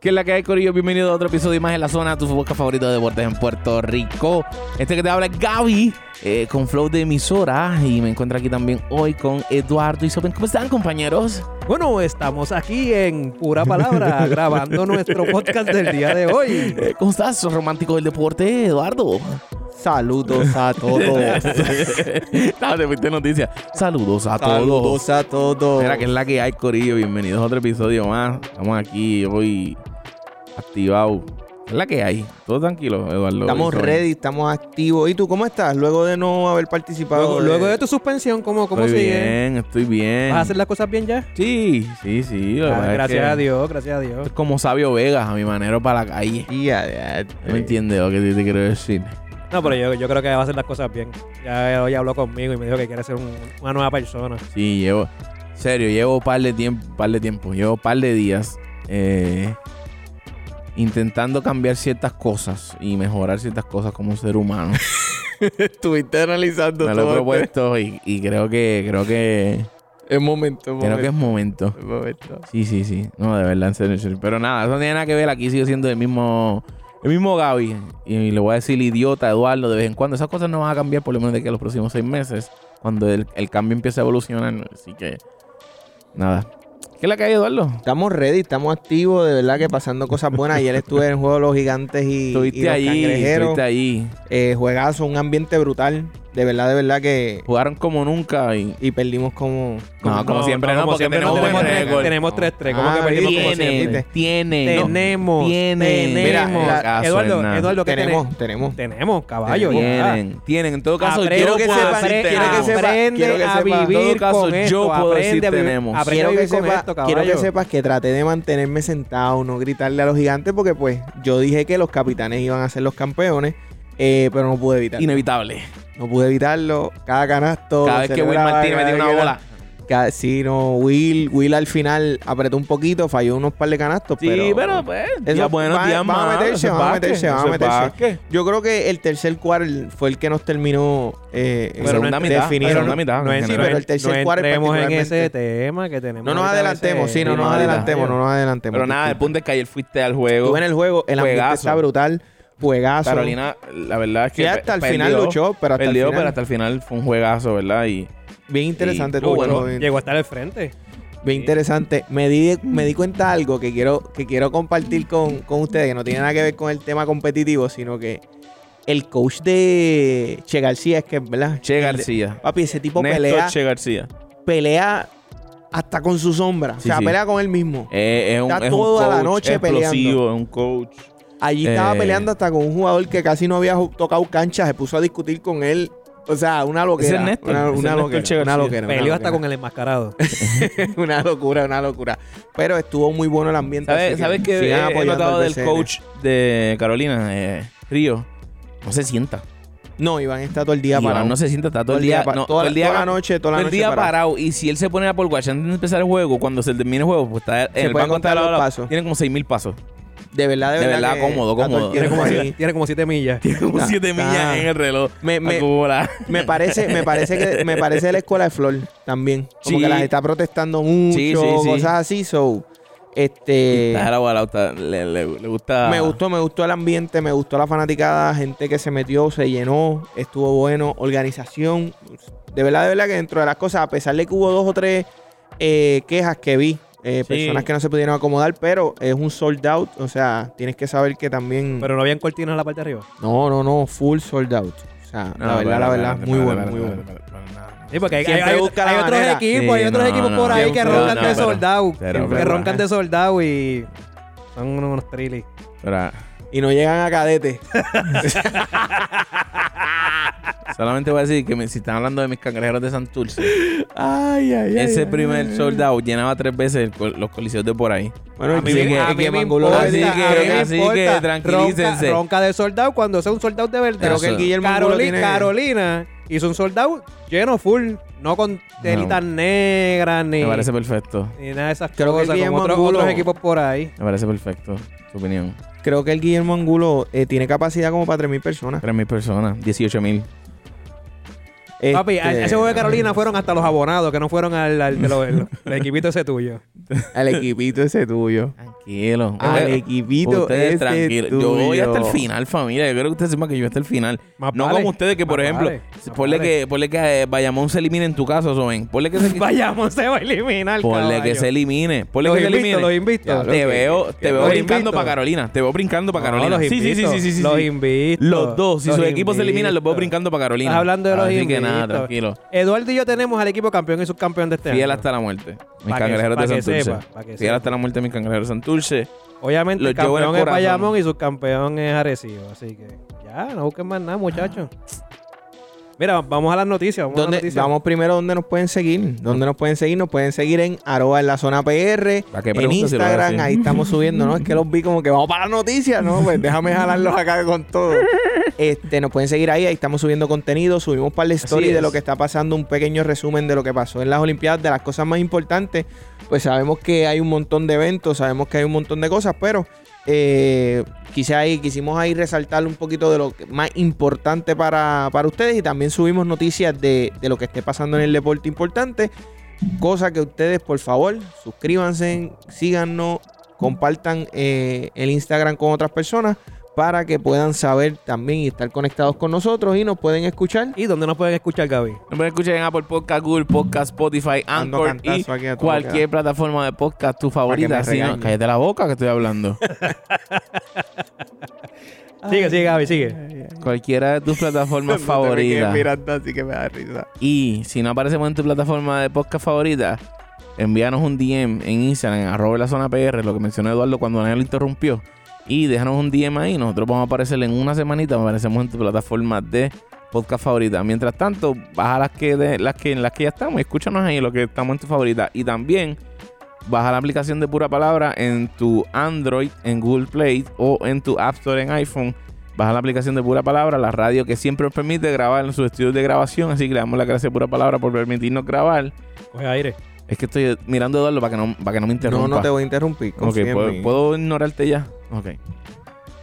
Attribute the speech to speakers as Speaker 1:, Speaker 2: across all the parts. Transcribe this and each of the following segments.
Speaker 1: ¿Qué es la que hay, Corillo? Bienvenido a otro episodio más en la zona, tu podcast favorito de deportes en Puerto Rico. Este que te habla es Gaby, eh, con Flow de emisora, y me encuentro aquí también hoy con Eduardo y Soben. ¿Cómo están, compañeros?
Speaker 2: Bueno, estamos aquí en pura palabra grabando nuestro podcast del día de hoy.
Speaker 1: Eh, ¿Cómo estás, romántico del deporte, Eduardo?
Speaker 3: Saludos a todos.
Speaker 1: no, te fuiste noticias. Saludos a todos.
Speaker 3: Saludos a todos.
Speaker 1: Mira, que es la que hay, Corillo. Bienvenidos a otro episodio más. Estamos aquí hoy activados. ¿Qué es la que hay? Todo tranquilo, Eduardo.
Speaker 3: Estamos
Speaker 1: Y Soben.
Speaker 3: ready, estamos activos. ¿Y tú cómo estás? Luego de no haber participado.
Speaker 2: Luego, luego de tu suspensión, ¿cómo, cómo
Speaker 1: Estoy
Speaker 2: sigue?
Speaker 1: bien, estoy bien.
Speaker 2: ¿Vas a hacer las cosas bien ya?
Speaker 1: Sí, sí, sí. lo que
Speaker 2: Ah,
Speaker 1: pasa es
Speaker 2: gracias
Speaker 1: que
Speaker 2: a Dios, gracias a Dios.
Speaker 1: Es como Sabio Vegas, a mi manero para la calle.
Speaker 3: Tía, ya,
Speaker 1: ¿Me entiendes lo que te- te quiero decir?
Speaker 2: No, pero yo, yo creo que va a hacer las cosas bien. Ya hoy habló conmigo y me dijo que quiere ser un- una nueva persona.
Speaker 1: Sí, llevo. Serio, llevo par de tiempo, par de tiempo, llevo par de días eh, intentando cambiar ciertas cosas y mejorar ciertas cosas como un ser humano.
Speaker 3: Estuviste analizando
Speaker 1: Me lo he
Speaker 3: todo.
Speaker 1: propuesto y, y creo que, creo que,
Speaker 3: este- Es momento,
Speaker 1: creo que es momento.
Speaker 3: es momento.
Speaker 1: Sí, sí, sí. No, de verdad, en serio, en serio. Pero nada, eso no tiene nada que ver. Aquí sigo siendo el mismo. El mismo Gaby. Y le voy a decir idiota, Eduardo, de vez en cuando. Esas cosas no van a cambiar por lo menos de que los próximos seis meses. Cuando el, el cambio empiece a evolucionar. Así que. Nada. ¿Qué es la que hay, Eduardo?
Speaker 3: Estamos ready, estamos activos, de verdad que pasando cosas buenas. Ayer estuve en el juego de los gigantes y, y
Speaker 1: Estuviste
Speaker 3: los
Speaker 1: allí,
Speaker 3: cangrejeros.
Speaker 1: estuviste allí.
Speaker 3: Eh, juegazo, un ambiente brutal. De verdad, de verdad que.
Speaker 1: Jugaron como nunca y.
Speaker 3: Y perdimos como.
Speaker 1: No, como siempre no, porque tenemos
Speaker 2: no,
Speaker 1: buen
Speaker 2: tenemos,
Speaker 1: récord.
Speaker 2: tenemos 3-3. ¿Cómo
Speaker 3: Ah,
Speaker 2: que perdimos como
Speaker 3: bien.
Speaker 2: siempre?
Speaker 1: Tiene,
Speaker 3: siempre.
Speaker 1: tiene.
Speaker 2: Tenemos,
Speaker 1: tienen.
Speaker 2: tenemos.
Speaker 3: Mira,
Speaker 1: la-
Speaker 2: Eduardo,
Speaker 1: Hernán.
Speaker 2: Eduardo, ¿qué tenemos?
Speaker 3: Tenemos, tenemos.
Speaker 2: Tenemos, caballo. ya.
Speaker 1: Tienen, tienen. En todo caso,
Speaker 2: Aprende,
Speaker 1: yo puedo
Speaker 3: sepa-
Speaker 1: decir
Speaker 2: aprende,
Speaker 3: quiero que
Speaker 1: tenemos.
Speaker 3: sepa-
Speaker 2: aprende
Speaker 3: quiero que
Speaker 2: a
Speaker 3: sepa. En
Speaker 2: vivir
Speaker 1: todo caso,
Speaker 2: con
Speaker 1: yo
Speaker 2: esto,
Speaker 1: puedo
Speaker 2: aprende
Speaker 1: decir
Speaker 2: a vivir-
Speaker 1: tenemos.
Speaker 2: aprende a
Speaker 3: Quiero
Speaker 2: vivir
Speaker 3: que,
Speaker 2: con
Speaker 3: sepa-
Speaker 2: esto,
Speaker 3: quiero que
Speaker 2: caballo.
Speaker 3: sepas que traté de mantenerme sentado, no gritarle a los gigantes, porque pues yo dije que los capitanes iban a ser los campeones, eh, pero no pude evitarlo.
Speaker 1: Inevitable.
Speaker 3: No pude evitarlo. Cada canasto.
Speaker 1: Cada vez
Speaker 3: lo
Speaker 1: que Will
Speaker 3: celebraba,
Speaker 1: Martínez
Speaker 3: cada
Speaker 1: metía
Speaker 3: vez
Speaker 1: una
Speaker 3: que
Speaker 1: bola.
Speaker 3: la- cada- sí, no, Will, Will al final apretó un poquito, falló unos par de canastos,
Speaker 1: Sí, pero, pues,
Speaker 3: Eso
Speaker 1: ya buenos
Speaker 3: va-
Speaker 1: días
Speaker 3: va a
Speaker 1: más, eso
Speaker 3: meterse,
Speaker 1: es
Speaker 3: va a
Speaker 1: básquet,
Speaker 3: meterse, va a
Speaker 1: eso es
Speaker 3: meterse. Eh,
Speaker 1: básquet.
Speaker 3: Yo creo que el tercer cuarto fue el que nos terminó eh,
Speaker 1: Pero segunda
Speaker 3: de-
Speaker 1: mitad,
Speaker 3: definieron.
Speaker 1: segunda mitad,
Speaker 2: No,
Speaker 1: en
Speaker 2: es-
Speaker 1: general.
Speaker 2: no
Speaker 3: pero el tercer
Speaker 2: no
Speaker 3: cuarto
Speaker 2: entremos en
Speaker 3: particularmente.
Speaker 2: ese tema que tenemos.
Speaker 3: No nos
Speaker 2: ahorita
Speaker 3: adelantemos,
Speaker 2: ese-
Speaker 3: sí, no nos
Speaker 1: sí,
Speaker 3: adelantemos, no nos adelantemos.
Speaker 1: Pero nada, el
Speaker 3: disculpa.
Speaker 1: punto es que ayer fuiste al juego.
Speaker 3: Estuve en el juego, el ambiente
Speaker 1: Juegazo.
Speaker 3: está brutal, juegazo.
Speaker 1: Carolina, la verdad es que.
Speaker 3: Sí, hasta el
Speaker 1: pe-
Speaker 3: final
Speaker 1: perdió,
Speaker 3: luchó, pero hasta el
Speaker 1: perdió,
Speaker 3: final-
Speaker 1: pero hasta el final fue un juegazo, ¿verdad? Y
Speaker 3: Bien interesante
Speaker 1: Sí.
Speaker 3: todo,
Speaker 1: Uh, bueno,
Speaker 3: bien,
Speaker 2: Llegó a estar al frente.
Speaker 3: bien interesante. Me di, me di cuenta de algo que quiero, que quiero compartir con, con ustedes, que no tiene nada que ver con el tema competitivo, sino que el coach de Che García es que, ¿verdad?
Speaker 1: Che
Speaker 3: El de-
Speaker 1: García.
Speaker 3: Papi, ese tipo
Speaker 1: Néstor
Speaker 3: pelea,
Speaker 1: Che García.
Speaker 3: pelea hasta con su sombra. o
Speaker 1: Sí,
Speaker 3: sea,
Speaker 1: sí.
Speaker 3: pelea con él mismo.
Speaker 1: Eh, es un,
Speaker 3: Está
Speaker 1: es un
Speaker 3: toda la
Speaker 1: coach
Speaker 3: noche
Speaker 1: explosivo,
Speaker 3: peleando.
Speaker 1: es un coach.
Speaker 3: Allí estaba
Speaker 1: Eh.
Speaker 3: peleando hasta con un jugador que casi no había ju- tocado cancha, se puso a discutir con él. O sea, una loquera.
Speaker 1: Ese es Néstor,
Speaker 3: Una,
Speaker 1: ese es
Speaker 3: una
Speaker 1: Néstor Che
Speaker 3: loquera, una
Speaker 1: García.
Speaker 3: loquera. una
Speaker 2: Peleó hasta
Speaker 3: loquera.
Speaker 2: con el enmascarado.
Speaker 3: una locura, una locura. Pero estuvo muy bueno el ambiente.
Speaker 1: ¿Sabes,
Speaker 3: así que
Speaker 1: ¿sabes qué
Speaker 3: sigan
Speaker 1: he- he
Speaker 3: apoyando
Speaker 1: notado
Speaker 3: al
Speaker 1: del
Speaker 3: BCN.
Speaker 1: coach de Carolina, eh, Río? No se sienta.
Speaker 3: No, Iván está todo el día
Speaker 1: Iván
Speaker 3: parado.
Speaker 1: no se sienta, está todo el día.
Speaker 3: pa-
Speaker 1: no,
Speaker 3: toda,
Speaker 1: todo el día
Speaker 3: toda la noche, toda la
Speaker 1: Todo Pues el
Speaker 3: noche
Speaker 1: día
Speaker 3: parado.
Speaker 1: parado. Y si él se pone a Apple Watch antes de empezar el juego, cuando se termine el juego, pues está en
Speaker 3: Se
Speaker 1: el
Speaker 3: pueden
Speaker 1: banco está
Speaker 3: contar
Speaker 1: al lado,
Speaker 3: los
Speaker 1: al lado.
Speaker 3: pasos.
Speaker 1: Tiene como 6.000 pasos.
Speaker 3: De verdad, de
Speaker 1: De
Speaker 3: verdad.
Speaker 1: verdad,
Speaker 3: que
Speaker 1: cómodo,
Speaker 3: está todo el
Speaker 1: cómodo.
Speaker 3: tiempo
Speaker 2: Tiene como
Speaker 3: ahí.
Speaker 2: siete- Tiene como 7 millas.
Speaker 1: Como
Speaker 3: Está-
Speaker 1: 7
Speaker 3: Ah, está-
Speaker 1: millas en el reloj.
Speaker 3: Me- me-
Speaker 1: acumulada.
Speaker 3: Me parece, me parece que me parece la escuela de Flor también. Como
Speaker 1: Sí.
Speaker 3: que las está protestando mucho,
Speaker 1: Sí, sí, sí.
Speaker 3: cosas así. So, este.
Speaker 1: Está jalado, jalado, está- le, le- le gusta.
Speaker 3: Me gustó, me gustó el ambiente, me gustó la fanaticada, gente que se metió, se llenó, estuvo bueno, organización. De verdad, de verdad que dentro de las cosas, a pesar de que hubo dos o tres eh, quejas que vi, eh,
Speaker 1: Sí.
Speaker 3: personas que no se pudieron acomodar, pero es un sold out, o sea, tienes que saber que también...
Speaker 2: Pero no habían cortinas en la parte de arriba.
Speaker 3: no, no, no, full sold out. O sea,
Speaker 1: No,
Speaker 3: la verdad, la
Speaker 1: espérate,
Speaker 3: verdad,
Speaker 1: espérate,
Speaker 3: muy
Speaker 1: espérate, espérate,
Speaker 3: bueno, muy bueno.
Speaker 1: espérate, espérate, espérate, no.
Speaker 2: Sí, porque hay,
Speaker 3: Siempre
Speaker 2: hay-
Speaker 3: busca la
Speaker 2: hay otros
Speaker 3: manera.
Speaker 2: equipos,
Speaker 1: Sí,
Speaker 2: hay otros
Speaker 1: no,
Speaker 2: equipos
Speaker 1: no,
Speaker 2: por
Speaker 1: no.
Speaker 2: ahí que
Speaker 3: Siempre-
Speaker 2: roncan
Speaker 3: no,
Speaker 2: de
Speaker 3: pero-
Speaker 2: soldado.
Speaker 1: pero-
Speaker 2: que
Speaker 1: pero-
Speaker 2: roncan de soldado y son unos, unos trillis.
Speaker 1: Espera,
Speaker 3: Y no llegan a cadete.
Speaker 1: solamente voy a decir que me- si están hablando de mis cangrejeros de Santurce,
Speaker 3: ay, ay,
Speaker 1: ese primer soldado llenaba tres veces el col- los coliseos de por ahí.
Speaker 3: Bueno,
Speaker 2: A
Speaker 3: el
Speaker 2: mí
Speaker 3: que,
Speaker 2: me- a
Speaker 3: el
Speaker 2: mí
Speaker 3: que
Speaker 2: me
Speaker 3: Mangulo
Speaker 2: importa,
Speaker 1: así
Speaker 3: así
Speaker 2: a
Speaker 1: que-
Speaker 2: mí me
Speaker 1: así que
Speaker 2: importa.
Speaker 1: tranquilícense.
Speaker 2: Ronca, ronca de soldado cuando sea un soldado de verdad.
Speaker 3: Creo que el
Speaker 1: Eso.
Speaker 3: Guillermo Angulo
Speaker 2: Caroli-
Speaker 3: tiene...
Speaker 2: Carolina hizo un soldado lleno full, no con telitas negras ni,
Speaker 1: Me parece perfecto.
Speaker 2: ni nada de esas
Speaker 3: Creo que
Speaker 2: cosas,
Speaker 3: Guillermo
Speaker 2: como otros,
Speaker 3: Angulo-
Speaker 2: otros equipos por ahí.
Speaker 1: Me parece perfecto. Tu opinión.
Speaker 3: Creo que el Guillermo Angulo eh, tiene capacidad como para 3.000 personas.
Speaker 1: 3.000 personas, 18.000.
Speaker 2: Papi, a-
Speaker 3: Este,
Speaker 2: ese juego de Carolina fueron hasta los abonados, que no fueron al, al- de los- el, el equipito ese tuyo.
Speaker 3: Al equipito ese tuyo.
Speaker 1: tranquilos.
Speaker 3: Al
Speaker 1: Ustedes-
Speaker 3: equipito
Speaker 1: ustedes
Speaker 3: ese
Speaker 1: tranquilos. Yo voy hasta el
Speaker 3: tuyo.
Speaker 1: final, familia. Yo creo que ustedes sepan que yo hasta el final.
Speaker 2: Más
Speaker 1: no
Speaker 2: vale,
Speaker 1: como ustedes que, por
Speaker 2: más
Speaker 1: ejemplo,
Speaker 2: vale, más
Speaker 1: ponle,
Speaker 2: vale.
Speaker 1: que, ponle que eh, Bayamón se elimine en tu caso, Soben. Ponle que se,
Speaker 2: Vayamos, se va a eliminar.
Speaker 1: ponle
Speaker 2: caballo.
Speaker 1: que se elimine. Ponle
Speaker 2: Los
Speaker 1: que se
Speaker 2: invito,
Speaker 1: elimine.
Speaker 2: los invito.
Speaker 1: Te veo, te veo
Speaker 2: los
Speaker 1: brincando
Speaker 2: invito.
Speaker 1: para Carolina. Te veo brincando para
Speaker 2: No,
Speaker 1: Carolina. sí,
Speaker 2: los
Speaker 1: sí, sí,
Speaker 2: invito,
Speaker 1: sí, sí, sí,
Speaker 2: Los
Speaker 1: sí.
Speaker 2: invito.
Speaker 1: Los dos. Si
Speaker 2: los
Speaker 1: sus equipos se eliminan, los veo
Speaker 2: invito.
Speaker 1: brincando para Carolina.
Speaker 2: Estás hablando de los
Speaker 1: Así que
Speaker 2: invito.
Speaker 1: nada, tranquilo.
Speaker 2: Eduardo y yo tenemos al equipo campeón y subcampeón de este
Speaker 1: Fiel
Speaker 2: año.
Speaker 1: hasta la muerte. Mis
Speaker 2: Pa' que-
Speaker 1: cangrejeros
Speaker 2: pa'
Speaker 1: de
Speaker 2: que
Speaker 1: Santurce.
Speaker 2: sepa, pa' que
Speaker 1: Fiel
Speaker 2: sepa.
Speaker 1: hasta la muerte, mis cangrejeros de Santurce.
Speaker 2: Obviamente,
Speaker 1: Los
Speaker 2: el
Speaker 1: Joe en el
Speaker 2: campeón es
Speaker 1: corazón.
Speaker 2: Bayamón y subcampeón es Arecibo. Así que ya, no busquen más nada, muchachos. Mira, vamos a las noticias. Vamos a las
Speaker 3: ¿Dónde,
Speaker 2: noticias.
Speaker 3: vamos primero donde nos pueden seguir. Donde nos pueden seguir, nos pueden seguir en arroba en la zona PR,
Speaker 1: ¿Para qué pregunta si
Speaker 3: en
Speaker 1: lo voy a
Speaker 3: Instagram,
Speaker 1: decir?
Speaker 3: ahí estamos subiendo, ¿no? Es que los vi como que vamos para las noticias, ¿no? Pues déjame jalarlos acá con todo. Este, nos pueden seguir ahí, ahí estamos subiendo contenido, subimos para la story
Speaker 2: es.
Speaker 3: de lo que está pasando, un pequeño resumen de lo que pasó en las Olimpiadas, de las cosas más importantes. Pues sabemos que hay un montón de eventos, sabemos que hay un montón de cosas, pero eh, quizá ahí quisimos ahí resaltar un poquito de lo que- más importante para, para ustedes y también subimos noticias de, de lo que esté pasando en el deporte importante. Cosa que ustedes, por favor, suscríbanse, síganos, compartan eh, el Instagram con otras personas para que puedan saber también y estar conectados con nosotros y nos pueden escuchar.
Speaker 2: ¿Y dónde nos pueden escuchar, Gaby?
Speaker 1: Nos pueden escuchar en Apple Podcast, Google Podcast, Spotify,
Speaker 3: Dando
Speaker 1: Anchor y
Speaker 3: cantazo aquí a todo
Speaker 1: cualquier
Speaker 3: lo
Speaker 1: plataforma de podcast tu favorita.
Speaker 3: me
Speaker 1: Si no,
Speaker 3: regañen.
Speaker 1: cállate la boca que estoy hablando.
Speaker 2: Sigue, sigue, Gaby, sigue.
Speaker 3: que da.
Speaker 1: Cualquiera de tus plataformas favoritas.
Speaker 3: así que me da risa.
Speaker 1: Y si no aparecemos en tu plataforma de podcast favorita, envíanos un DM en Instagram, en arroba la zona PR, lo que mencionó Eduardo cuando Daniel lo interrumpió. Y déjanos un DM ahí. Nosotros vamos a aparecer en una semanita, aparecemos en tu plataforma de podcast favorita. Mientras tanto, baja las que, de- las que, en las que ya estamos y escúchanos ahí lo que estamos en tu favorita. Y también baja la aplicación de pura palabra en tu Android, en Google Play o en tu App Store en iPhone. Baja la aplicación de Pura Palabra, la radio que siempre nos permite grabar en sus estudios de grabación. Así que le damos las gracias a Pura Palabra por permitirnos grabar.
Speaker 2: Coge aire.
Speaker 1: Es que estoy mirando a Eduardo para que no, para que no me interrumpa.
Speaker 3: No, no te voy a interrumpir.
Speaker 1: Ok,
Speaker 3: confía en
Speaker 1: ¿puedo,
Speaker 3: mí.
Speaker 1: puedo ignorarte ya? Ok.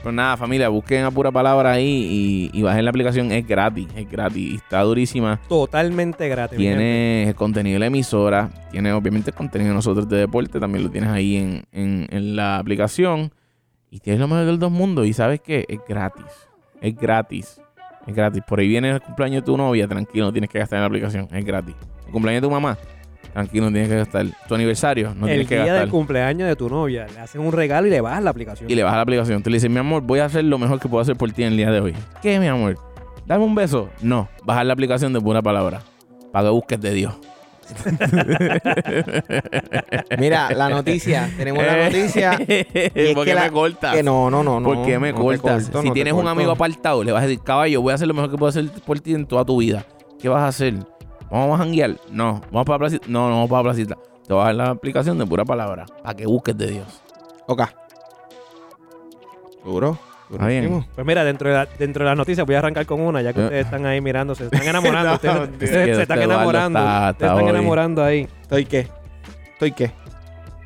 Speaker 1: Pues nada, familia, busquen a Pura Palabra ahí y, y bajen la aplicación. Es gratis, es gratis. y Está durísima.
Speaker 2: Totalmente gratis. mi
Speaker 1: Tiene el contenido de la emisora, tiene obviamente el contenido de nosotros de deporte, también lo tienes ahí en, en- en la aplicación. Y tienes lo mejor de los dos mundos. Y sabes que es gratis. Es gratis. Es gratis. Por ahí viene el cumpleaños de tu novia, tranquilo, no tienes que gastar en la aplicación. Es gratis. El cumpleaños de tu mamá, tranquilo, no tienes que gastar. Tu aniversario, no
Speaker 2: gente. el
Speaker 1: tienes que
Speaker 2: día
Speaker 1: gastar.
Speaker 2: del cumpleaños de tu novia, le hacen un regalo y le bajas la aplicación.
Speaker 1: Y le bajas la aplicación. Tú le dices, mi amor, voy a hacer lo mejor que puedo hacer por ti en el día de hoy. ¿Qué, mi amor? ¿Dame un beso? No. Bajar la aplicación de pura palabra. Para que busques de Dios.
Speaker 3: Mira, la noticia. Tenemos la noticia. es
Speaker 1: ¿Por
Speaker 3: que
Speaker 1: qué
Speaker 3: la-
Speaker 1: me cortas?
Speaker 3: Que no, no, no. no
Speaker 1: ¿Por qué me
Speaker 3: no te
Speaker 1: cortas?
Speaker 3: corto,
Speaker 1: si
Speaker 3: no te
Speaker 1: tienes un
Speaker 3: corto.
Speaker 1: amigo apartado, le vas a decir, caballo, voy a hacer lo mejor que puedo hacer por ti en toda tu vida. ¿Qué vas a hacer? ¿Vamos a janguear? No. ¿Vamos para la placita? No, no vamos para la placita. Te vas a la aplicación de pura palabra. Para que busques de Dios.
Speaker 3: Ok. Duro.
Speaker 1: Está bien.
Speaker 3: durísimo.
Speaker 2: Pues mira, dentro de, la- dentro de las noticias voy a arrancar con una, ya que
Speaker 1: Eh.
Speaker 2: ustedes están ahí mirándose, se están enamorando,
Speaker 3: No,
Speaker 2: ustedes,
Speaker 3: Dios.
Speaker 2: ustedes
Speaker 1: Es que
Speaker 2: se están
Speaker 1: este Eduardo
Speaker 2: enamorando,
Speaker 1: está-
Speaker 2: ustedes
Speaker 1: está
Speaker 2: están
Speaker 1: hoy.
Speaker 2: enamorando ahí.
Speaker 3: ¿Estoy qué? ¿Estoy qué?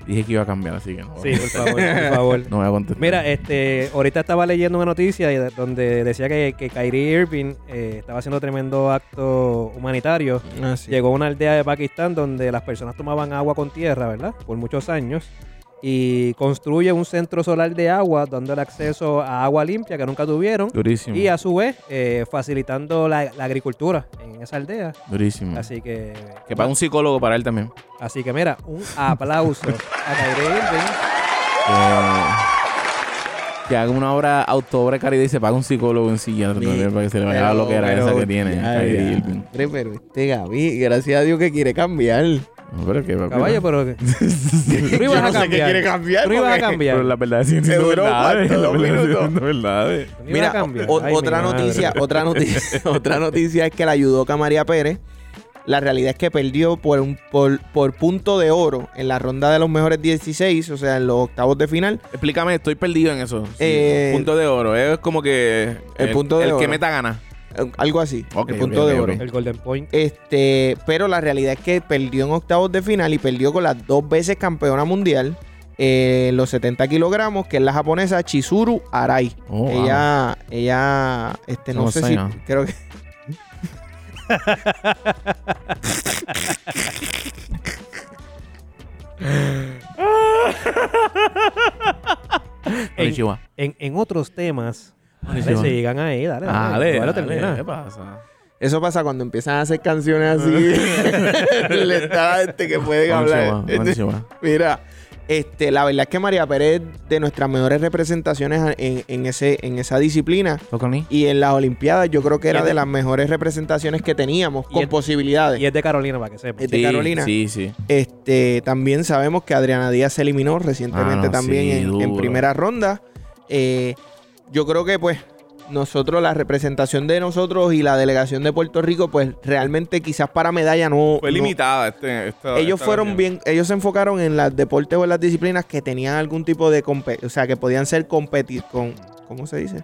Speaker 1: Dije que iba a cambiar, así que no.
Speaker 2: Sí, por favor, por favor.
Speaker 1: No voy a contestar.
Speaker 2: Mira, este, ahorita estaba leyendo una noticia de- donde decía que, que Kyrie Irving eh, estaba haciendo tremendo acto humanitario.
Speaker 3: Ah, sí.
Speaker 2: Llegó a una aldea de Pakistán donde las personas tomaban agua con tierra, ¿verdad? Por muchos años. Y construye un centro solar de agua, dando el acceso a agua limpia que nunca tuvieron.
Speaker 1: Durísimo.
Speaker 2: Y a su vez, eh, facilitando la, la agricultura en esa aldea.
Speaker 1: Durísimo.
Speaker 2: Así que.
Speaker 1: Que para un psicólogo para él también.
Speaker 2: Así que mira, un aplauso a Kyrie Irving.
Speaker 1: Eh, que haga una obra, autoobra de caridad y se paga un psicólogo en psiquiatra también para que se le vaya
Speaker 3: Pero-
Speaker 1: lo que era esa
Speaker 3: pero-
Speaker 1: que tiene.
Speaker 3: ya,
Speaker 1: Kyrie
Speaker 3: ya.
Speaker 1: Irving.
Speaker 3: Hombre, pero este Gaby, gracias a Dios que quiere cambiar.
Speaker 1: No, pero que,
Speaker 2: Caballo, pero. Tú ibas
Speaker 3: Yo no
Speaker 2: a
Speaker 3: sé qué quiere
Speaker 2: cambiar.
Speaker 3: cambiar.
Speaker 2: Tú ibas a
Speaker 3: porque-
Speaker 2: cambiar.
Speaker 1: pero la verdad sí
Speaker 3: Se
Speaker 1: siendo
Speaker 3: duró
Speaker 1: verdades,
Speaker 3: cuánto,
Speaker 1: la
Speaker 3: dos
Speaker 1: verdad
Speaker 3: minutos.
Speaker 1: siendo verdades.
Speaker 2: Tú no ibas a
Speaker 3: Mira,
Speaker 2: cambiar.
Speaker 3: o-
Speaker 2: Ay, mi
Speaker 3: otra
Speaker 2: madre.
Speaker 3: noticia, otra noticia, otra noticia es que la judoca María Pérez, la realidad es que perdió por un por, por punto de oro en la ronda de los mejores 16, o sea, en los octavos de final.
Speaker 1: Explícame, estoy perdido en eso. Sí,
Speaker 3: Eh,
Speaker 1: punto de oro. Es como que
Speaker 3: el punto de
Speaker 1: el que
Speaker 3: oro.
Speaker 1: meta gana.
Speaker 3: eh, Algo así,
Speaker 1: Ok,
Speaker 3: el punto
Speaker 1: ok,
Speaker 3: de
Speaker 1: ok,
Speaker 3: oro.
Speaker 1: ok.
Speaker 2: El Golden Point.
Speaker 3: Este, pero la realidad es que perdió en octavos de final y perdió con las dos veces campeona mundial eh, en los 70 kilogramos, que es la japonesa Chizuru Arai.
Speaker 1: Oh, wow.
Speaker 3: ella, ella, este, no
Speaker 1: Somos
Speaker 3: sé si,
Speaker 1: seis, ¿no?
Speaker 3: creo que.
Speaker 1: Konnichiwa.
Speaker 2: En, en otros temas, dale,
Speaker 1: Konnichiwa.
Speaker 2: se llegan ahí, dale. dale,
Speaker 1: Ah, Dale,
Speaker 2: igual lo
Speaker 1: dale,
Speaker 2: termina.
Speaker 1: ¿Qué pasa?
Speaker 3: Eso pasa cuando empiezan a hacer canciones así. le está a la gente que pueden hablar.
Speaker 1: Konnichiwa, Konnichiwa.
Speaker 3: Mira, este, la verdad es que María Pérez de nuestras mejores representaciones a- en, en ese, en esa disciplina
Speaker 1: Toconi.
Speaker 3: y en las Olimpiadas, yo creo que era
Speaker 2: Y en-
Speaker 3: de las mejores representaciones que teníamos
Speaker 2: Y
Speaker 3: con
Speaker 2: en-
Speaker 3: posibilidades.
Speaker 2: Y es de Carolina, para que sepa.
Speaker 3: Es de
Speaker 1: Sí,
Speaker 3: Carolina.
Speaker 1: Sí, sí.
Speaker 3: Este, también sabemos que Adriana Díaz se eliminó recientemente
Speaker 1: Ah, no,
Speaker 3: también
Speaker 1: sí,
Speaker 3: en, en
Speaker 1: duro.
Speaker 3: primera ronda. Eh, yo creo que pues nosotros, la representación de nosotros y la delegación de Puerto Rico, pues realmente quizás para medalla no...
Speaker 4: Fue
Speaker 3: no-
Speaker 4: limitada este, esta-
Speaker 3: ellos
Speaker 4: esta
Speaker 3: fueron
Speaker 4: ocasión.
Speaker 3: bien, ellos se enfocaron en los deportes o en las disciplinas que tenían algún tipo de compe- o sea, que podían ser competir con ¿cómo se dice?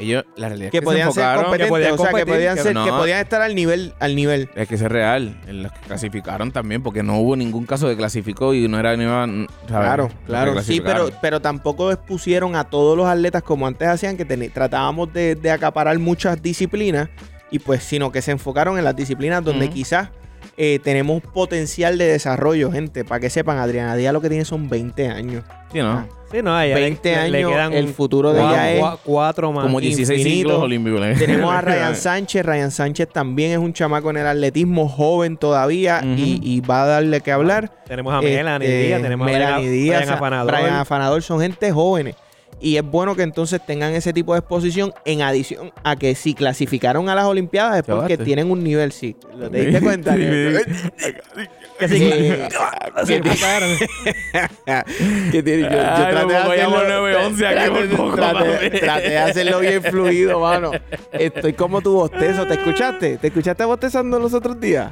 Speaker 1: Ellos, la realidad es
Speaker 3: Que
Speaker 1: se
Speaker 3: podían ser
Speaker 1: enfocaron-
Speaker 3: competentes,
Speaker 2: podían
Speaker 3: o sea, que
Speaker 2: competir,
Speaker 3: podían
Speaker 2: que
Speaker 3: ser, que
Speaker 1: no.
Speaker 3: podían estar al nivel, al nivel.
Speaker 1: Es que eso es real. En Los que clasificaron también, porque no hubo ningún caso de clasificó y no era ni iba- ¿sabes?
Speaker 3: Claro,
Speaker 1: Los que
Speaker 3: claro. Sí, pero,
Speaker 1: clasificaron.
Speaker 3: pero tampoco expusieron a todos los atletas como antes hacían, que teni- tratábamos de, de acaparar muchas disciplinas, y pues, sino que se enfocaron en las disciplinas donde
Speaker 1: Ujú.
Speaker 3: quizás eh, tenemos potencial de desarrollo, gente. Para que sepan, Adriana Díaz lo que tiene son 20 años.
Speaker 1: Sí, ¿no?
Speaker 3: Ah,
Speaker 2: Sí, no, a ella le-
Speaker 3: 20
Speaker 2: le-
Speaker 3: años,
Speaker 2: le quedan
Speaker 3: el futuro de
Speaker 2: cuatro,
Speaker 3: ella es...
Speaker 2: cua- cuatro más.
Speaker 1: Como 16
Speaker 3: infinito.
Speaker 1: ciclos olímpicos.
Speaker 3: Tenemos a Ryan Sánchez. Ryan Sánchez también es un chamaco en el atletismo, joven todavía,
Speaker 1: Ujú.
Speaker 3: y, y va a darle que hablar.
Speaker 2: Tenemos a Melanie
Speaker 3: Este,
Speaker 2: Díaz, tenemos a
Speaker 3: Melanie
Speaker 2: Brian-
Speaker 3: Díaz,
Speaker 2: Brian
Speaker 3: a-
Speaker 2: Afanador.
Speaker 3: Brian Afanador, son gente jóvenes. Y es bueno que entonces tengan ese tipo de exposición en adición a que si clasificaron a las Olimpiadas es porque
Speaker 1: Chavaste.
Speaker 3: tienen un nivel, sí. ¿Lo ¿Te diste cuenta? que,
Speaker 2: Que sí,
Speaker 3: que-
Speaker 2: se mataron.
Speaker 3: que tiene- yo, yo
Speaker 1: Ay,
Speaker 3: traté de
Speaker 1: como
Speaker 3: hacerlo,
Speaker 1: vayamos 9-11 aquí por
Speaker 3: traté-
Speaker 1: poco,
Speaker 3: traté-
Speaker 1: papi.
Speaker 3: traté de hacerlo bien fluido, mano. Estoy como tu bostezo. ¿Te escuchaste? ¿Te escuchaste bostezando los otros días?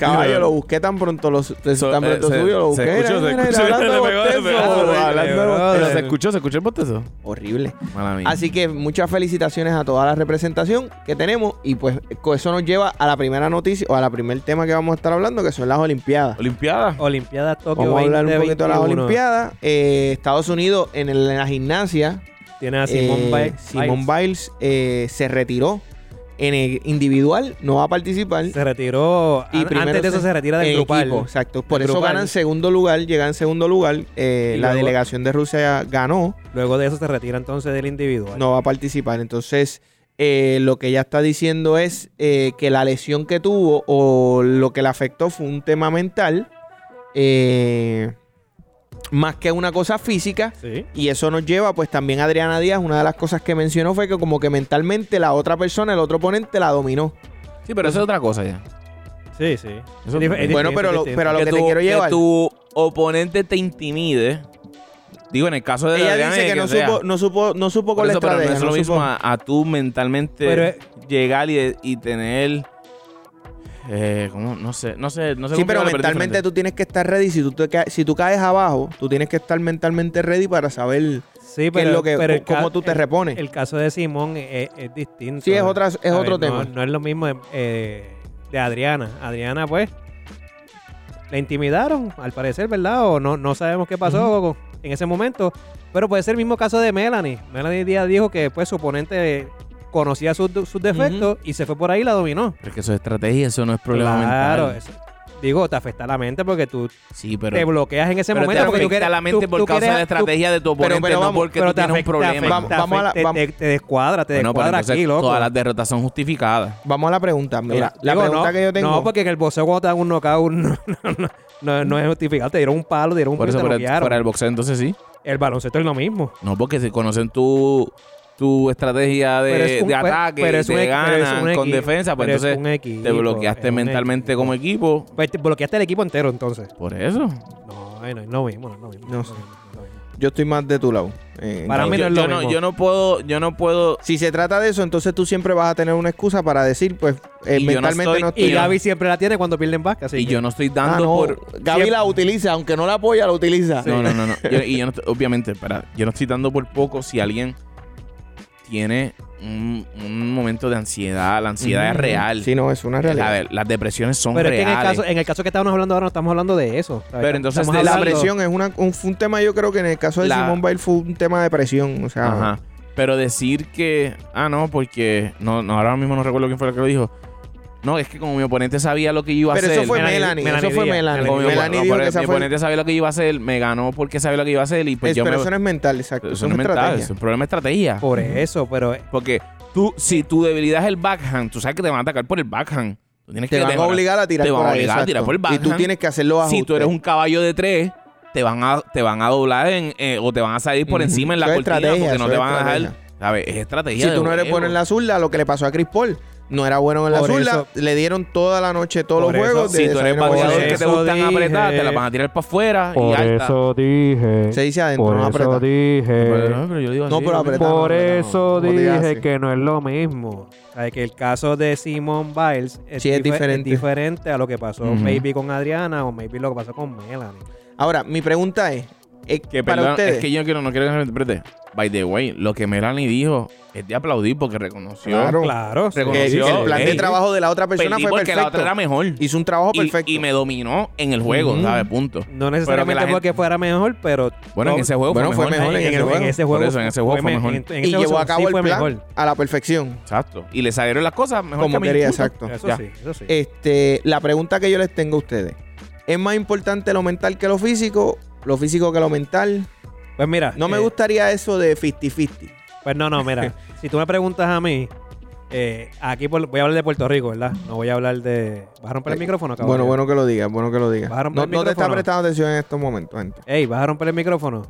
Speaker 3: Caballo, lo busqué tan pronto, lo, su-
Speaker 1: So-
Speaker 3: tan
Speaker 1: eh,
Speaker 3: pronto
Speaker 1: se-
Speaker 3: subió, lo
Speaker 1: se
Speaker 3: busqué.
Speaker 1: escuchó, se
Speaker 3: Mira, mira,
Speaker 1: escuchó.
Speaker 3: hablando de
Speaker 4: Le pegó, le
Speaker 3: bostezo,
Speaker 4: pegó,
Speaker 2: le pegó.
Speaker 3: hablando de
Speaker 1: Pero
Speaker 3: bostezo.
Speaker 1: se escuchó, se escuchó el bostezo.
Speaker 3: Horrible.
Speaker 1: Mala mía.
Speaker 3: Así que muchas felicitaciones a toda la representación que tenemos y pues co- eso nos lleva a la primera noticia o a la primer tema que vamos a estar hablando que son las Olimpiadas.
Speaker 1: Olimpiada.
Speaker 2: Olimpiadas Tokio
Speaker 3: Vamos a hablar un poquito de las
Speaker 2: 2021.
Speaker 3: Olimpiadas. Eh, Estados Unidos en, el- en la gimnasia,
Speaker 2: Tiene a Simón
Speaker 3: eh,
Speaker 2: Ah, Biles.
Speaker 3: Simone Biles, eh, se retiró en el individual, no va a participar.
Speaker 2: Se retiró.
Speaker 3: Y
Speaker 2: an-
Speaker 3: primero
Speaker 2: antes de eso
Speaker 3: se-
Speaker 2: se retira
Speaker 3: en
Speaker 2: del grupal.
Speaker 3: equipo, exacto. Por eso
Speaker 2: grupal.
Speaker 3: ganan segundo lugar, llegan en segundo lugar. Eh,
Speaker 2: Y
Speaker 3: la
Speaker 2: luego-
Speaker 3: delegación de Rusia ganó.
Speaker 2: Luego de eso se retira entonces del individual.
Speaker 3: no va a participar. Entonces, eh, lo que ella está diciendo es eh, que la lesión que tuvo o lo que le afectó fue un tema mental, eh, más que una cosa física.
Speaker 2: Sí.
Speaker 3: Y eso nos lleva, pues también a Adriana Díaz, una de las cosas que mencionó fue que como que mentalmente la otra persona, el otro oponente, la dominó.
Speaker 1: Sí, pero eso es otra cosa ya.
Speaker 2: Sí, sí.
Speaker 1: Eso-
Speaker 2: Es dif- es
Speaker 3: Bueno,
Speaker 2: distinto,
Speaker 3: pero
Speaker 2: es
Speaker 3: lo-
Speaker 2: distinto.
Speaker 3: pero a lo que, te
Speaker 1: tu-
Speaker 3: quiero llevar.
Speaker 1: Que tu oponente te intimide. Digo, en el caso de
Speaker 3: Ella
Speaker 1: Adriana
Speaker 3: dice
Speaker 1: y
Speaker 3: que,
Speaker 1: quien
Speaker 3: no,
Speaker 1: sea.
Speaker 3: supo, no supo, no supo
Speaker 1: Por
Speaker 3: con la
Speaker 1: eso, pero no
Speaker 3: estrategia.
Speaker 1: es lo
Speaker 3: no
Speaker 1: mismo
Speaker 3: supo.
Speaker 1: a, a tú mentalmente
Speaker 2: Pero es-
Speaker 1: llegar y, y tener. Eh, ¿cómo? No sé, no sé, no sé
Speaker 3: Sí,
Speaker 1: cómo explicarlo,
Speaker 3: pero
Speaker 1: es
Speaker 3: mentalmente
Speaker 1: diferente.
Speaker 3: tú tienes que estar ready. Si tú, te ca- si tú caes abajo, tú tienes que estar mentalmente ready para saber
Speaker 2: Sí,
Speaker 3: qué es
Speaker 2: pero,
Speaker 3: lo que,
Speaker 2: pero el
Speaker 3: o cómo
Speaker 2: ca-
Speaker 3: tú te
Speaker 2: el-
Speaker 3: repones.
Speaker 2: El caso de Simón es, es distinto.
Speaker 3: sí, es, otra, es
Speaker 2: A ver,
Speaker 3: otro
Speaker 2: no-
Speaker 3: tema.
Speaker 2: No es lo mismo eh, de Adriana. Adriana, pues, la intimidaron, al parecer, ¿verdad? O no, no sabemos qué pasó en ese momento. Pero puede ser el mismo caso de Melanie. Melanie Díaz dijo que, pues, su oponente conocía sus, sus defectos y se fue por ahí y la dominó.
Speaker 1: Pero es que eso es estrategia, eso no es problema
Speaker 2: claro,
Speaker 1: mental.
Speaker 2: eso- Digo, te afecta la mente porque tú
Speaker 1: Sí,
Speaker 2: te
Speaker 1: pero.
Speaker 2: bloqueas en ese
Speaker 1: Pero te
Speaker 2: momento. porque tú
Speaker 1: afecta
Speaker 2: quieres-
Speaker 1: la mente
Speaker 2: tú-
Speaker 1: por
Speaker 2: tú
Speaker 1: causa de
Speaker 2: quieres-
Speaker 1: la
Speaker 2: tú-
Speaker 1: estrategia de tu oponente,
Speaker 3: pero vamos,
Speaker 1: no porque tú
Speaker 2: pero te
Speaker 1: tienes un
Speaker 2: afecta- te
Speaker 1: problema.
Speaker 2: afecta,
Speaker 3: Vamos- vamos a la-
Speaker 2: te-
Speaker 3: vamos-
Speaker 2: Te, te descuadra, te
Speaker 1: Bueno, pero
Speaker 2: descuadra
Speaker 1: entonces
Speaker 2: aquí, loco.
Speaker 1: todas las derrotas son justificadas.
Speaker 3: Vamos a la pregunta. Mira, la
Speaker 2: Digo,
Speaker 3: pregunta
Speaker 2: no,
Speaker 3: que yo tengo.
Speaker 1: pues
Speaker 2: No, porque en el boxeo cuando te dan un knockout no, no, no, no, no es justificado. Te dieron un palo, te dieron un
Speaker 1: Por
Speaker 2: palo y
Speaker 1: eso,
Speaker 2: te
Speaker 1: para,
Speaker 2: noquearon.
Speaker 1: para el boxeo, entonces sí.
Speaker 2: El baloncesto es lo mismo.
Speaker 1: No, porque si conocen tu, tu estrategia
Speaker 2: Pero
Speaker 1: de,
Speaker 2: es un-
Speaker 1: de
Speaker 2: pero-
Speaker 1: ataque,
Speaker 2: pero es un
Speaker 1: te
Speaker 2: equi- pero es
Speaker 1: ganan
Speaker 2: un
Speaker 1: con
Speaker 2: equi-
Speaker 1: defensa, pues
Speaker 2: pero es
Speaker 1: entonces
Speaker 2: un equipo,
Speaker 1: te
Speaker 2: es
Speaker 1: bloqueaste
Speaker 2: un
Speaker 1: mentalmente
Speaker 2: equipo.
Speaker 1: como equipo.
Speaker 2: Pues te bloqueaste el equipo entero entonces.
Speaker 1: Por eso.
Speaker 2: No, ay, no, no mismo, no, no mismo.
Speaker 3: No
Speaker 2: no
Speaker 3: sé.
Speaker 2: mismo, no mismo.
Speaker 3: Yo estoy más de tu lado. Eh,
Speaker 2: Para
Speaker 1: Yo-
Speaker 2: mí no es lo
Speaker 1: yo
Speaker 2: mismo.
Speaker 1: yo no puedo, yo no puedo
Speaker 3: si se trata de eso, entonces tú siempre vas a tener una excusa para decir, pues eh,
Speaker 1: Y yo no
Speaker 3: mentalmente
Speaker 1: estoy-
Speaker 3: no estoy.
Speaker 2: Y
Speaker 1: Yo-
Speaker 2: Gaby siempre la tiene cuando pierden básquet. así
Speaker 1: y
Speaker 2: que-
Speaker 1: yo no estoy
Speaker 3: Ah,
Speaker 1: dando
Speaker 3: no.
Speaker 1: por
Speaker 3: Gaby la utiliza, aunque no la apoya, la utiliza.
Speaker 1: No, no, no, no. Yo- y yo no estoy- obviamente, espera, yo no estoy dando por poco si alguien tiene un, un momento de ansiedad. La ansiedad es real.
Speaker 3: Sí, no, es una realidad.
Speaker 1: La- las depresiones son
Speaker 2: Pero es que
Speaker 1: reales.
Speaker 2: en el, caso, en el caso que estábamos hablando ahora no estamos hablando de eso. ¿sabes?
Speaker 1: Pero entonces
Speaker 2: Estamos
Speaker 1: de
Speaker 3: la
Speaker 2: hablando-
Speaker 3: presión es una, un, fue un tema, yo creo que en el caso de
Speaker 1: La-
Speaker 3: Simón Bail fue un tema de presión. O sea,
Speaker 1: Ajá. Pero decir que, ah, no, porque, no, no, ahora mismo no recuerdo quién fue el que lo dijo, No, es que como mi oponente sabía lo que yo iba a
Speaker 3: Pero
Speaker 1: hacer.
Speaker 3: eso fue
Speaker 2: Melanie-
Speaker 3: Melanie, eso
Speaker 2: Melanie
Speaker 3: fue
Speaker 2: Díaz.
Speaker 3: Melanie.
Speaker 1: Como mi,
Speaker 3: Melanie
Speaker 1: bueno,
Speaker 3: dijo
Speaker 1: por-
Speaker 3: que
Speaker 1: mi
Speaker 3: esa fue...
Speaker 1: oponente sabía lo que iba a hacer, me ganó porque sabía lo que iba a hacer y pues
Speaker 3: es-
Speaker 1: yo
Speaker 3: pero
Speaker 1: me.
Speaker 3: eso no es mental, exacto.
Speaker 1: eso no es mental, es un problema de estrategia.
Speaker 2: Por eso, pero eh,
Speaker 1: Porque tú, si tu debilidad es el backhand, tú sabes que te van a atacar por el backhand. Tú tienes
Speaker 3: Te
Speaker 1: que
Speaker 3: van a
Speaker 1: mejorar.
Speaker 3: obligar a tirar
Speaker 1: Te van
Speaker 3: por
Speaker 1: a
Speaker 3: ahí,
Speaker 1: obligar a
Speaker 3: exacto.
Speaker 1: tirar por el
Speaker 3: Y tú
Speaker 1: baján.
Speaker 3: tienes que hacerlo bajo.
Speaker 1: si tú eres un caballo de tres, te van a, te van a doblar en, eh, o te van a salir por
Speaker 3: Ujú.
Speaker 1: encima en la
Speaker 3: Eso es
Speaker 1: cortina
Speaker 3: estrategia,
Speaker 1: porque no
Speaker 3: eso
Speaker 1: te
Speaker 3: es
Speaker 1: van a dejar.
Speaker 3: estrategia.
Speaker 1: ¿Sabes? Es estrategia.
Speaker 3: Si
Speaker 1: de
Speaker 3: tú no eres
Speaker 1: juego.
Speaker 3: bueno en la zurda, lo que le pasó a Chris Paul, no era bueno en la
Speaker 2: Por
Speaker 3: zurda.
Speaker 2: eso-
Speaker 3: Le dieron toda la noche, todos
Speaker 2: Por
Speaker 3: los
Speaker 2: eso-
Speaker 3: juegos. de
Speaker 1: Si tú eres
Speaker 3: desayuno,
Speaker 1: bateador
Speaker 2: por
Speaker 1: que te
Speaker 2: eso
Speaker 1: gustan
Speaker 2: dije-
Speaker 1: apretadas, te la van a tirar para afuera y
Speaker 4: Por
Speaker 1: alta.
Speaker 4: eso dije.
Speaker 3: Se dice adentro,
Speaker 4: por eso
Speaker 3: no apretar.
Speaker 4: dije.
Speaker 1: Pero, pero yo digo
Speaker 3: No,
Speaker 1: así,
Speaker 3: pero
Speaker 1: ¿no?
Speaker 3: apretado,
Speaker 4: por
Speaker 3: apretado,
Speaker 4: eso
Speaker 3: como te hace.
Speaker 4: dije que no es lo mismo.
Speaker 2: mismo, o sea, que el caso de Simone Biles es,
Speaker 3: Sí, es
Speaker 2: dife-
Speaker 3: diferente.
Speaker 2: diferente a lo que pasó
Speaker 1: Ujú.
Speaker 2: maybe con Adriana o maybe lo que pasó con Melanie.
Speaker 3: Ahora, mi pregunta es, es
Speaker 1: Que
Speaker 3: para
Speaker 1: perdón,
Speaker 3: ustedes,
Speaker 1: es que yo quiero, no quiero que me interprete. By the way, lo que Melanie dijo es de aplaudir porque reconoció.
Speaker 3: Claro.
Speaker 2: Claro,
Speaker 1: Reconoció.
Speaker 3: que- que el plan de
Speaker 1: Ey.
Speaker 3: trabajo de la otra persona
Speaker 1: Perdí
Speaker 3: fue
Speaker 1: porque
Speaker 3: perfecto.
Speaker 1: la otra era mejor.
Speaker 3: Hizo un trabajo
Speaker 1: Y,
Speaker 3: Oh, perfecto.
Speaker 1: y me dominó en el juego,
Speaker 3: Ujú.
Speaker 1: ¿sabes? Punto.
Speaker 2: no
Speaker 1: Pero
Speaker 2: necesariamente
Speaker 1: que la
Speaker 2: porque
Speaker 1: gente-
Speaker 2: fuera mejor, pero
Speaker 1: Bueno, en ese juego
Speaker 3: Bueno, fue
Speaker 1: fue mejor.
Speaker 3: mejor en
Speaker 2: en,
Speaker 3: ese
Speaker 2: el- en
Speaker 3: juego.
Speaker 2: ese juego
Speaker 1: Por eso, en ese juego fue
Speaker 2: me-
Speaker 1: mejor.
Speaker 2: en- en
Speaker 3: Y
Speaker 2: ese
Speaker 3: llevó
Speaker 2: juego
Speaker 3: a cabo
Speaker 2: sí
Speaker 3: el
Speaker 2: fue
Speaker 3: plan
Speaker 2: mejor.
Speaker 3: a la perfección.
Speaker 1: Exacto. Y le salieron las cosas mejor que a
Speaker 3: Como
Speaker 1: mí,
Speaker 3: quería,
Speaker 1: punto.
Speaker 3: exacto.
Speaker 2: Eso
Speaker 1: Ya.
Speaker 2: sí, eso sí.
Speaker 3: Este, la pregunta que yo les tengo a ustedes, ¿es más importante lo mental que lo físico? ¿Lo físico que lo mental?
Speaker 2: pues mira,
Speaker 3: No me
Speaker 2: eh,
Speaker 3: gustaría eso de 50-50.
Speaker 2: Pues no, no, mira, si tú me preguntas a mí, eh, aquí por- voy a hablar de Puerto Rico, ¿verdad? No voy a hablar de... ¿Vas a romper el
Speaker 3: Eh,
Speaker 2: micrófono, cabrón?
Speaker 3: Bueno, bueno que lo digas, bueno que lo digas.
Speaker 2: ¿Vas a romper
Speaker 3: No,
Speaker 2: el
Speaker 3: no te está
Speaker 2: micrófono?
Speaker 3: prestando atención en estos momentos, gente.
Speaker 2: Ey, ¿vas a romper el micrófono?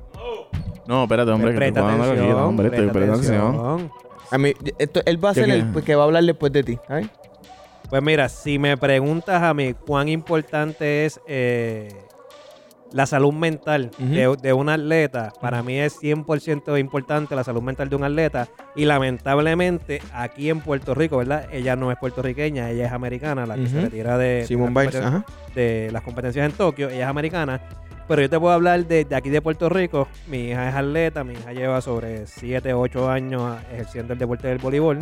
Speaker 1: No, espérate, hombre. que
Speaker 2: presta
Speaker 1: estoy jugando
Speaker 2: atención,
Speaker 1: aquí, no, hombre, estoy
Speaker 2: presta
Speaker 1: prestando atención.
Speaker 2: atención.
Speaker 3: A mí, esto- él va a
Speaker 1: ¿Qué
Speaker 3: ser el
Speaker 1: quieres?
Speaker 3: pues, que va a hablar después de ti. ¿sabes?
Speaker 2: Pues mira, si me preguntas a mí cuán importante es eh, la salud mental
Speaker 3: Ujú.
Speaker 2: de, de un atleta, para mí es 100% importante la salud mental de un atleta. Y lamentablemente, aquí en Puerto Rico, ¿verdad? Ella no es puertorriqueña, ella es americana, la que se
Speaker 3: Ujú.
Speaker 2: retira de,
Speaker 3: Simone
Speaker 2: de, la
Speaker 3: Biles, ajá.
Speaker 2: de las competencias en Tokio, ella es americana. Pero yo te puedo hablar de, de aquí de Puerto Rico. Mi hija es atleta, mi hija lleva sobre 7, 8 años ah, ejerciendo el deporte del voleibol.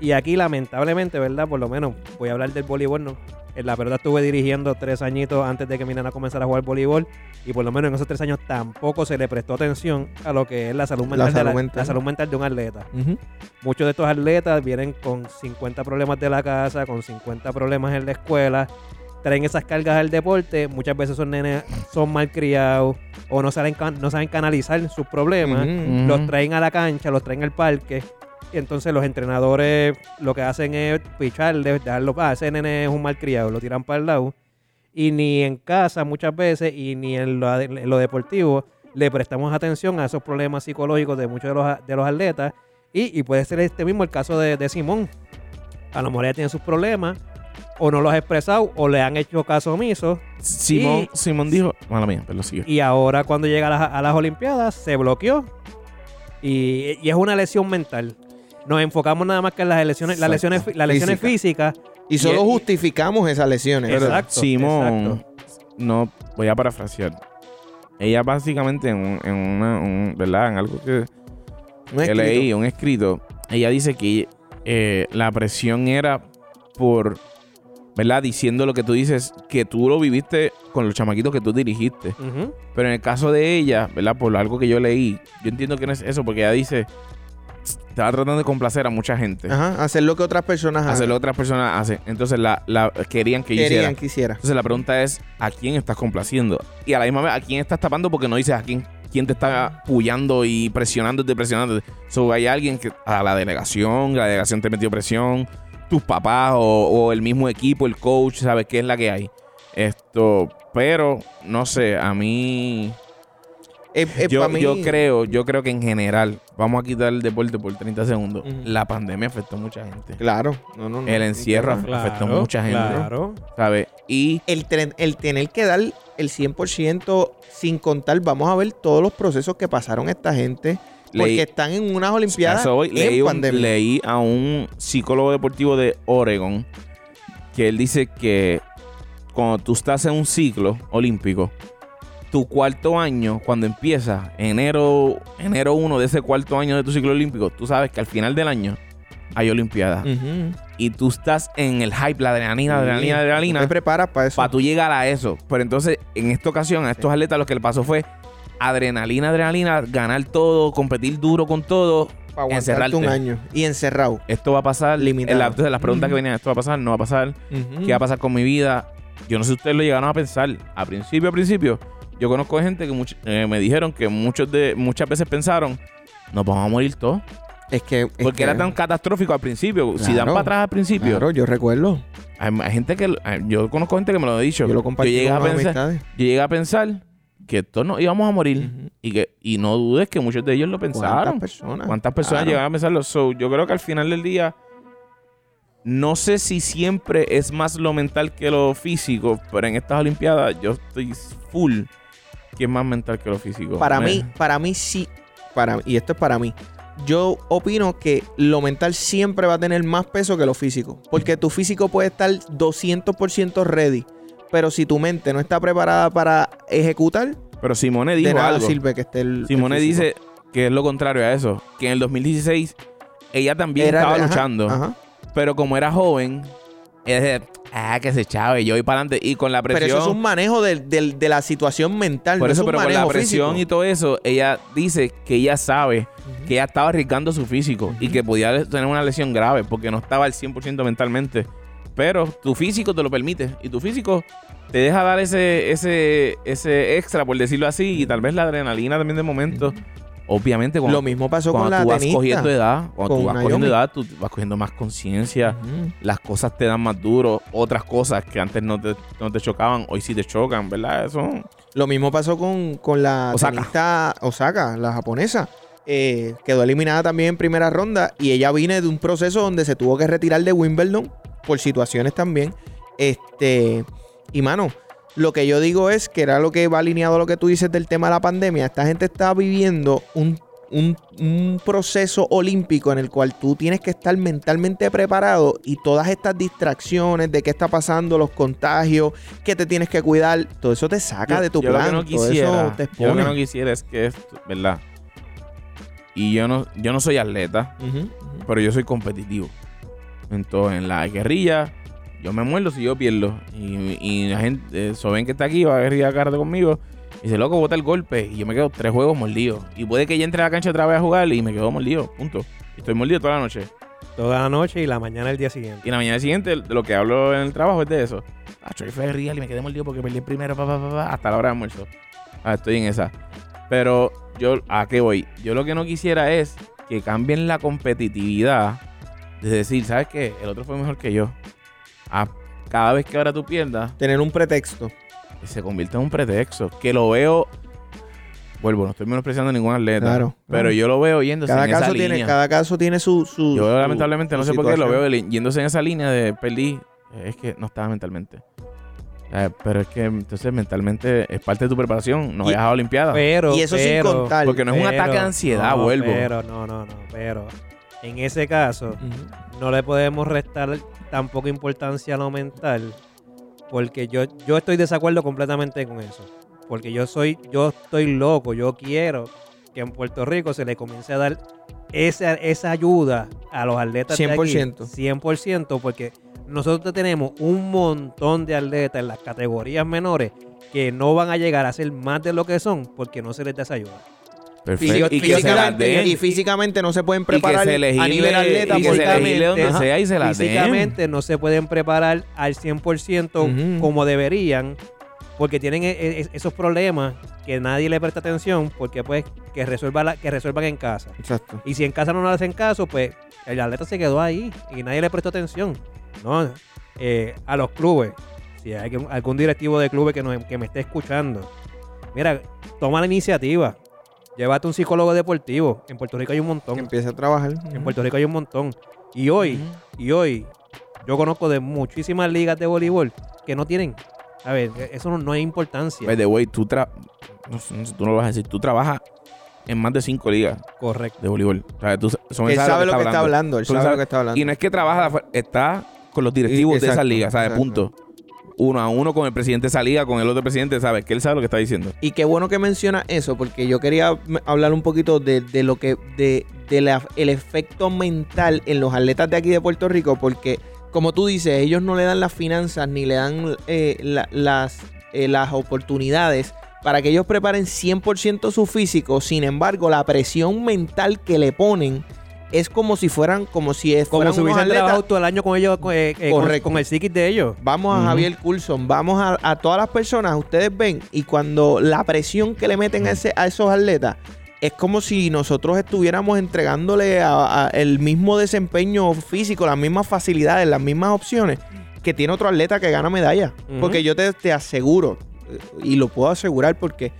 Speaker 2: Y aquí, lamentablemente, ¿verdad? Por lo menos voy a hablar del voleibol, ¿no? En la verdad estuve dirigiendo tres añitos antes de que mi nana comenzara a jugar voleibol. Y por lo menos en esos tres años tampoco se le prestó atención a lo que es la salud mental, de
Speaker 3: salud
Speaker 2: la-
Speaker 3: mental.
Speaker 2: la salud mental de un atleta. Muchos de estos atletas vienen con 50 problemas de la casa, con 50 problemas en la escuela, traen esas cargas al deporte, muchas veces son nenes, son malcriados o no saben, can- no saben canalizar sus problemas,
Speaker 3: Ujú.
Speaker 2: los traen a la cancha, los traen al parque. Y entonces los entrenadores lo que hacen es picharles, dejarlo, ah, ese nene es un malcriado, lo tiran para el lado. Y ni en casa muchas veces y ni en lo, en lo deportivo le prestamos atención a esos problemas psicológicos de muchos de los, a- de los atletas. Y, y puede ser este mismo el caso de, de Simón. A lo mejor ella tiene sus problemas, o no los ha expresado, o le han hecho caso omiso.
Speaker 1: Simón, Simón dijo. Mala mía, pero sigue.
Speaker 2: Y ahora cuando llega a las, a las Olimpiadas, se bloqueó. Y, y es una lesión mental. Nos enfocamos nada más que en las lesiones, las
Speaker 1: Exacto.
Speaker 2: lesiones, fi- las lesiones físicas.
Speaker 3: Y solo
Speaker 2: Y- y-
Speaker 3: justificamos esas lesiones.
Speaker 2: Exacto.
Speaker 1: Simón. No, voy a parafrasear. Ella básicamente en, un- en una, un- ¿verdad? En algo que,
Speaker 3: No es
Speaker 1: que
Speaker 3: escrito.
Speaker 1: leí, un escrito. Ella dice que eh, la presión era por, ¿verdad? Diciendo lo que tú dices, que tú lo viviste con los chamaquitos que tú dirigiste.
Speaker 2: Ujú.
Speaker 1: Pero en el caso de ella, ¿verdad? Por algo que yo leí, yo entiendo que no es eso, porque ella dice, estaba tratando de complacer a mucha gente.
Speaker 3: Ajá, hacer lo que otras personas
Speaker 1: Hacer lo
Speaker 3: hagan.
Speaker 1: que otras personas hacen. Entonces la, la querían que yo hiciera.
Speaker 3: querían que hiciera.
Speaker 1: Entonces la pregunta es, ¿a quién estás complaciendo? Y a la misma vez, ¿a quién estás tapando? Porque no dices a quién, quién te está pullando y presionándote, presionándote. So, hay alguien que a la delegación, la delegación te metió presión, tus papás o, o el mismo equipo, el coach, ¿sabes qué es la que hay? Esto, pero, no sé, a mí...
Speaker 3: Es- es
Speaker 1: Yo,
Speaker 3: pa' mí-
Speaker 1: yo creo, yo creo que en general, vamos a quitar el deporte por 30 segundos.
Speaker 3: Ujú.
Speaker 1: La pandemia afectó a mucha gente.
Speaker 3: Claro. No, no, no.
Speaker 1: El encierro
Speaker 3: No.
Speaker 1: afectó a mucha gente,
Speaker 2: Claro.
Speaker 1: ¿Sabes? Y
Speaker 3: El, tren- el tener que dar el 100% sin contar, vamos a ver todos los procesos que pasaron esta gente. Porque
Speaker 1: Leí-
Speaker 3: están en unas olimpiadas
Speaker 1: A eso voy.
Speaker 3: en
Speaker 1: leí, un-
Speaker 3: pandemia.
Speaker 1: leí a un psicólogo deportivo de Oregon que él dice que cuando tú estás en un ciclo olímpico, tu cuarto año, cuando empieza enero, enero 1 de ese cuarto año de tu ciclo olímpico, tú sabes que al final del año hay Olimpiadas.
Speaker 3: Ujú.
Speaker 1: Y tú estás en el hype, la adrenalina, adrenalina,
Speaker 3: Mm. Sí. Tú
Speaker 1: adrenalina
Speaker 3: Te preparas para eso.
Speaker 1: para tú llegar a eso. Pero entonces, en esta ocasión, a estos atletas lo que le pasó fue adrenalina, adrenalina, ganar todo, competir duro con todo.
Speaker 3: para aguantarte
Speaker 1: Encerrarte.
Speaker 3: un año. Y encerrado.
Speaker 1: Esto va a pasar.
Speaker 3: Limitado.
Speaker 1: en la- entonces, las preguntas que venían, esto va a pasar, no va a pasar. ¿Qué va a pasar con mi vida? Yo no sé si ustedes lo llegaron a pensar. A principio, a principio, yo conozco gente que much- eh, me dijeron que muchos de, muchas veces pensaron, nos vamos a morir todos.
Speaker 3: Es que. es
Speaker 1: Porque
Speaker 3: que-
Speaker 1: era tan catastrófico al principio. Si dan
Speaker 3: Claro.
Speaker 1: para atrás al principio,
Speaker 3: Claro, yo recuerdo.
Speaker 1: hay, hay gente que. lo- hay- Yo conozco gente que me lo ha dicho.
Speaker 3: Yo lo compartí
Speaker 1: llegué
Speaker 3: con
Speaker 1: a
Speaker 3: unas
Speaker 1: pensar-
Speaker 3: amistades.
Speaker 1: yo llegué a pensar que todos nos íbamos a morir.
Speaker 3: Ujú.
Speaker 1: y, que, y no dudes que muchos de ellos lo
Speaker 3: ¿Cuántas
Speaker 1: pensaron.
Speaker 3: personas?
Speaker 1: ¿Cuántas personas
Speaker 3: Ah, Claro.
Speaker 1: llegaban a pensarlo? So, yo creo que al final del día, no sé si siempre es más lo mental que lo físico, pero en estas Olimpiadas yo estoy full que es más mental que lo físico.
Speaker 3: Para
Speaker 1: Me-
Speaker 3: mí, para mí sí. Para, y esto es para mí. Yo opino que lo mental siempre va a tener más peso que lo físico. Porque tu físico puede estar 200% ready. Pero si tu mente no está preparada para ejecutar,
Speaker 1: Pero Simone
Speaker 3: de
Speaker 1: dijo
Speaker 3: nada
Speaker 1: algo.
Speaker 3: sirve que esté el.
Speaker 1: Simone
Speaker 3: el físico.
Speaker 1: dice que es lo contrario a eso. Que en el 2016 ella también
Speaker 3: Era-
Speaker 1: estaba
Speaker 3: ajá,
Speaker 1: luchando.
Speaker 3: ajá.
Speaker 1: Pero como era joven, ella decía, ah, que se chave, yo voy para adelante. Y con la presión.
Speaker 3: Pero eso es un manejo del- del- de la situación mental.
Speaker 1: Por
Speaker 3: no
Speaker 1: eso,
Speaker 3: es un
Speaker 1: pero con
Speaker 3: manejo
Speaker 1: la presión y
Speaker 3: físico.
Speaker 1: todo eso, ella dice que ella sabe que ella estaba arriesgando su físico y que podía le- tener una lesión grave porque no estaba al 100% mentalmente. Pero tu físico te lo permite y tu físico te deja dar ese, ese, ese extra, por decirlo así, y tal vez la adrenalina también de momento. Obviamente, cuando,
Speaker 3: Lo mismo pasó
Speaker 1: cuando
Speaker 3: con la
Speaker 1: tú vas
Speaker 3: tenista.
Speaker 1: cogiendo edad, cuando tú
Speaker 3: con
Speaker 1: vas cogiendo
Speaker 3: Naomi.
Speaker 1: edad, tú vas cogiendo más conciencia
Speaker 3: Ujú.
Speaker 1: las cosas te dan más duro, otras cosas que antes no te, no te chocaban, hoy sí te chocan, ¿verdad? Eso.
Speaker 3: Lo mismo pasó con, con la
Speaker 1: Osaka.
Speaker 3: tenista Osaka, la japonesa. Eh, quedó eliminada también en primera ronda y ella viene de un proceso donde se tuvo que retirar de Wimbledon por situaciones también. Este, y mano, lo que yo digo es que era lo que va alineado a lo que tú dices del tema de la pandemia. Esta gente está viviendo un, un- un proceso olímpico en el cual tú tienes que estar mentalmente preparado y todas estas distracciones de qué está pasando, los contagios, que te tienes que cuidar, todo eso te saca de tu
Speaker 1: yo
Speaker 3: plan.
Speaker 1: Lo que no
Speaker 3: todo
Speaker 1: quisiera,
Speaker 3: eso te
Speaker 1: yo lo que no
Speaker 3: expone.
Speaker 1: quisiera es que esto, ¿verdad? Y yo no, yo no soy atleta,
Speaker 3: Ujú, ujú.
Speaker 1: pero yo soy competitivo. Entonces, en la guerrilla, yo me muerdo si yo pierdo. Y, y la gente, eh, Soben que está aquí, va a guerrillar carta conmigo. Y dice, loco, bota el golpe. Y yo me quedo tres juegos mordido. Y puede que ella entre a la cancha otra vez a jugar y me quedo mordido. Punto. Y estoy mordido toda la noche.
Speaker 2: Toda la noche y la mañana del día siguiente.
Speaker 1: Y en la mañana siguiente, de lo que hablo en el trabajo es de eso. Ah, yo fui real y me quedé mordido porque perdí el primero, pa, pa, pa, pa, hasta la hora de almuerzo. Ah, estoy en esa. Pero yo, ¿a qué voy? Yo lo que no quisiera es que cambien la competitividad. De decir, ¿sabes qué? El otro fue mejor que yo. Ah, cada vez que ahora tú pierdas,
Speaker 3: Tener un pretexto.
Speaker 1: se convierte en un pretexto. Que lo veo. Vuelvo, no estoy menospreciando a ningún atleta.
Speaker 3: Claro,
Speaker 1: Pero
Speaker 3: claro.
Speaker 1: yo lo veo yéndose
Speaker 3: Cada
Speaker 1: en esa
Speaker 3: caso,
Speaker 1: línea.
Speaker 3: tiene, cada caso tiene su. su-
Speaker 1: Yo
Speaker 3: su-
Speaker 1: lamentablemente no
Speaker 3: su
Speaker 1: sé por qué lo
Speaker 3: situación.
Speaker 1: veo li- yéndose en esa línea de perdí. Eh, Es que no estaba mentalmente. Eh, pero es que entonces mentalmente es parte de tu preparación. No
Speaker 3: Y-
Speaker 1: vayas a Olimpiadas.
Speaker 2: Pero,
Speaker 3: Y eso
Speaker 2: pero,
Speaker 3: sin contar.
Speaker 1: Porque no es un
Speaker 2: pero-
Speaker 1: ataque de ansiedad,
Speaker 2: no,
Speaker 1: vuelvo.
Speaker 2: Pero, no, no, no, pero en ese caso
Speaker 3: Ujú.
Speaker 2: no le podemos restar tampoco importancia a lo mental porque yo, yo estoy desacuerdo completamente con eso. Porque yo soy, yo estoy loco, yo quiero que en Puerto Rico se le comience a dar esa, esa ayuda a los atletas de aquí.
Speaker 3: 100%.
Speaker 2: 100%, porque nosotros tenemos un montón de atletas en las categorías menores que no van a llegar a ser más de lo que son porque no se les da esa ayuda.
Speaker 1: Perfecto. Y que se las
Speaker 3: físicamente,
Speaker 1: den.
Speaker 3: y físicamente no se pueden
Speaker 1: Y que
Speaker 3: preparar
Speaker 1: se elegile,
Speaker 3: a nivel atleta
Speaker 1: y que se
Speaker 3: porque-
Speaker 1: elegile donde
Speaker 3: Ajá.
Speaker 1: sea y se las den.
Speaker 2: físicamente no se pueden preparar al 100%
Speaker 3: Ujú.
Speaker 2: como deberían porque tienen e- e- esos problemas que nadie le presta atención porque pues que resuelva la- que resuelvan en casa.
Speaker 3: Exacto.
Speaker 2: Y si en casa no le hacen caso, pues el atleta se quedó ahí y nadie le prestó atención. No, Eh, a los clubes. Si hay algún- algún directivo de clubes que, nos- que me esté escuchando, mira, toma la iniciativa. Llévate un psicólogo deportivo. En Puerto Rico hay un montón.
Speaker 3: Empieza a trabajar.
Speaker 2: En Puerto Rico hay un montón. Y hoy, y hoy, yo conozco de muchísimas ligas de voleibol que no tienen. A ver, e-, eso no, no es importancia.
Speaker 1: By
Speaker 3: Pues,
Speaker 1: the way, tú, tra- no sé, no sé, tú no lo vas a decir. Tú trabajas en más de cinco ligas
Speaker 2: Correcto.
Speaker 1: de voleibol. O sea, tú, son
Speaker 3: Él sabe lo que está hablando. Él
Speaker 1: Tú
Speaker 3: sabe lo
Speaker 1: sabes-
Speaker 3: que está hablando.
Speaker 1: Y no es que trabaja, afu- está con los directivos
Speaker 3: Y-
Speaker 1: de esa
Speaker 3: exacto,
Speaker 1: liga, ¿sabes?
Speaker 3: exacto.
Speaker 1: Punto. Uno a uno con el presidente de esa liga, con el otro presidente, ¿sabes? Que él sabe lo que está diciendo.
Speaker 3: Y qué bueno que menciona eso, porque yo quería m- hablar un poquito de, de lo que, de, de la- el efecto mental en los atletas de aquí de Puerto Rico, porque como tú dices, ellos no le dan las finanzas ni le dan eh, la- las, eh, las oportunidades para que ellos preparen 100% su físico, sin embargo, la presión mental que le ponen es como si fueran, como si es-
Speaker 2: Como
Speaker 3: fueran
Speaker 2: si
Speaker 3: unos
Speaker 2: hubiesen
Speaker 3: atletas.
Speaker 2: trabajado todo el año con ellos, con, eh, eh, con-
Speaker 3: Correcto.
Speaker 2: con el psiquis de ellos.
Speaker 3: Vamos a
Speaker 2: Ujú.
Speaker 3: Javier Coulson, vamos a, a todas las personas, ustedes ven, y cuando la presión que le meten a, ese- a esos atletas, es como si nosotros estuviéramos entregándole a- a el mismo desempeño físico, las mismas facilidades, las mismas opciones que tiene otro atleta que gana medalla.
Speaker 2: Ujú.
Speaker 3: Porque yo te, te aseguro, eh, y lo puedo asegurar porque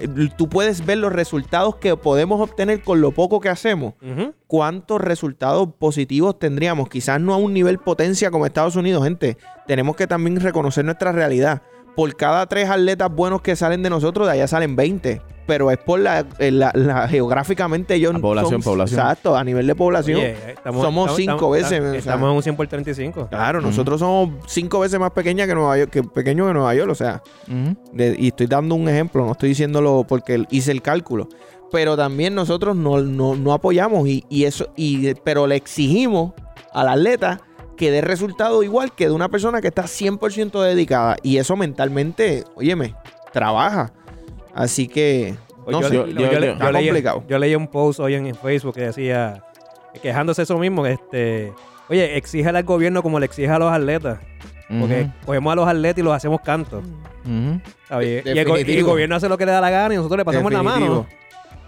Speaker 3: eh, tú puedes ver los resultados que podemos obtener con lo poco que hacemos
Speaker 2: Ujú.
Speaker 3: cuántos resultados positivos tendríamos. Quizás no a un nivel potencia como Estados Unidos, gente. Tenemos que también reconocer nuestra realidad. Por cada tres atletas buenos que salen de nosotros, de allá salen 20. Pero es por la, eh, la- la- geográficamente ellos
Speaker 1: La población,
Speaker 3: son-
Speaker 1: población.
Speaker 3: Exacto, a nivel de población.
Speaker 2: Oye, eh, estamos-
Speaker 3: Somos
Speaker 2: estamos-
Speaker 3: cinco
Speaker 2: estamos-
Speaker 3: veces, o sea.
Speaker 2: Estamos en un 100 por 35.
Speaker 3: Claro,
Speaker 1: Ujú.
Speaker 3: nosotros somos cinco veces más pequeña que Nueva York, que pequeño que Nueva York, o sea. De- y estoy dando un ejemplo, no estoy diciéndolo porque hice el cálculo. Pero también nosotros no, no- no apoyamos y, y eso, y, pero le exigimos al atleta que dé resultado igual que de una persona que está 100% dedicada. Y eso mentalmente, óyeme, trabaja. Así que,
Speaker 2: Pues
Speaker 3: no
Speaker 2: yo,
Speaker 3: sé,
Speaker 1: yo-
Speaker 2: yo- yo-
Speaker 3: está
Speaker 2: yo leí,
Speaker 3: complicado.
Speaker 2: yo leí un post hoy en, en Facebook que decía, quejándose eso mismo, que este, oye, exíjale al gobierno como le exige a los atletas. Porque cogemos a los atletas y los hacemos cantos. ¿sabes?
Speaker 3: De-
Speaker 2: y, el, go- y el
Speaker 3: definitivo.
Speaker 2: gobierno hace lo que le da la gana y nosotros le pasamos la mano.
Speaker 3: Definitivo.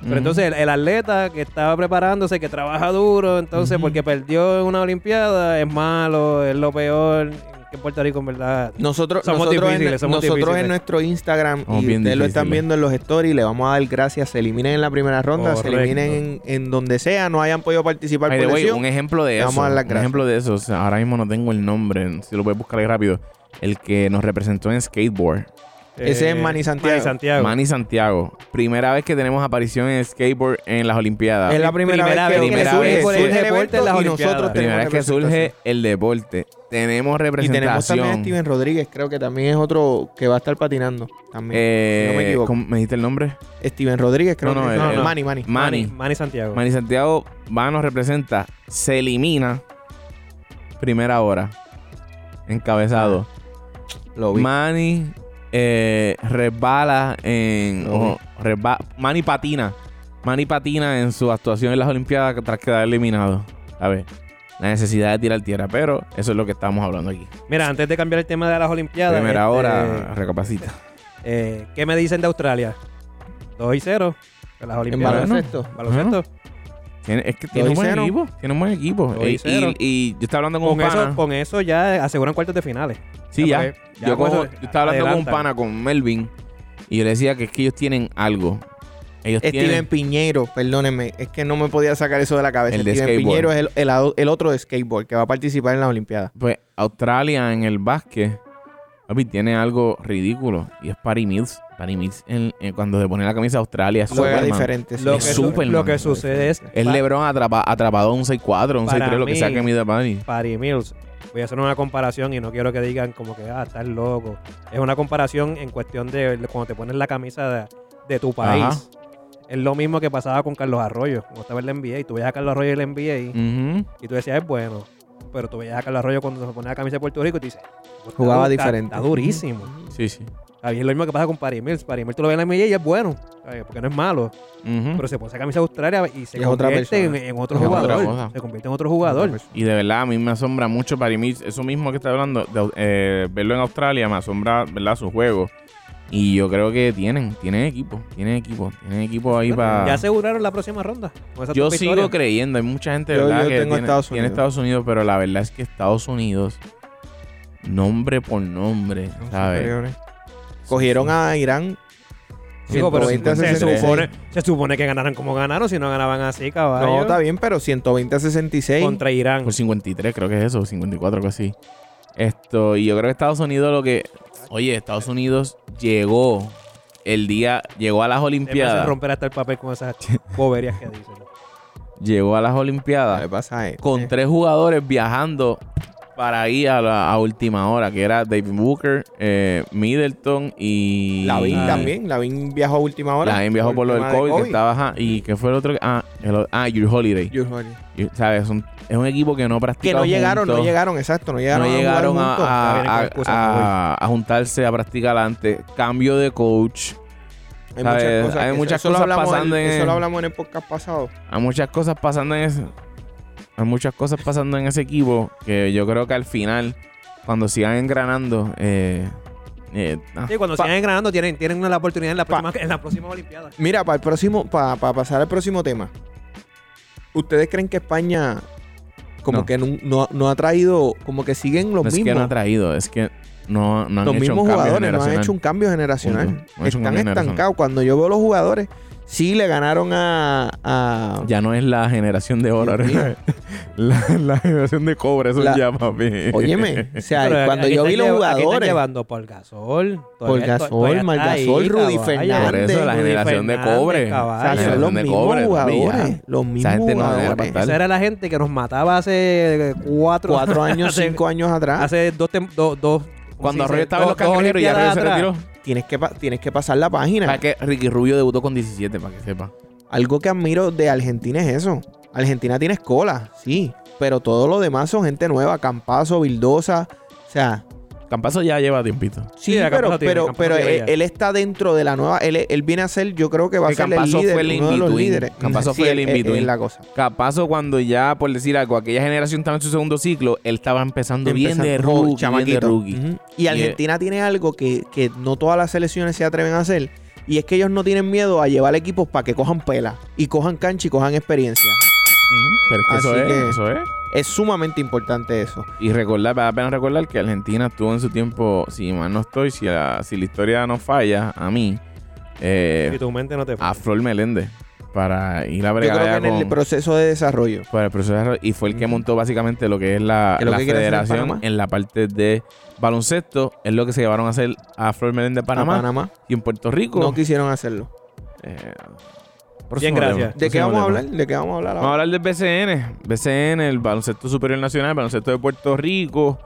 Speaker 2: Pero entonces el, el atleta que estaba preparándose, que trabaja duro, entonces
Speaker 1: Ujú.
Speaker 2: porque perdió en una olimpiada, es malo, es lo peor. Que en Puerto Rico, en verdad.
Speaker 3: Nosotros,
Speaker 2: Somos
Speaker 3: nosotros, en,
Speaker 2: difíciles, somos
Speaker 3: nosotros
Speaker 2: difíciles.
Speaker 3: en nuestro Instagram,
Speaker 1: Somos
Speaker 3: y
Speaker 1: bien
Speaker 3: ustedes lo están
Speaker 1: difíciles.
Speaker 3: viendo en los stories, le vamos a dar gracias. Se eliminen en la primera ronda, se
Speaker 2: Correcto.
Speaker 3: eliminen en, en donde sea, no hayan podido participar
Speaker 1: By
Speaker 3: por
Speaker 1: the way,
Speaker 3: lesión.
Speaker 1: un ejemplo de
Speaker 3: Le
Speaker 1: eso.
Speaker 3: vamos a dar las
Speaker 1: un
Speaker 3: gracias.
Speaker 1: ejemplo de eso. o sea, ahora mismo no tengo el nombre. Si lo voy a buscar ahí rápido. El que nos representó en skateboard.
Speaker 3: Ese es Manny Santiago.
Speaker 2: eh, Manny Santiago.
Speaker 1: Manny Santiago. Primera vez que tenemos aparición en skateboard en las Olimpiadas.
Speaker 3: Es la primera,
Speaker 2: Primera
Speaker 3: vez que,
Speaker 1: vez,
Speaker 3: que
Speaker 1: primera vez,
Speaker 3: surge,
Speaker 1: surge
Speaker 3: surge el
Speaker 2: deporte
Speaker 3: evento
Speaker 2: en las
Speaker 3: y nosotros
Speaker 2: Olimpiadas.
Speaker 1: primera vez
Speaker 3: tenemos
Speaker 1: que surge el deporte. Tenemos
Speaker 3: representación. Y tenemos
Speaker 1: representación.
Speaker 3: también a Steven Rodríguez, creo que también es otro que va a estar patinando. También.
Speaker 1: Eh,
Speaker 3: si no me equivoco.
Speaker 1: ¿cómo- me dijiste el nombre?
Speaker 3: Steven Rodríguez, creo
Speaker 1: no,
Speaker 3: que
Speaker 1: el-
Speaker 3: no,
Speaker 1: el-
Speaker 3: no. Manny, Manny.
Speaker 1: Manny.
Speaker 2: Manny, Manny Santiago.
Speaker 1: Manny Santiago va, nos representa, se elimina. Primera hora. Encabezado.
Speaker 3: Lo vi.
Speaker 1: Manny eh, resbala en.
Speaker 3: Lo vi.
Speaker 1: o resba- Manny patina. Manny patina en su actuación en las Olimpiadas tras quedar eliminado. A ver, la necesidad de tirar tierra, pero eso es lo que estamos hablando aquí.
Speaker 2: Mira, antes de cambiar el tema de las Olimpiadas.
Speaker 1: Primera
Speaker 2: este,
Speaker 1: hora, recapacita.
Speaker 2: eh, ¿Qué me dicen de Australia? 2 y 0. en Las
Speaker 3: En
Speaker 2: Olimpiadas.
Speaker 3: baloncesto.
Speaker 2: Baloncesto.
Speaker 1: Ah, Tiene- es que tiene un
Speaker 3: y
Speaker 1: buen
Speaker 3: cero.
Speaker 1: equipo. Tiene un buen equipo. Eh,
Speaker 2: Dos y
Speaker 1: Y,
Speaker 2: cero.
Speaker 1: y- y yo estaba hablando con,
Speaker 2: Con
Speaker 1: un pana.
Speaker 2: eso, con eso ya aseguran cuartos de finales.
Speaker 1: Sí, ya.
Speaker 2: porque ya
Speaker 1: yo,
Speaker 2: con
Speaker 1: cojo-
Speaker 2: eso
Speaker 1: yo estaba hablando con un
Speaker 2: adelantan.
Speaker 1: pana, con Melvin, y yo le decía que es que ellos tienen algo. Ellos
Speaker 3: Steven
Speaker 1: tienen...
Speaker 3: Piñero, perdónenme, es que no me podía sacar eso de la cabeza.
Speaker 1: El de
Speaker 3: Steven
Speaker 1: skateboard.
Speaker 3: Piñero es el, el ado- el otro de skateboard que va a participar en las Olimpiadas.
Speaker 1: Pues Australia en el básquet, papi, tiene algo ridículo. Y es Patty Mills. Patty Mills, en- en- cuando se pone la camisa Australia, es
Speaker 3: Juega
Speaker 1: Superman.
Speaker 3: diferente. sí.
Speaker 2: Lo que,
Speaker 1: Es
Speaker 2: su-
Speaker 1: Superman,
Speaker 2: lo que
Speaker 1: lo
Speaker 2: sucede es.
Speaker 1: Es LeBron atrapa- atrapado un 6-4, un
Speaker 2: Para
Speaker 1: 6-3, lo que
Speaker 2: mí-
Speaker 1: sea que mida Patty.
Speaker 2: Patty Mills. Voy a hacer una comparación y no quiero que digan como que, ah, estás loco. Es una comparación en cuestión de cuando te pones la camisa de, de tu país.
Speaker 1: Ajá.
Speaker 2: Es lo mismo que pasaba con Carlos Arroyo. Cuando estaba en la NBA y tú veías a Carlos Arroyo en la NBA
Speaker 3: Mm.
Speaker 1: Ujú.
Speaker 2: y tú decías, es bueno. Pero tú veías a Carlos Arroyo cuando se ponía la camisa de Puerto Rico y tú dices, "Está
Speaker 3: Jugaba
Speaker 2: du- está-
Speaker 3: diferente". Mm.
Speaker 2: Está durísimo.
Speaker 1: Sí, sí.
Speaker 2: Ahí es lo mismo que pasa con Patty Mills. Patty Mills tú lo ves en la NBA y es bueno. ¿sabes? Porque no es malo.
Speaker 1: Ujú.
Speaker 2: Pero se pone esa camisa de Australia y se
Speaker 3: Y Mm. es otra
Speaker 2: convierte en,
Speaker 3: persona.
Speaker 2: en otro
Speaker 1: Es otra
Speaker 2: jugador.
Speaker 1: cosa.
Speaker 2: Se convierte en otro jugador.
Speaker 1: Y de verdad, a mí me asombra mucho para mí. Eso mismo que está hablando, de au- eh, verlo en Australia, me asombra, ¿verdad? Su juego. Y yo creo que tienen, tienen equipo, tienen equipo, tienen equipo ahí para.
Speaker 2: Ya aseguraron la próxima ronda. con esa
Speaker 1: Yo
Speaker 2: tupa
Speaker 1: sigo
Speaker 2: historia.
Speaker 1: creyendo, hay mucha gente
Speaker 3: Yo-
Speaker 1: ¿verdad?
Speaker 3: yo
Speaker 1: que
Speaker 3: tengo
Speaker 1: tiene,
Speaker 3: Estados
Speaker 1: tiene
Speaker 3: Unidos.
Speaker 1: Estados Unidos, pero la verdad es que Estados Unidos, nombre por nombre,
Speaker 3: Son
Speaker 1: ¿sabes?
Speaker 3: superiores. eh. Cogieron a Irán
Speaker 2: Digo, pero
Speaker 3: 120 a
Speaker 2: se,
Speaker 3: 66.
Speaker 2: supone, se supone que ganaran como ganaron, si no ganaban así, caballo.
Speaker 3: No, está bien, pero 120 a 66.
Speaker 2: Contra Irán.
Speaker 1: Por 53, creo que es eso, 54, algo así. Esto, y yo creo que Estados Unidos lo que. Oye, Estados Unidos llegó el día, llegó a las
Speaker 2: Me hacen
Speaker 1: Olimpiadas.
Speaker 2: romper hasta el papel con esas boberías que dicen.
Speaker 1: Llegó a las Olimpiadas
Speaker 3: ¿Qué pasa? eh?
Speaker 1: con tres jugadores viajando para ir a la a última hora, que era David Booker, eh, Middleton y.
Speaker 3: Eh, Lavín
Speaker 1: y-
Speaker 3: también. Lavín viajó a última hora.
Speaker 1: Lavín viajó por lo del
Speaker 3: tema de
Speaker 1: COVID, que estaba. ajá, ¿Y qué fue el otro? Ah, el o- ah Your Holiday.
Speaker 3: Jules Holiday.
Speaker 1: Y, ¿Sabes? Son- es un equipo que no practica.
Speaker 3: Que no llegaron, no llegaron, exacto. No llegaron,
Speaker 1: No
Speaker 3: a jugar
Speaker 1: llegaron a,
Speaker 3: juntos.
Speaker 1: a-
Speaker 2: Ya vienen con
Speaker 1: a-
Speaker 2: excusas, me voy.
Speaker 1: a- a juntarse a practicar antes. Cambio de coach.
Speaker 3: Hay
Speaker 1: ¿Sabes? Hay
Speaker 3: que-
Speaker 1: muchas
Speaker 3: lo
Speaker 1: cosas
Speaker 3: hablamos
Speaker 1: pasando
Speaker 3: en,
Speaker 1: en-
Speaker 3: Eso lo hablamos en el podcast pasado.
Speaker 1: Hay muchas cosas pasando en ese. Hay muchas cosas pasando en ese equipo que yo creo que al final, cuando sigan engranando, eh, eh, ah,
Speaker 2: Sí, cuando
Speaker 3: Pa-
Speaker 2: sigan ganando tienen, tienen una- la oportunidad en la
Speaker 3: Pa-
Speaker 2: próxima, en la próxima Olimpiada.
Speaker 3: Mira, para el próximo, para, pasar al próximo tema. ¿Ustedes creen que España como
Speaker 1: No.
Speaker 3: que nun- no, no ha traído, como que siguen los
Speaker 1: no es
Speaker 3: mismos,
Speaker 1: que no ha traído, es que no, no han
Speaker 3: los
Speaker 1: hecho
Speaker 3: mismos
Speaker 1: un cambio
Speaker 3: jugadores, no han
Speaker 1: generacional.
Speaker 3: hecho un cambio generacional?
Speaker 1: Punto. No han hecho un
Speaker 3: Están
Speaker 1: cambio generacional.
Speaker 3: estancados. Cuando yo veo los jugadores, sí le ganaron a, a-
Speaker 1: Ya no es la generación de oro,
Speaker 3: Dios mío.
Speaker 1: la, la generación de cobre, eso
Speaker 3: La-
Speaker 1: ya, papi.
Speaker 3: Óyeme, o sea,
Speaker 2: Pero
Speaker 3: cuando
Speaker 2: aquí
Speaker 3: yo
Speaker 2: están
Speaker 3: vi los
Speaker 2: lleva- aquí están
Speaker 3: jugadores,
Speaker 2: llevando Paul Gasol.
Speaker 3: Paul Gasol, Margasol, Rudy Fernández.
Speaker 1: Por eso, la
Speaker 2: Rudy
Speaker 1: generación de
Speaker 2: Fernández,
Speaker 1: cobre.
Speaker 2: caballo.
Speaker 3: o sea,
Speaker 1: Ay,
Speaker 3: son los
Speaker 1: de
Speaker 3: mismos
Speaker 1: cobre,
Speaker 3: jugadores,
Speaker 1: ya.
Speaker 3: los
Speaker 1: Esa
Speaker 3: mismos
Speaker 1: gente no deja
Speaker 3: jugadores.
Speaker 1: pasar.
Speaker 2: Esa era la gente que nos mataba hace eh, cuatro,
Speaker 3: Cuatro años,
Speaker 2: hace-
Speaker 3: cinco años atrás,
Speaker 2: Hace dos, tem- do- dos
Speaker 1: Cuando
Speaker 2: ¿cómo se dice?
Speaker 1: Arroyo estaba en los
Speaker 2: Dos- dos
Speaker 1: cangrejeros y Arroyo
Speaker 2: Olimpiadas
Speaker 1: se
Speaker 2: atrás.
Speaker 1: retiró.
Speaker 3: tienes que, pa- tienes que pasar la página.
Speaker 1: Para que Ricky Rubio debutó con 17, para que sepa.
Speaker 3: Algo que admiro de Argentina es eso. Argentina tiene escola, sí, pero todo lo demás son gente nueva, Campazo, Vildosa, o sea,
Speaker 1: Campazo ya lleva tiempito.
Speaker 3: sí,
Speaker 2: Sí, a
Speaker 3: pero,
Speaker 2: Campazzo tiene,
Speaker 3: pero,
Speaker 2: Campazzo
Speaker 3: pero
Speaker 2: tiene
Speaker 3: él,
Speaker 2: ya.
Speaker 3: él está dentro de la nueva, él, él viene a ser, yo creo que va a
Speaker 1: Que
Speaker 3: ser el
Speaker 1: Campazzo
Speaker 3: líder,
Speaker 1: fue el
Speaker 3: uno de los
Speaker 1: in-between.
Speaker 3: líderes.
Speaker 1: Campazzo fue el
Speaker 3: él- él-
Speaker 1: in-between.
Speaker 3: él es la cosa.
Speaker 1: Capazo cuando ya, por decir algo, aquella generación estaba en su segundo ciclo, él estaba empezando bien de
Speaker 3: Empezando
Speaker 1: rookie, bien
Speaker 3: chamaquito.
Speaker 1: de rookie.
Speaker 3: Ujú. Y Argentina tiene algo que, que no todas las selecciones se atreven a hacer. Y es que ellos no tienen miedo a llevar equipos para que cojan pela. Y cojan cancha y cojan experiencia.
Speaker 1: Ujú. Pero es que eso
Speaker 3: Así
Speaker 1: es,
Speaker 3: que-
Speaker 1: eso es.
Speaker 3: Es sumamente importante eso.
Speaker 1: Y recordar, vale la pena recordar que Argentina estuvo en su tiempo, si mal no estoy, si la, si la historia no falla, a mí, eh,
Speaker 2: Y tu mente no te
Speaker 1: a Flor Meléndez, para ir a
Speaker 3: Yo creo
Speaker 1: bregar
Speaker 3: que
Speaker 1: allá
Speaker 3: en el
Speaker 1: con-
Speaker 3: proceso de desarrollo.
Speaker 1: para el proceso de desarrollo, y fue el que montó básicamente lo que es la,
Speaker 3: Que lo
Speaker 1: la
Speaker 3: que quiere hacer en
Speaker 1: federación
Speaker 3: Panamá.
Speaker 1: en, la parte de baloncesto, es lo que se llevaron a hacer a Flor Meléndez Panamá,
Speaker 3: A Panamá.
Speaker 1: y en Puerto Rico.
Speaker 3: No quisieron hacerlo.
Speaker 1: eh,
Speaker 2: Bien,
Speaker 1: próximo
Speaker 2: gracias.
Speaker 1: tema,
Speaker 3: ¿De qué
Speaker 1: próximo
Speaker 3: vamos a
Speaker 1: tema.
Speaker 3: hablar? ¿De qué vamos a hablar
Speaker 1: Vamos a
Speaker 3: ahora?
Speaker 1: hablar del BCN. BCN, el Baloncesto Superior Nacional, el Baloncesto de Puerto Rico,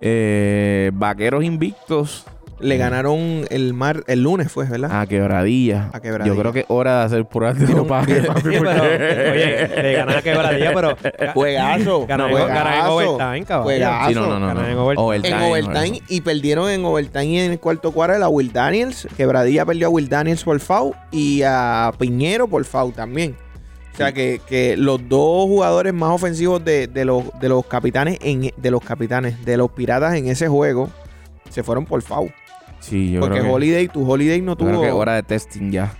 Speaker 1: eh, Vaqueros Invictos,
Speaker 3: Le ganaron el mar el lunes, fue, ¿verdad?
Speaker 1: a Quebradilla.
Speaker 3: A Quebradilla.
Speaker 1: Yo creo que es hora de hacer pura de dopaje, papi,
Speaker 2: Sí, pero,
Speaker 1: porque-
Speaker 2: oye, le ganan a quebradilla, pero ga-
Speaker 1: Pues,
Speaker 3: Juegazo.
Speaker 2: ganan en-
Speaker 3: juegazo,
Speaker 2: ganan en overtime, caballo.
Speaker 3: Juegazo.
Speaker 1: Sí, no, no, no. no.
Speaker 2: Ganan en overtime.
Speaker 3: En overtime y perdieron en overtime y en el cuarto cuadro a Will Daniels. Quebradilla perdió a Will Daniels por FAU y a Piñero por FAU también. O sea que, que los dos jugadores más ofensivos de, de los, de los capitanes en, de los capitanes, de los piratas en ese juego, se fueron por FAU.
Speaker 1: Sí, yo
Speaker 3: Porque
Speaker 1: creo que,
Speaker 3: Holiday, tu Holiday no
Speaker 1: yo creo
Speaker 3: tuvo.
Speaker 1: que es hora de testing ya.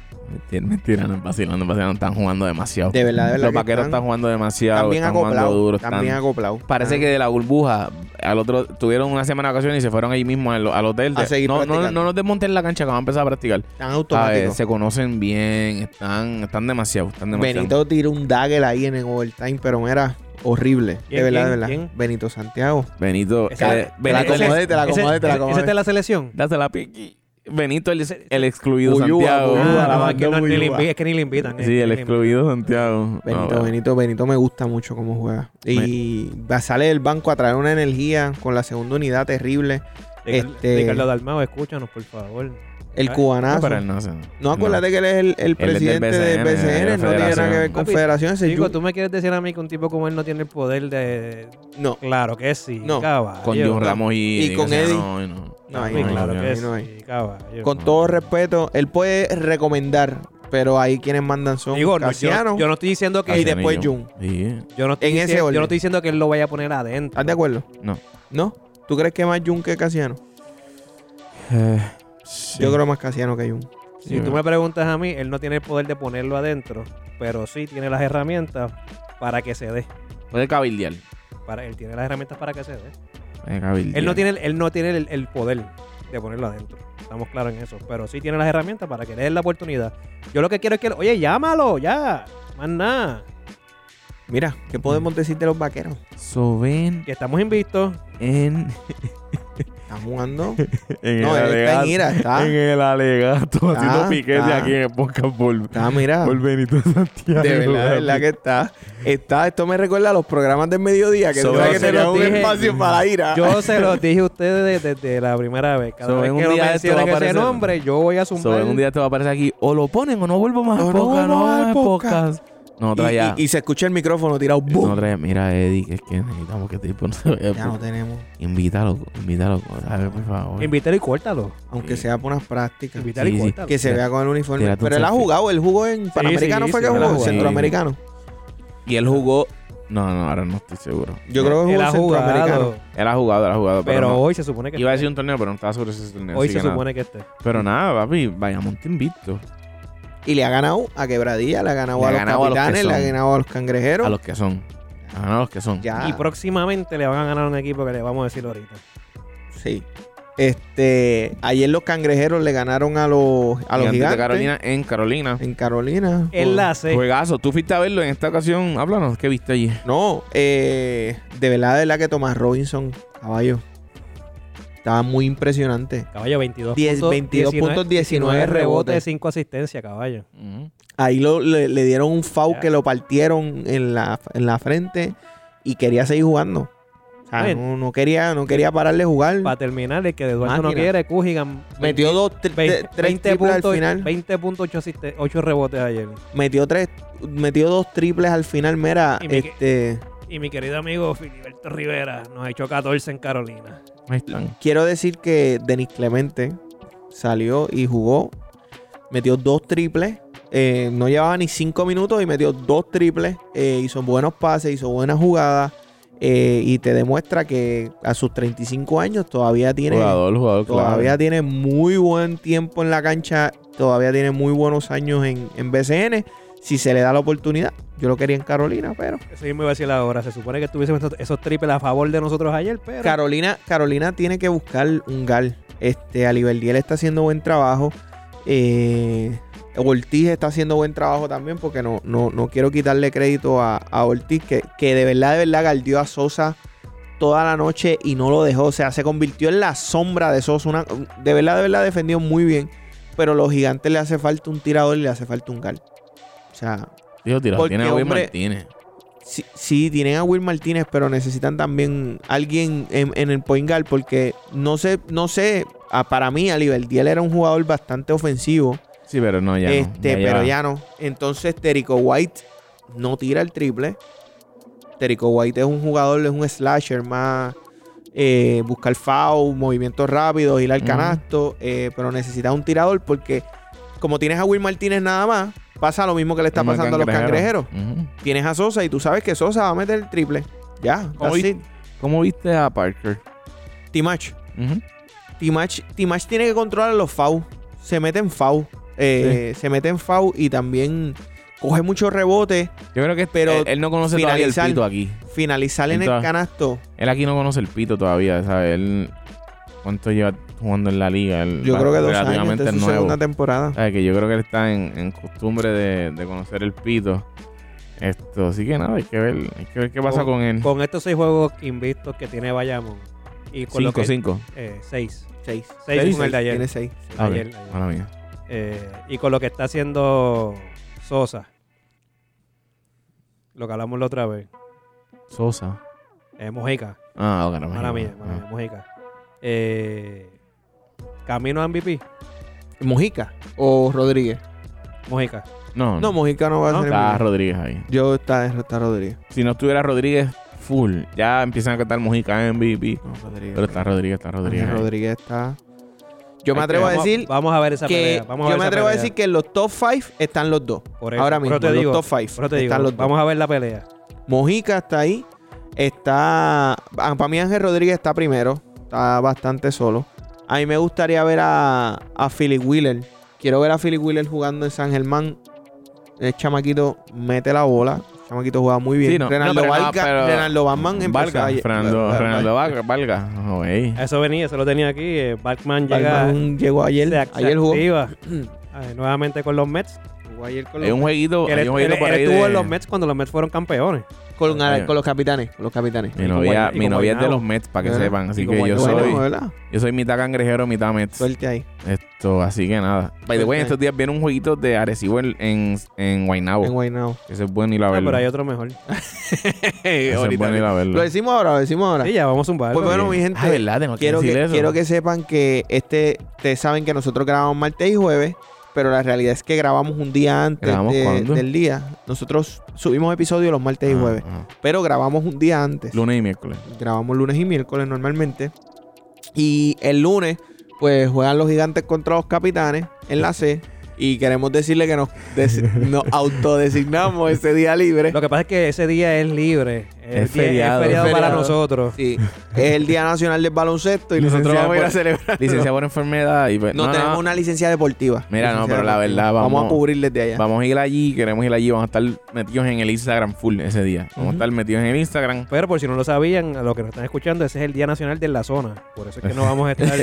Speaker 1: Mentira, mentira, no es vacilando, no es vacilando, Están jugando demasiado.
Speaker 3: De verdad, de verdad.
Speaker 1: Los
Speaker 3: que
Speaker 1: vaqueros están, jugando demasiado.
Speaker 3: también
Speaker 1: están jugando
Speaker 3: acoplados.
Speaker 1: duro.
Speaker 3: También
Speaker 1: están-
Speaker 3: acoplados.
Speaker 1: Parece
Speaker 3: Ah.
Speaker 1: que de la burbuja al otro tuvieron una semana de vacaciones y se fueron ahí mismo al, al hotel.
Speaker 3: A
Speaker 1: De-
Speaker 3: seguir
Speaker 1: no, no,
Speaker 3: practicando.
Speaker 1: no nos desmonten la cancha que van a empezar a practicar.
Speaker 3: están
Speaker 1: ¿Sabes?
Speaker 3: automáticos.
Speaker 1: Se conocen bien, están, están demasiado, están demasiado.
Speaker 3: Benito tiró un dagger ahí en el overtime, pero mira, horrible. De
Speaker 2: ¿Quién,
Speaker 3: verdad, de
Speaker 2: quién,
Speaker 3: verdad.
Speaker 2: quién?
Speaker 3: Benito Santiago.
Speaker 1: Benito,
Speaker 2: Esa-
Speaker 1: eh,
Speaker 3: Te la
Speaker 1: Benito,
Speaker 2: ese-
Speaker 1: el,
Speaker 3: acomodé, te la
Speaker 2: ese-
Speaker 3: acomodé, te la
Speaker 2: ese-
Speaker 3: acomodé.
Speaker 2: ¿Ese es de la selección?
Speaker 1: dásela, Pinky. Benito, el, el excluido
Speaker 3: Uyúa,
Speaker 1: Santiago.
Speaker 3: Uyúa,
Speaker 2: Ah,
Speaker 3: la
Speaker 2: no, es que
Speaker 3: mandó
Speaker 2: no- ni
Speaker 3: muy
Speaker 2: le
Speaker 3: guapa.
Speaker 2: invi- es que ni le invitan. es
Speaker 1: Uh, Sí,
Speaker 2: que
Speaker 1: el
Speaker 2: ni le invitan.
Speaker 1: excluido Santiago. No,
Speaker 3: Benito,
Speaker 1: bueno.
Speaker 3: Benito, Benito me gusta mucho cómo juega. Y va, sale del banco a traer una energía con la segunda unidad terrible.
Speaker 2: Ricardo-
Speaker 3: Este-
Speaker 2: Ricardo Dalmao, escúchanos, por favor. Ay,
Speaker 3: El
Speaker 1: No,
Speaker 3: cubanazo.
Speaker 1: pero
Speaker 3: No,
Speaker 1: él no hace-
Speaker 3: acuérdate que él es el, el
Speaker 1: del
Speaker 3: presidente
Speaker 1: BCN, de la
Speaker 3: del BCN. No tiene nada que ver
Speaker 1: federación.
Speaker 3: con
Speaker 2: Papi,
Speaker 3: federaciones. el
Speaker 2: Chico,
Speaker 3: yu-
Speaker 2: tú me quieres decir a mí que un tipo como él no tiene el poder de...
Speaker 3: No.
Speaker 2: Claro que sí,
Speaker 3: No,
Speaker 2: caballo.
Speaker 1: Con John Ramos y,
Speaker 3: Y con
Speaker 1: o sea,
Speaker 3: Eddie.
Speaker 1: No, no.
Speaker 3: No, ahí
Speaker 2: Sí,
Speaker 3: no,
Speaker 2: claro
Speaker 3: no,
Speaker 2: que
Speaker 3: ahí no
Speaker 2: sí, caballo.
Speaker 3: Con todo respeto, él puede recomendar, pero ahí quienes mandan son
Speaker 2: Digo, no,
Speaker 3: Casiano.
Speaker 2: yo, yo no estoy diciendo que...
Speaker 3: Y
Speaker 1: Hace
Speaker 3: después
Speaker 1: anillo.
Speaker 3: Jun.
Speaker 1: Sí. Eh,
Speaker 2: Yo no, estoy
Speaker 3: en ese
Speaker 2: diciendo,
Speaker 3: orden.
Speaker 2: yo no estoy diciendo que él lo vaya a poner adentro.
Speaker 3: ¿Estás de acuerdo?
Speaker 1: No.
Speaker 3: ¿No? ¿Tú crees que más Jun que Casiano?
Speaker 1: Eh, sí.
Speaker 3: Yo creo más Casiano que Jun.
Speaker 2: Si tú
Speaker 1: Sí.
Speaker 2: me preguntas a mí, él no tiene el poder de ponerlo adentro, pero sí tiene las herramientas para que se dé.
Speaker 1: Puede cabildear.
Speaker 2: Para, él tiene las herramientas para que se dé.
Speaker 1: Puede cabildear.
Speaker 2: Él no tiene, el- él no tiene el, el poder de ponerlo adentro. Estamos claros en eso. Pero sí tiene las herramientas para que le den la oportunidad. Yo lo que quiero es que... él- Oye, llámalo, ya. Más nada.
Speaker 3: Mira, ¿qué podemos decir de los vaqueros?
Speaker 1: So ven
Speaker 2: Que estamos invictos.
Speaker 1: en.
Speaker 3: Están jugando.
Speaker 1: en
Speaker 3: No,
Speaker 1: el
Speaker 3: él está
Speaker 1: alegato.
Speaker 3: en ira, está.
Speaker 1: En el alegato.
Speaker 3: Está,
Speaker 1: haciendo piquete
Speaker 3: está.
Speaker 1: aquí en el podcast por,
Speaker 3: Está, mira.
Speaker 1: por Benito Santiago.
Speaker 3: De verdad, de verdad que está. Está, esto me recuerda a los programas del mediodía, que
Speaker 1: Sobre
Speaker 3: tú sabes que
Speaker 1: se
Speaker 3: tenía
Speaker 2: los
Speaker 3: un
Speaker 2: dije.
Speaker 3: espacio para la ira.
Speaker 2: Yo se los dije a ustedes desde, desde la primera vez. Cada
Speaker 1: Ah. So,
Speaker 2: vez
Speaker 1: en
Speaker 2: que
Speaker 1: un
Speaker 2: no
Speaker 1: día esto
Speaker 2: mencionen
Speaker 1: va a
Speaker 2: ese
Speaker 1: aparecer.
Speaker 2: nombre, yo voy a zumbar.
Speaker 1: Sobre un día te va a aparecer aquí. O lo ponen o no vuelvo más
Speaker 3: O
Speaker 1: al
Speaker 3: no
Speaker 1: podcast.
Speaker 3: vuelvo
Speaker 1: No
Speaker 3: más
Speaker 1: más
Speaker 3: al
Speaker 1: al podcast. Nosotras
Speaker 3: Y-
Speaker 1: ya.
Speaker 3: y, y se escucha el micrófono tirado. ¡boom!
Speaker 1: nosotras ya, Mira, Eddie, que es que necesitamos que este tipo no se vaya.
Speaker 3: ya no tenemos.
Speaker 1: Invítalo, invítalo, ¿sabes? Por favor.
Speaker 2: Invítalo y cuéltalo.
Speaker 3: aunque
Speaker 1: Sí.
Speaker 3: sea por unas prácticas.
Speaker 2: Invítalo
Speaker 1: Sí,
Speaker 2: y
Speaker 1: sí.
Speaker 2: cuéltalo.
Speaker 3: Que se
Speaker 1: Tira-
Speaker 3: vea con el uniforme.
Speaker 1: tírate un
Speaker 3: Pero él ha
Speaker 1: selfie.
Speaker 3: jugado, él jugó en Panamericano,
Speaker 2: sí,
Speaker 3: fue
Speaker 2: sí,
Speaker 3: que
Speaker 2: él ha
Speaker 3: jugó,
Speaker 2: jugado.
Speaker 3: centroamericano.
Speaker 1: Y él jugó. No, no, ahora no estoy seguro.
Speaker 3: Yo creo que
Speaker 2: Él
Speaker 3: jugó
Speaker 2: ha jugado,
Speaker 3: centroamericano.
Speaker 1: Él ha jugado, él ha jugado. Pero,
Speaker 2: pero
Speaker 1: no-
Speaker 2: hoy se supone que
Speaker 1: iba a
Speaker 2: esté.
Speaker 1: decir un torneo, pero no estaba seguro si es un torneo.
Speaker 2: Hoy
Speaker 1: así
Speaker 2: se
Speaker 1: que nada.
Speaker 2: supone que esté.
Speaker 1: Pero nada, papi, vayamos, te invito.
Speaker 3: Y le ha ganado a Quebradilla, le ha ganado
Speaker 1: Le
Speaker 3: a
Speaker 1: ha
Speaker 3: los
Speaker 1: ganado a los que
Speaker 3: capitanes, le ha
Speaker 1: son.
Speaker 3: ganado a los cangrejeros.
Speaker 1: A los que son. A los que son.
Speaker 3: Ya.
Speaker 2: Y próximamente le van a ganar a un equipo que le vamos a decir ahorita.
Speaker 3: Sí. Este, ayer los cangrejeros le ganaron a los, a
Speaker 1: Gigantes
Speaker 3: los
Speaker 1: de
Speaker 3: gigantes.
Speaker 1: Carolina en Carolina.
Speaker 3: En Carolina.
Speaker 2: En la C.
Speaker 1: Juegazo, tú fuiste a verlo en esta ocasión. Háblanos, ¿qué viste allí?
Speaker 3: No, eh, de verdad, de verdad que Tomás Robinson, caballo, estaba muy impresionante.
Speaker 2: Caballo 22.
Speaker 3: Diez-
Speaker 2: puntos,
Speaker 3: 22 puntos, 19 rebotes.
Speaker 2: 5 asistencias, caballo.
Speaker 3: Ahí lo- le, le dieron un foul
Speaker 2: Ya.
Speaker 3: que lo partieron en la, en la frente y quería seguir jugando. O sea,
Speaker 2: Bien.
Speaker 3: no, no quería, no quería pararle de jugar.
Speaker 2: Para terminar, el que Eduardo no
Speaker 3: Máquina.
Speaker 2: quiere, Cujigan.
Speaker 3: Metió dos, tre- tre- tres triples al final.
Speaker 2: 20.8 rebotes ayer.
Speaker 3: Metió tres, metió dos triples al final. Mira,
Speaker 2: Y Miguel-
Speaker 3: este,
Speaker 2: Y mi querido amigo Filiberto Rivera nos ha hecho 14 en Carolina.
Speaker 1: Ahí están.
Speaker 3: quiero decir que Denis Clemente salió y jugó, metió dos triples. eh, no llevaba ni cinco minutos y metió dos triples. eh, hizo buenos pases, hizo buenas jugadas. eh, y te demuestra que a sus 35 años todavía tiene.
Speaker 1: Jugador, jugador,
Speaker 3: Todavía
Speaker 1: clave.
Speaker 3: tiene muy buen tiempo en la cancha. Todavía tiene muy buenos años en, en BCN. Si se le da la oportunidad. Yo lo quería en Carolina, pero.
Speaker 2: Eso yo me iba a decir ahora. Se supone que tuviésemos esos- esos triples a favor de nosotros ayer, pero.
Speaker 3: Carolina, Carolina tiene que buscar un gal. Este, Aliberdiel está haciendo buen trabajo. Eh, Ortiz está haciendo buen trabajo también. Porque no, no, no quiero quitarle crédito a, a Ortiz. Que, que de verdad, de verdad, galdió a Sosa toda la noche y no lo dejó. O sea, se convirtió en la sombra de Sosa. Una, de verdad, de verdad, defendió muy bien. Pero a los gigantes le hace falta un tirador y le hace falta un gal. O sea,
Speaker 1: Dijo, tira,
Speaker 3: Porque,
Speaker 1: tiene a Will
Speaker 3: hombre,
Speaker 1: Martínez.
Speaker 3: Sí, sí, tienen a Will Martínez, pero necesitan también alguien en, en el point guard porque no sé, no sé, a- para mí Aliberdiel era un jugador bastante ofensivo,
Speaker 1: Sí, pero no, ya. no.
Speaker 3: este, pero
Speaker 1: lleva-
Speaker 3: ya no. Entonces Terico White no tira el triple. Terico White es un jugador, es un slasher más eh, buscar foul, movimientos rápidos, ir al
Speaker 1: Ujú.
Speaker 3: canasto, eh, pero necesitas un tirador porque como tienes a Will Martínez nada más, pasa lo mismo que le está
Speaker 1: Como el
Speaker 3: pasando a los
Speaker 1: cangrejero.
Speaker 3: cangrejeros
Speaker 1: Ujú.
Speaker 3: tienes a Sosa y tú sabes que Sosa va a meter el triple. Ya,
Speaker 1: ¿Cómo
Speaker 3: that's
Speaker 1: vi-
Speaker 3: it.
Speaker 1: ¿Cómo viste a Parker?
Speaker 3: Timach.
Speaker 1: Ujú.
Speaker 3: Timach, Timach tiene que controlar los FAU. Se mete en FAU. Eh, Se mete en FAU y también coge muchos rebotes.
Speaker 1: Yo creo que este-
Speaker 3: Pero
Speaker 1: él, él no conoce todavía el
Speaker 3: finalizar-
Speaker 1: pito aquí.
Speaker 3: Finalizar en el
Speaker 1: Entonces-
Speaker 3: canasto.
Speaker 1: Él aquí no conoce el pito todavía, ¿sabes? Él, ¿Cuánto lleva jugando en la liga? Él
Speaker 3: Yo
Speaker 1: va-
Speaker 3: creo que dos años.
Speaker 1: relativamente
Speaker 3: Esta es su
Speaker 1: nuevo.
Speaker 3: segunda temporada.
Speaker 1: ¿Sabes? Que yo creo que él está en, en costumbre de, de conocer el pito. Esto, así que nada, hay que ver, hay que ver qué pasa con él.
Speaker 2: Con estos seis juegos invictos que tiene Bayamón. Y con lo que.
Speaker 1: 5-5.
Speaker 2: eh, seis.
Speaker 3: Seis.
Speaker 2: Seis
Speaker 1: Seis,
Speaker 2: con el de ayer.
Speaker 3: Tiene seis.
Speaker 1: Ah, ok.
Speaker 2: Ayer, ayer.
Speaker 1: Mala mía.
Speaker 2: Eh, y con lo que está haciendo Sosa. Lo que hablamos la otra vez.
Speaker 1: Sosa.
Speaker 2: Eh, Mojica.
Speaker 1: Ah, ok, no me
Speaker 2: Mala mía,
Speaker 1: equivoco.
Speaker 2: mala mía, Mojica. Eh, camino a MVP.
Speaker 3: ¿Mojica o Rodríguez?
Speaker 2: Mojica.
Speaker 1: No,
Speaker 3: No,
Speaker 1: no.
Speaker 3: Mojica no va
Speaker 2: No,
Speaker 3: a ser.
Speaker 1: Está
Speaker 3: el-
Speaker 1: Rodríguez ahí.
Speaker 3: Yo está, está Rodríguez.
Speaker 1: Si no estuviera Rodríguez, full. Ya empiezan a cantar Mojica MVP.
Speaker 3: No, Rodríguez.
Speaker 1: Pero está Rodríguez, está Rodríguez.
Speaker 3: Rodríguez,
Speaker 1: ahí.
Speaker 3: está. Yo me
Speaker 1: Ahí
Speaker 3: atrevo a
Speaker 2: Vamos
Speaker 3: decir
Speaker 2: Vamos a ver esa
Speaker 3: que.
Speaker 2: pelea. Vamos a
Speaker 3: Yo
Speaker 2: ver
Speaker 3: me
Speaker 2: esa
Speaker 3: atrevo a
Speaker 2: pelea.
Speaker 3: decir que en los top five están los dos.
Speaker 2: Por
Speaker 3: Ahora mismo,
Speaker 2: pero te
Speaker 3: los
Speaker 2: digo,
Speaker 3: top five.
Speaker 2: pero te
Speaker 3: Están
Speaker 2: digo,
Speaker 3: los dos.
Speaker 2: vamos a ver la pelea.
Speaker 3: Mojica está ahí. Está. Para mí, Ángel Rodríguez está primero. Está bastante solo. A mí me gustaría ver a, a Philip Wheeler. Quiero ver a Philip Wheeler jugando en San Germán. El chamaquito mete la bola. El chamaquito juega muy bien.
Speaker 1: Sí, no.
Speaker 3: Renaldo
Speaker 1: No, pero no,
Speaker 3: Valga-
Speaker 1: pero-
Speaker 3: Renaldo Batman empezó
Speaker 1: Valga,
Speaker 3: ayer.
Speaker 1: Fernando,
Speaker 3: Val-
Speaker 1: Fernando
Speaker 3: Val-
Speaker 1: Valga, Valga. Oye.
Speaker 2: Eso venía, se lo tenía aquí. eh, Batman llega.
Speaker 3: Batman llegó ayer.
Speaker 2: se ac- se
Speaker 3: ayer jugó.
Speaker 2: activa. A ver, nuevamente con los Mets.
Speaker 3: Jugó ayer con
Speaker 1: Hay un
Speaker 3: los,
Speaker 1: jueguito,
Speaker 2: Él,
Speaker 1: hay un jueguito
Speaker 2: él-
Speaker 1: por
Speaker 2: él
Speaker 1: ahí
Speaker 2: estuvo
Speaker 1: de-
Speaker 2: en los Mets cuando los Mets fueron campeones.
Speaker 3: con-
Speaker 1: Oye.
Speaker 3: con los capitanes. Con los capitanes.
Speaker 1: Mi
Speaker 2: Y con
Speaker 1: novia,
Speaker 2: Guayna- y
Speaker 1: mi
Speaker 2: con
Speaker 1: novia es de
Speaker 2: Guaynabo.
Speaker 1: los Mets, para que
Speaker 3: Mira.
Speaker 1: sepan. Así
Speaker 2: Y con
Speaker 1: que yo
Speaker 3: Bueno,
Speaker 2: Guaynabo.
Speaker 1: soy,
Speaker 3: ¿verdad?
Speaker 1: yo soy mitad cangrejero, mitad Mets.
Speaker 3: Suerte ahí.
Speaker 1: Esto, así que nada. By the way,
Speaker 3: Suerte.
Speaker 1: estos días viene un jueguito de Arecibo en, en, en Guaynabo.
Speaker 3: En Guaynabo.
Speaker 1: Ese es bueno y la
Speaker 2: Ah, pero hay
Speaker 1: verdad.
Speaker 2: otro mejor.
Speaker 1: Ese es bueno y la
Speaker 3: Lo
Speaker 1: verdad.
Speaker 3: decimos ahora, lo decimos ahora.
Speaker 2: Sí, ya vamos a un
Speaker 3: Pues bueno, mi gente,
Speaker 1: Ah, verdad, tengo que
Speaker 3: quiero
Speaker 1: decir
Speaker 3: que,
Speaker 1: eso.
Speaker 3: quiero que sepan que este, ustedes saben que nosotros grabamos martes y jueves, pero la realidad es que grabamos un día antes
Speaker 1: ¿Grabamos
Speaker 3: de-
Speaker 1: cuándo?
Speaker 3: del día. Nosotros subimos episodios los martes y
Speaker 1: Ah,
Speaker 3: este jueves,
Speaker 1: ajá.
Speaker 3: pero grabamos un día antes.
Speaker 1: Lunes y miércoles.
Speaker 3: Grabamos lunes y miércoles normalmente. Y el lunes, pues juegan los gigantes contra los capitanes en la C. Y queremos decirle que nos, des- nos autodesignamos ese día libre.
Speaker 2: Lo que pasa es que ese día es libre. El
Speaker 1: Es
Speaker 2: día-
Speaker 1: feriado.
Speaker 2: Es feriado para
Speaker 3: Feriado.
Speaker 2: nosotros.
Speaker 3: Sí, es el Día Nacional del Baloncesto y nosotros
Speaker 1: Licenciado
Speaker 3: vamos a ir a
Speaker 1: por-
Speaker 3: celebrar.
Speaker 1: Licencia por enfermedad y pues,
Speaker 3: pues. No, tenemos una licencia deportiva.
Speaker 1: Mira, no,
Speaker 3: Licencia
Speaker 1: pero la
Speaker 3: deportiva.
Speaker 1: verdad,
Speaker 3: Vamos
Speaker 1: vamos-
Speaker 3: a cubrir desde allá.
Speaker 1: Vamos a ir allí, queremos ir allí, vamos a estar metidos en el Instagram full ese día. Vamos a estar metidos en el Instagram.
Speaker 2: Pero por si no lo sabían, a los que nos están escuchando, ese es el Día Nacional de la Zona. Por eso es que no vamos a estar,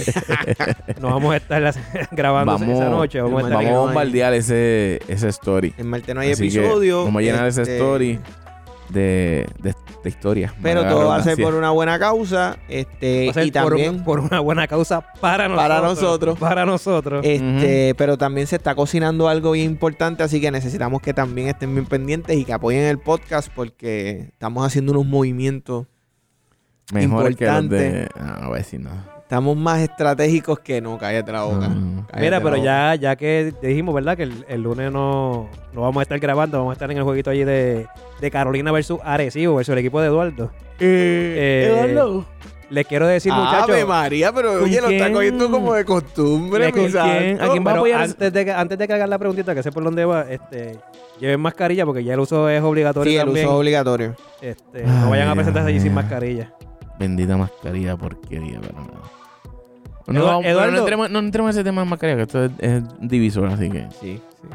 Speaker 2: no vamos a estar las- grabando
Speaker 1: Vamos-
Speaker 2: esa noche. Vamos a estar
Speaker 1: Vamos a
Speaker 3: no hay-
Speaker 1: bombardear ese, ese story.
Speaker 3: El martes no hay
Speaker 1: Así que
Speaker 3: episodio.
Speaker 1: Vamos a llenar ese
Speaker 3: este,
Speaker 1: story de, de, de historias.
Speaker 3: Pero
Speaker 1: Valga
Speaker 3: todo
Speaker 1: la
Speaker 3: va a ser
Speaker 1: redundancia.
Speaker 3: por una buena causa. Este,
Speaker 2: Va a ser
Speaker 3: y
Speaker 2: por un-
Speaker 3: también.
Speaker 2: por, una buena causa para nosotros.
Speaker 3: Para nosotros.
Speaker 2: Para nosotros.
Speaker 3: Este, pero también se está cocinando algo bien importante, así que necesitamos que también estén bien pendientes y que apoyen el podcast porque estamos haciendo unos movimientos,
Speaker 1: Mejor que los de...
Speaker 3: importante.
Speaker 1: Ah, no voy a decir nada.
Speaker 3: estamos más estratégicos que no, cállate la boca.
Speaker 1: No, no, no.
Speaker 3: cállate
Speaker 2: Mira, pero
Speaker 3: la boca.
Speaker 2: ya, ya que dijimos, ¿verdad? Que el, el lunes no, no vamos a estar grabando, vamos a estar en el jueguito allí de, de Carolina versus Arecibo, versus el equipo de Eduardo. Eh, Les quiero decir,
Speaker 3: Ave
Speaker 2: muchachos.
Speaker 3: María, pero
Speaker 2: ¿Con
Speaker 3: oye, lo está
Speaker 2: quién?
Speaker 3: cogiendo como de costumbre,
Speaker 2: ¿De
Speaker 3: mi
Speaker 2: con quién?
Speaker 3: santo.
Speaker 1: ¿A quién va a
Speaker 2: Pero
Speaker 1: apoyar?
Speaker 2: Antes de, que- antes de que hagan la preguntita, que sé por dónde va, este, lleven mascarilla porque ya el uso es obligatorio
Speaker 3: Sí, el
Speaker 2: también.
Speaker 3: uso obligatorio.
Speaker 2: Este, no vayan a
Speaker 1: Ay,
Speaker 2: presentarse allí
Speaker 1: Dios
Speaker 2: sin
Speaker 1: mío.
Speaker 2: mascarilla.
Speaker 1: Bendita mascarilla, porquería, pero no. No,
Speaker 2: Edu-
Speaker 1: vamos- pero
Speaker 2: Eduardo.
Speaker 1: no, entremos, no entremos en ese tema de mascarilla, que esto es, es divisor, así que...
Speaker 3: Sí, sí.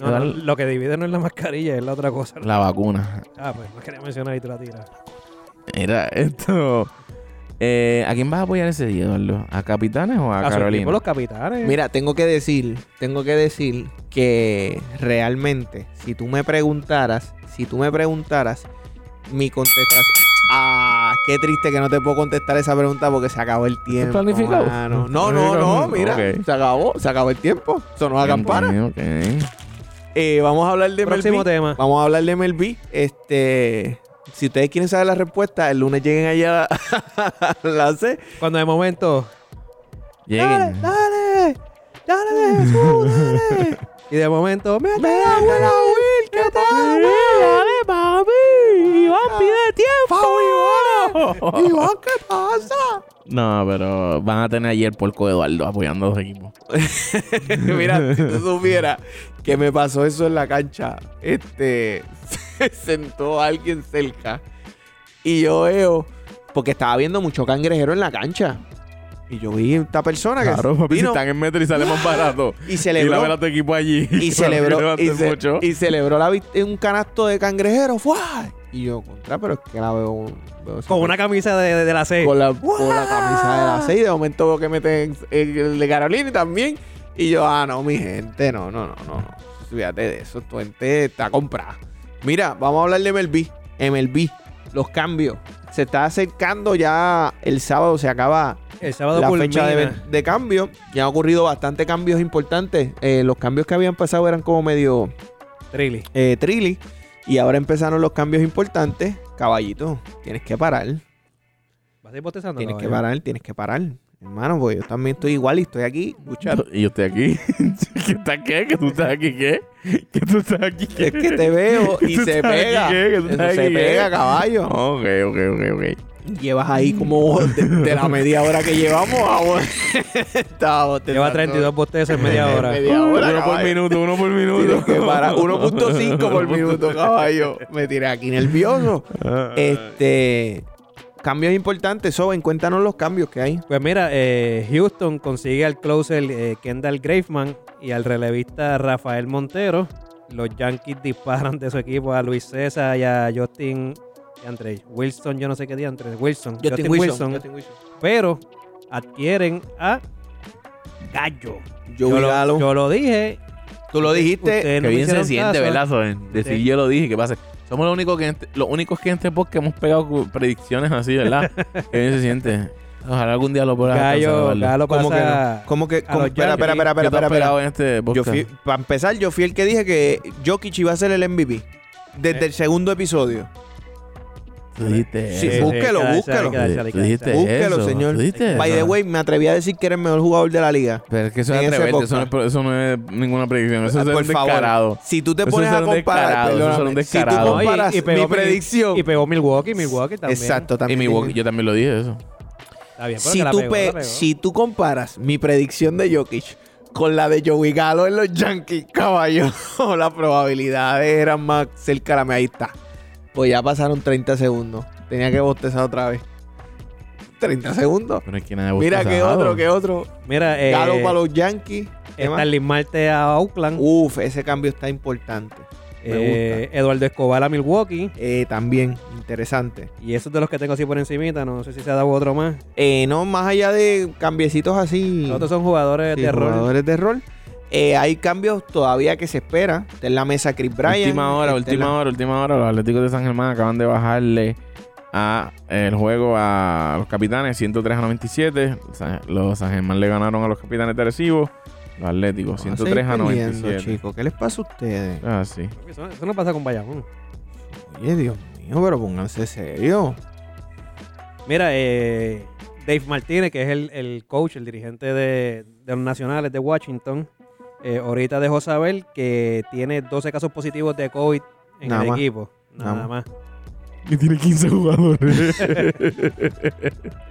Speaker 2: No, no, lo que divide no es la mascarilla, es la otra cosa.
Speaker 1: La vacuna.
Speaker 2: Ah, pues no quería mencionar y tú la tiras.
Speaker 1: Era esto... Eh, ¿A quién vas a apoyar ese día, Eduardo? ¿A Capitanes o a,
Speaker 2: A su equipo,
Speaker 1: Carolina?
Speaker 2: los capitanes.
Speaker 3: Ah, Mira, tengo que decir, tengo que decir que realmente, si tú me preguntaras, si tú me preguntaras, mi contestación. Ah, qué triste que no te puedo contestar esa pregunta porque se acabó el tiempo.
Speaker 1: planificado?
Speaker 3: mano. No, no, no, mira.
Speaker 1: Ok.
Speaker 3: Se acabó, se acabó el tiempo. Sonó la campana.
Speaker 1: Entiendo, ok.
Speaker 3: Eh, vamos a hablar de
Speaker 2: Próximo
Speaker 3: MLB.
Speaker 2: tema.
Speaker 3: Vamos a hablar de MLB. Este, si ustedes quieren saber la respuesta, el lunes lleguen allá a la C.
Speaker 2: Cuando de momento.
Speaker 1: Lleguen.
Speaker 2: ¡Dale! ¡Dale, Jesús! ¡Dale! y de momento. ¡Mete la buena Will! ¡Que te la Will! ¡Dale, papi! ¡Iván pide tiempo!
Speaker 3: Iván, ¿qué pasa?
Speaker 1: No, pero van a tener allí el porco Eduardo apoyando a los equipos.
Speaker 3: Mira, si tú supieras que me pasó eso en la cancha, este, se sentó alguien cerca y yo veo, porque estaba viendo mucho cangrejero en la cancha. Y yo vi esta persona Ah, que vino
Speaker 1: en metro y sale más barato.
Speaker 3: y celebró,
Speaker 1: tu equipo allí.
Speaker 3: y celebró, y, ce- y celebró la vict- un canasto de cangrejero. ¡fua! Y yo, contra, pero es que la veo... veo esa
Speaker 2: Con una camisa de, de- de la C.
Speaker 3: con la, con la camisa de la 6. De momento veo que meten el, el de Carolina también. Y yo, ah, no, mi gente, no, no, no, no. no. Fíjate de eso, tu gente está comprada. Mira, vamos a hablar de MLB. MLB, los cambios. Se está acercando ya el sábado, se acaba
Speaker 2: El sábado eh.
Speaker 3: la
Speaker 2: culmina.
Speaker 3: fecha de, de cambio. Ya han ocurrido bastante cambios importantes. Eh, los cambios que habían pasado eran como medio
Speaker 2: Trilly.
Speaker 3: eh, trilly. Y ahora empezaron los cambios importantes. Caballito, tienes que parar.
Speaker 2: ¿Vas a ir bostezando?
Speaker 3: Tienes que
Speaker 2: caballo?
Speaker 3: parar, tienes que parar. Hermano, porque yo también estoy igual y estoy aquí escuchando.
Speaker 1: Y yo estoy aquí. ¿Qué está qué? ¿Que tú estás aquí qué? ¿Que tú estás aquí qué?
Speaker 3: Es que te veo y
Speaker 1: ¿Tú
Speaker 3: se
Speaker 1: sabes
Speaker 3: pega.
Speaker 1: qué? ¿Tú
Speaker 3: Eso
Speaker 1: sabes
Speaker 3: se
Speaker 1: qué?
Speaker 3: pega, caballo.
Speaker 1: Ok, ok, ok, ok.
Speaker 3: Llevas ahí como de, de la media hora que llevamos. ah, vamos. Estábamos
Speaker 2: Lleva
Speaker 3: tentando-
Speaker 2: 32 bostezos en media hora.
Speaker 3: Media hora,
Speaker 1: uno por
Speaker 3: caballo.
Speaker 1: minuto, uno por minuto.
Speaker 3: Tienes que parar. 1.5 por minuto, caballo. Me tiré aquí nervioso.
Speaker 1: Ah,
Speaker 3: Este. Cambios importantes, Soben. Cuéntanos los cambios que hay.
Speaker 2: Pues mira, eh, Houston consigue al closer eh, Kendall Graveman y al relevista Rafael Montero. Los Yankees disparan de su equipo a Luis César y a Justin y André Wilson, yo no sé qué día, André Wilson.
Speaker 3: Justin Wilson.
Speaker 2: Pero adquieren a Gallo.
Speaker 3: Joey
Speaker 2: lo,
Speaker 3: Gallo.
Speaker 2: yo lo dije.
Speaker 3: Tú lo dijiste.
Speaker 2: ustedes
Speaker 1: Que
Speaker 2: no me
Speaker 1: bien se
Speaker 2: hicieron
Speaker 1: siente,
Speaker 2: caso.
Speaker 1: ¿verdad, Soben? Decir
Speaker 2: Sí.
Speaker 1: yo lo dije, que pase. Somos los únicos que en este- los únicos que en este podcast hemos pegado cu- predicciones así, ¿verdad? que bien se siente. Ojalá algún día lo puedas alcanzar,
Speaker 2: Gallo,
Speaker 1: Eduardo.
Speaker 2: Gallo
Speaker 3: ¿Cómo que no?
Speaker 2: pasa...
Speaker 3: ¿Cómo que?
Speaker 2: a
Speaker 3: cómo-
Speaker 2: los
Speaker 3: Espera,
Speaker 2: Yankees.
Speaker 3: espera, espera,
Speaker 1: ¿Qué tú
Speaker 3: espera,
Speaker 1: has
Speaker 3: espera.
Speaker 1: pegado en este
Speaker 3: Yo
Speaker 1: podcast?
Speaker 3: fui, para empezar, yo fui el que dije que Jokic iba a ser el MVP desde
Speaker 2: Eh.
Speaker 3: el segundo episodio.
Speaker 1: Tú dijiste
Speaker 3: Sí,
Speaker 1: eso.
Speaker 3: búsquelo,
Speaker 2: hay que darse,
Speaker 3: búsquelo.
Speaker 2: hay que darse, hay que
Speaker 1: Tú
Speaker 2: darse.
Speaker 1: dijiste
Speaker 3: Búsquelo,
Speaker 1: eso.
Speaker 3: señor.
Speaker 1: Tú dijiste
Speaker 3: By the
Speaker 1: eso.
Speaker 3: way, me atreví a decir que eres el mejor jugador de la liga.
Speaker 1: Pero es que eso es
Speaker 3: en ese
Speaker 1: atreverte, eso no es,
Speaker 3: podcast. Ah,
Speaker 1: pro- eso no es ninguna predicción, eso es
Speaker 3: Por
Speaker 1: un
Speaker 3: favor.
Speaker 1: descarado.
Speaker 3: Si tú te
Speaker 1: Eso
Speaker 3: pones
Speaker 1: es
Speaker 3: a
Speaker 1: un
Speaker 3: comparar,
Speaker 1: descarado, eso es un
Speaker 3: perdóname, si tú
Speaker 1: descarado.
Speaker 2: No, y-
Speaker 3: comparas
Speaker 2: y pegó
Speaker 3: mi
Speaker 2: Mil-
Speaker 3: predicción,
Speaker 2: Y pegó Milwaukee, Milwaukee también.
Speaker 3: exacto,
Speaker 1: Y
Speaker 3: también.
Speaker 1: mi walkie- yo también lo dije eso.
Speaker 2: Está bien, pero
Speaker 3: si,
Speaker 2: que la
Speaker 3: tú
Speaker 2: pegó,
Speaker 3: pe-
Speaker 2: la pegó.
Speaker 3: si tú comparas mi predicción de Jokic con la de Joey Galo en los Yankees, caballo, las probabilidades eran más cerca de la media. Ahí está. Pues ya pasaron 30 segundos. Tenía que bostezar otra vez. 30 segundos.
Speaker 1: Pero es que nada
Speaker 3: Mira,
Speaker 1: gusta
Speaker 3: que
Speaker 1: sábado.
Speaker 3: otro, que otro.
Speaker 2: Mira, eh,
Speaker 3: Galo para los Yankees. ¿Qué más?
Speaker 2: Starling Marte a Oakland.
Speaker 3: Uf, ese cambio está importante. Uh, Me
Speaker 2: eh, Eduardo Escobar a Milwaukee.
Speaker 3: gusta. Eh, también, interesante.
Speaker 2: Y esos de los que tengo así por encimita, no sé si se ha dado otro más.
Speaker 3: Eh, no, más allá de cambiecitos así.
Speaker 2: Los otros son jugadores
Speaker 3: sí,
Speaker 2: de rol.
Speaker 3: jugadores de rol. Eh, hay cambios todavía que se espera. Está en la mesa Chris Bryant.
Speaker 1: última hora,
Speaker 3: está en este, la-
Speaker 1: última hora, última hora. Los Atléticos de San Germán acaban de bajarle a el juego a los capitanes 103 a 97. San- Los San Germán le ganaron a los capitanes de Arecibo. Los Atléticos
Speaker 3: No,
Speaker 1: 103 a
Speaker 3: seguir perdiendo,
Speaker 1: 97.
Speaker 3: chicos. ¿Qué les pasa a ustedes?
Speaker 1: Ah, sí.
Speaker 2: Eso, eso no pasa con Bayamón.
Speaker 3: Oye, Dios mío, pero pónganse serio.
Speaker 2: Mira, eh, Dave Martínez, que es el, el coach, el dirigente de, de los nacionales de Washington, eh, ahorita dejó saber que tiene 12 casos positivos de COVID en
Speaker 3: Nada
Speaker 2: el
Speaker 3: más.
Speaker 2: equipo. Nada,
Speaker 3: Nada
Speaker 2: más.
Speaker 1: Y tiene 15 jugadores.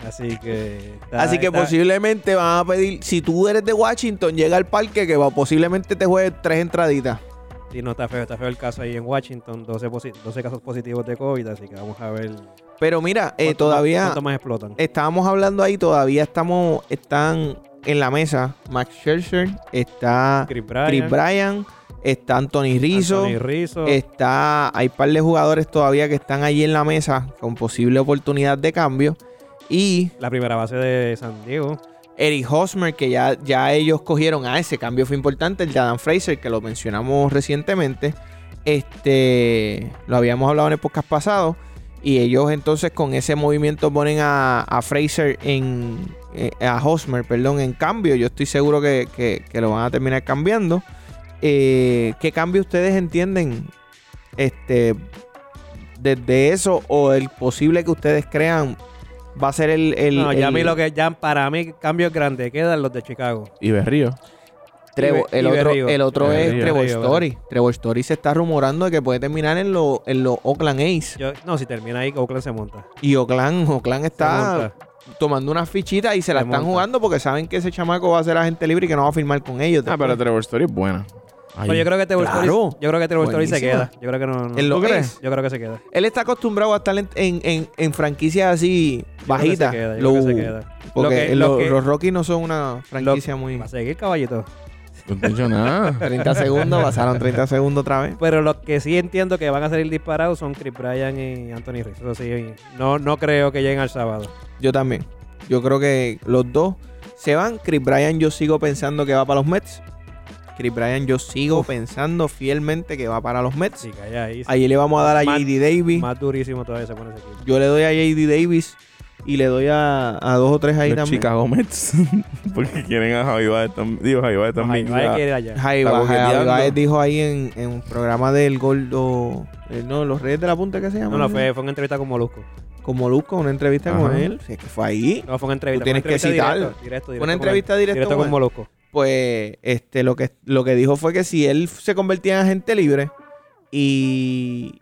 Speaker 2: Así que. está-
Speaker 3: Así que
Speaker 2: está-
Speaker 3: posiblemente van a pedir. Si tú eres de Washington, llega al parque que va, posiblemente te juegue tres entraditas.
Speaker 2: Sí, no, está feo, está feo el caso ahí en Washington. 12, posi- 12 casos positivos de COVID, así que vamos a ver.
Speaker 3: Pero mira, eh,
Speaker 2: cuánto
Speaker 3: todavía. eh,
Speaker 2: Más, cuánto más explotan?
Speaker 3: estábamos hablando ahí, todavía estamos, están en la mesa. Max Scherzer, está
Speaker 2: Chris Bryant.
Speaker 3: Chris Bryant, está Anthony Rizzo, eh,
Speaker 2: Anthony Rizzo.
Speaker 3: está, hay par de jugadores todavía que están allí en la mesa con posible oportunidad de cambio. Y
Speaker 2: la primera base de San Diego.
Speaker 3: Eric Hosmer, que ya, ya ellos cogieron a ese cambio fue importante. El de Adam Fraser, que lo mencionamos recientemente. Este lo habíamos hablado en el podcast pasado. Y ellos entonces con ese movimiento ponen a, a Fraser en. eh, a Hosmer, perdón, en cambio. Yo estoy seguro que, que- que lo van a terminar cambiando. Eh, ¿Qué cambio ustedes entienden? Este. Desde eso, o el posible que ustedes crean, va a ser el. el-
Speaker 2: no, ya a
Speaker 3: el-
Speaker 2: mí lo que ya para mí cambios grandes quedan los de Chicago.
Speaker 1: Y Berrío.
Speaker 3: Trevo-
Speaker 2: Y Be-
Speaker 3: el,
Speaker 2: y
Speaker 3: otro,
Speaker 2: Berrío.
Speaker 3: el otro es
Speaker 1: Berrío.
Speaker 3: Trevor
Speaker 2: Berrío,
Speaker 3: Story. Trevor Story se está rumorando de que puede terminar en los en los Oakland Ace.
Speaker 2: Yo- no, si termina ahí, Oakland se monta. Se
Speaker 3: Y Oakland, Oakland está
Speaker 2: monta.
Speaker 3: tomando unas fichitas y se la
Speaker 2: Se
Speaker 3: están
Speaker 2: monta.
Speaker 3: jugando porque saben que ese chamaco va a ser agente libre y que no va a firmar con ellos.
Speaker 1: Ah, pero Trevor Story es buena. Ahí.
Speaker 2: Pero Pues yo creo que Trevor Story-
Speaker 3: Claro.
Speaker 2: yo creo que Trevor Story se
Speaker 3: Buenísima.
Speaker 2: queda. Yo creo que no. no.
Speaker 3: ¿En los
Speaker 2: ¿Tú crees?
Speaker 3: A's?
Speaker 2: Yo creo que se queda.
Speaker 3: Él está acostumbrado a estar en, en- en- en franquicias
Speaker 2: Yo
Speaker 3: así
Speaker 2: creo que se
Speaker 3: bajitas.
Speaker 2: queda, yo
Speaker 3: Lo-
Speaker 2: creo que se queda. Lo
Speaker 3: Porque
Speaker 2: que-
Speaker 3: lo-
Speaker 2: lo que-
Speaker 3: los Rockies no son una franquicia muy...
Speaker 2: Va a seguir caballito.
Speaker 1: No te he dicho nada.
Speaker 3: 30 segundos, pasaron 30 segundos otra vez.
Speaker 2: Pero los que sí entiendo que van a salir disparados son Chris Bryan y Anthony Rizzo. Eso sí, no, no creo que lleguen al sábado.
Speaker 3: Yo también. Yo creo que los dos se van. Chris Bryan yo sigo pensando que va para los Mets. Chris Bryan yo sigo pensando fielmente que va para los Mets.
Speaker 2: Sí, que allá ahí.
Speaker 3: Ahí le vamos a dar a
Speaker 2: Más-
Speaker 3: JD Davis.
Speaker 2: Más durísimo todavía se pone ese equipo.
Speaker 3: Yo le doy a JD Davis y le doy a, a dos o tres ahí
Speaker 1: Los
Speaker 3: también.
Speaker 1: Chicago Mets. Porque quieren a Javi Baez también. Digo, Javi Baez
Speaker 2: Ay,
Speaker 1: también.
Speaker 2: no hay
Speaker 1: ya.
Speaker 2: que ir allá.
Speaker 3: Javi
Speaker 1: Está
Speaker 3: Ba- Javi
Speaker 1: coqueteando.
Speaker 3: Baez dijo ahí en, en un programa del Gordo. eh, no, los Reyes de la Punta, ¿qué se llama?
Speaker 2: No, no, fue, fue una entrevista con Molusco.
Speaker 3: Con Molusco, una entrevista con
Speaker 1: Ajá.
Speaker 3: él. Si es que fue ahí.
Speaker 2: No, fue una entrevista.
Speaker 3: Tú
Speaker 2: fue una
Speaker 3: tienes que
Speaker 2: entrevista
Speaker 3: citarlo.
Speaker 2: directo, directo, directo
Speaker 3: Una
Speaker 2: con él.
Speaker 3: entrevista directa
Speaker 2: directo con Molusco.
Speaker 3: pues este lo que lo que dijo fue que si él se convertía en agente libre y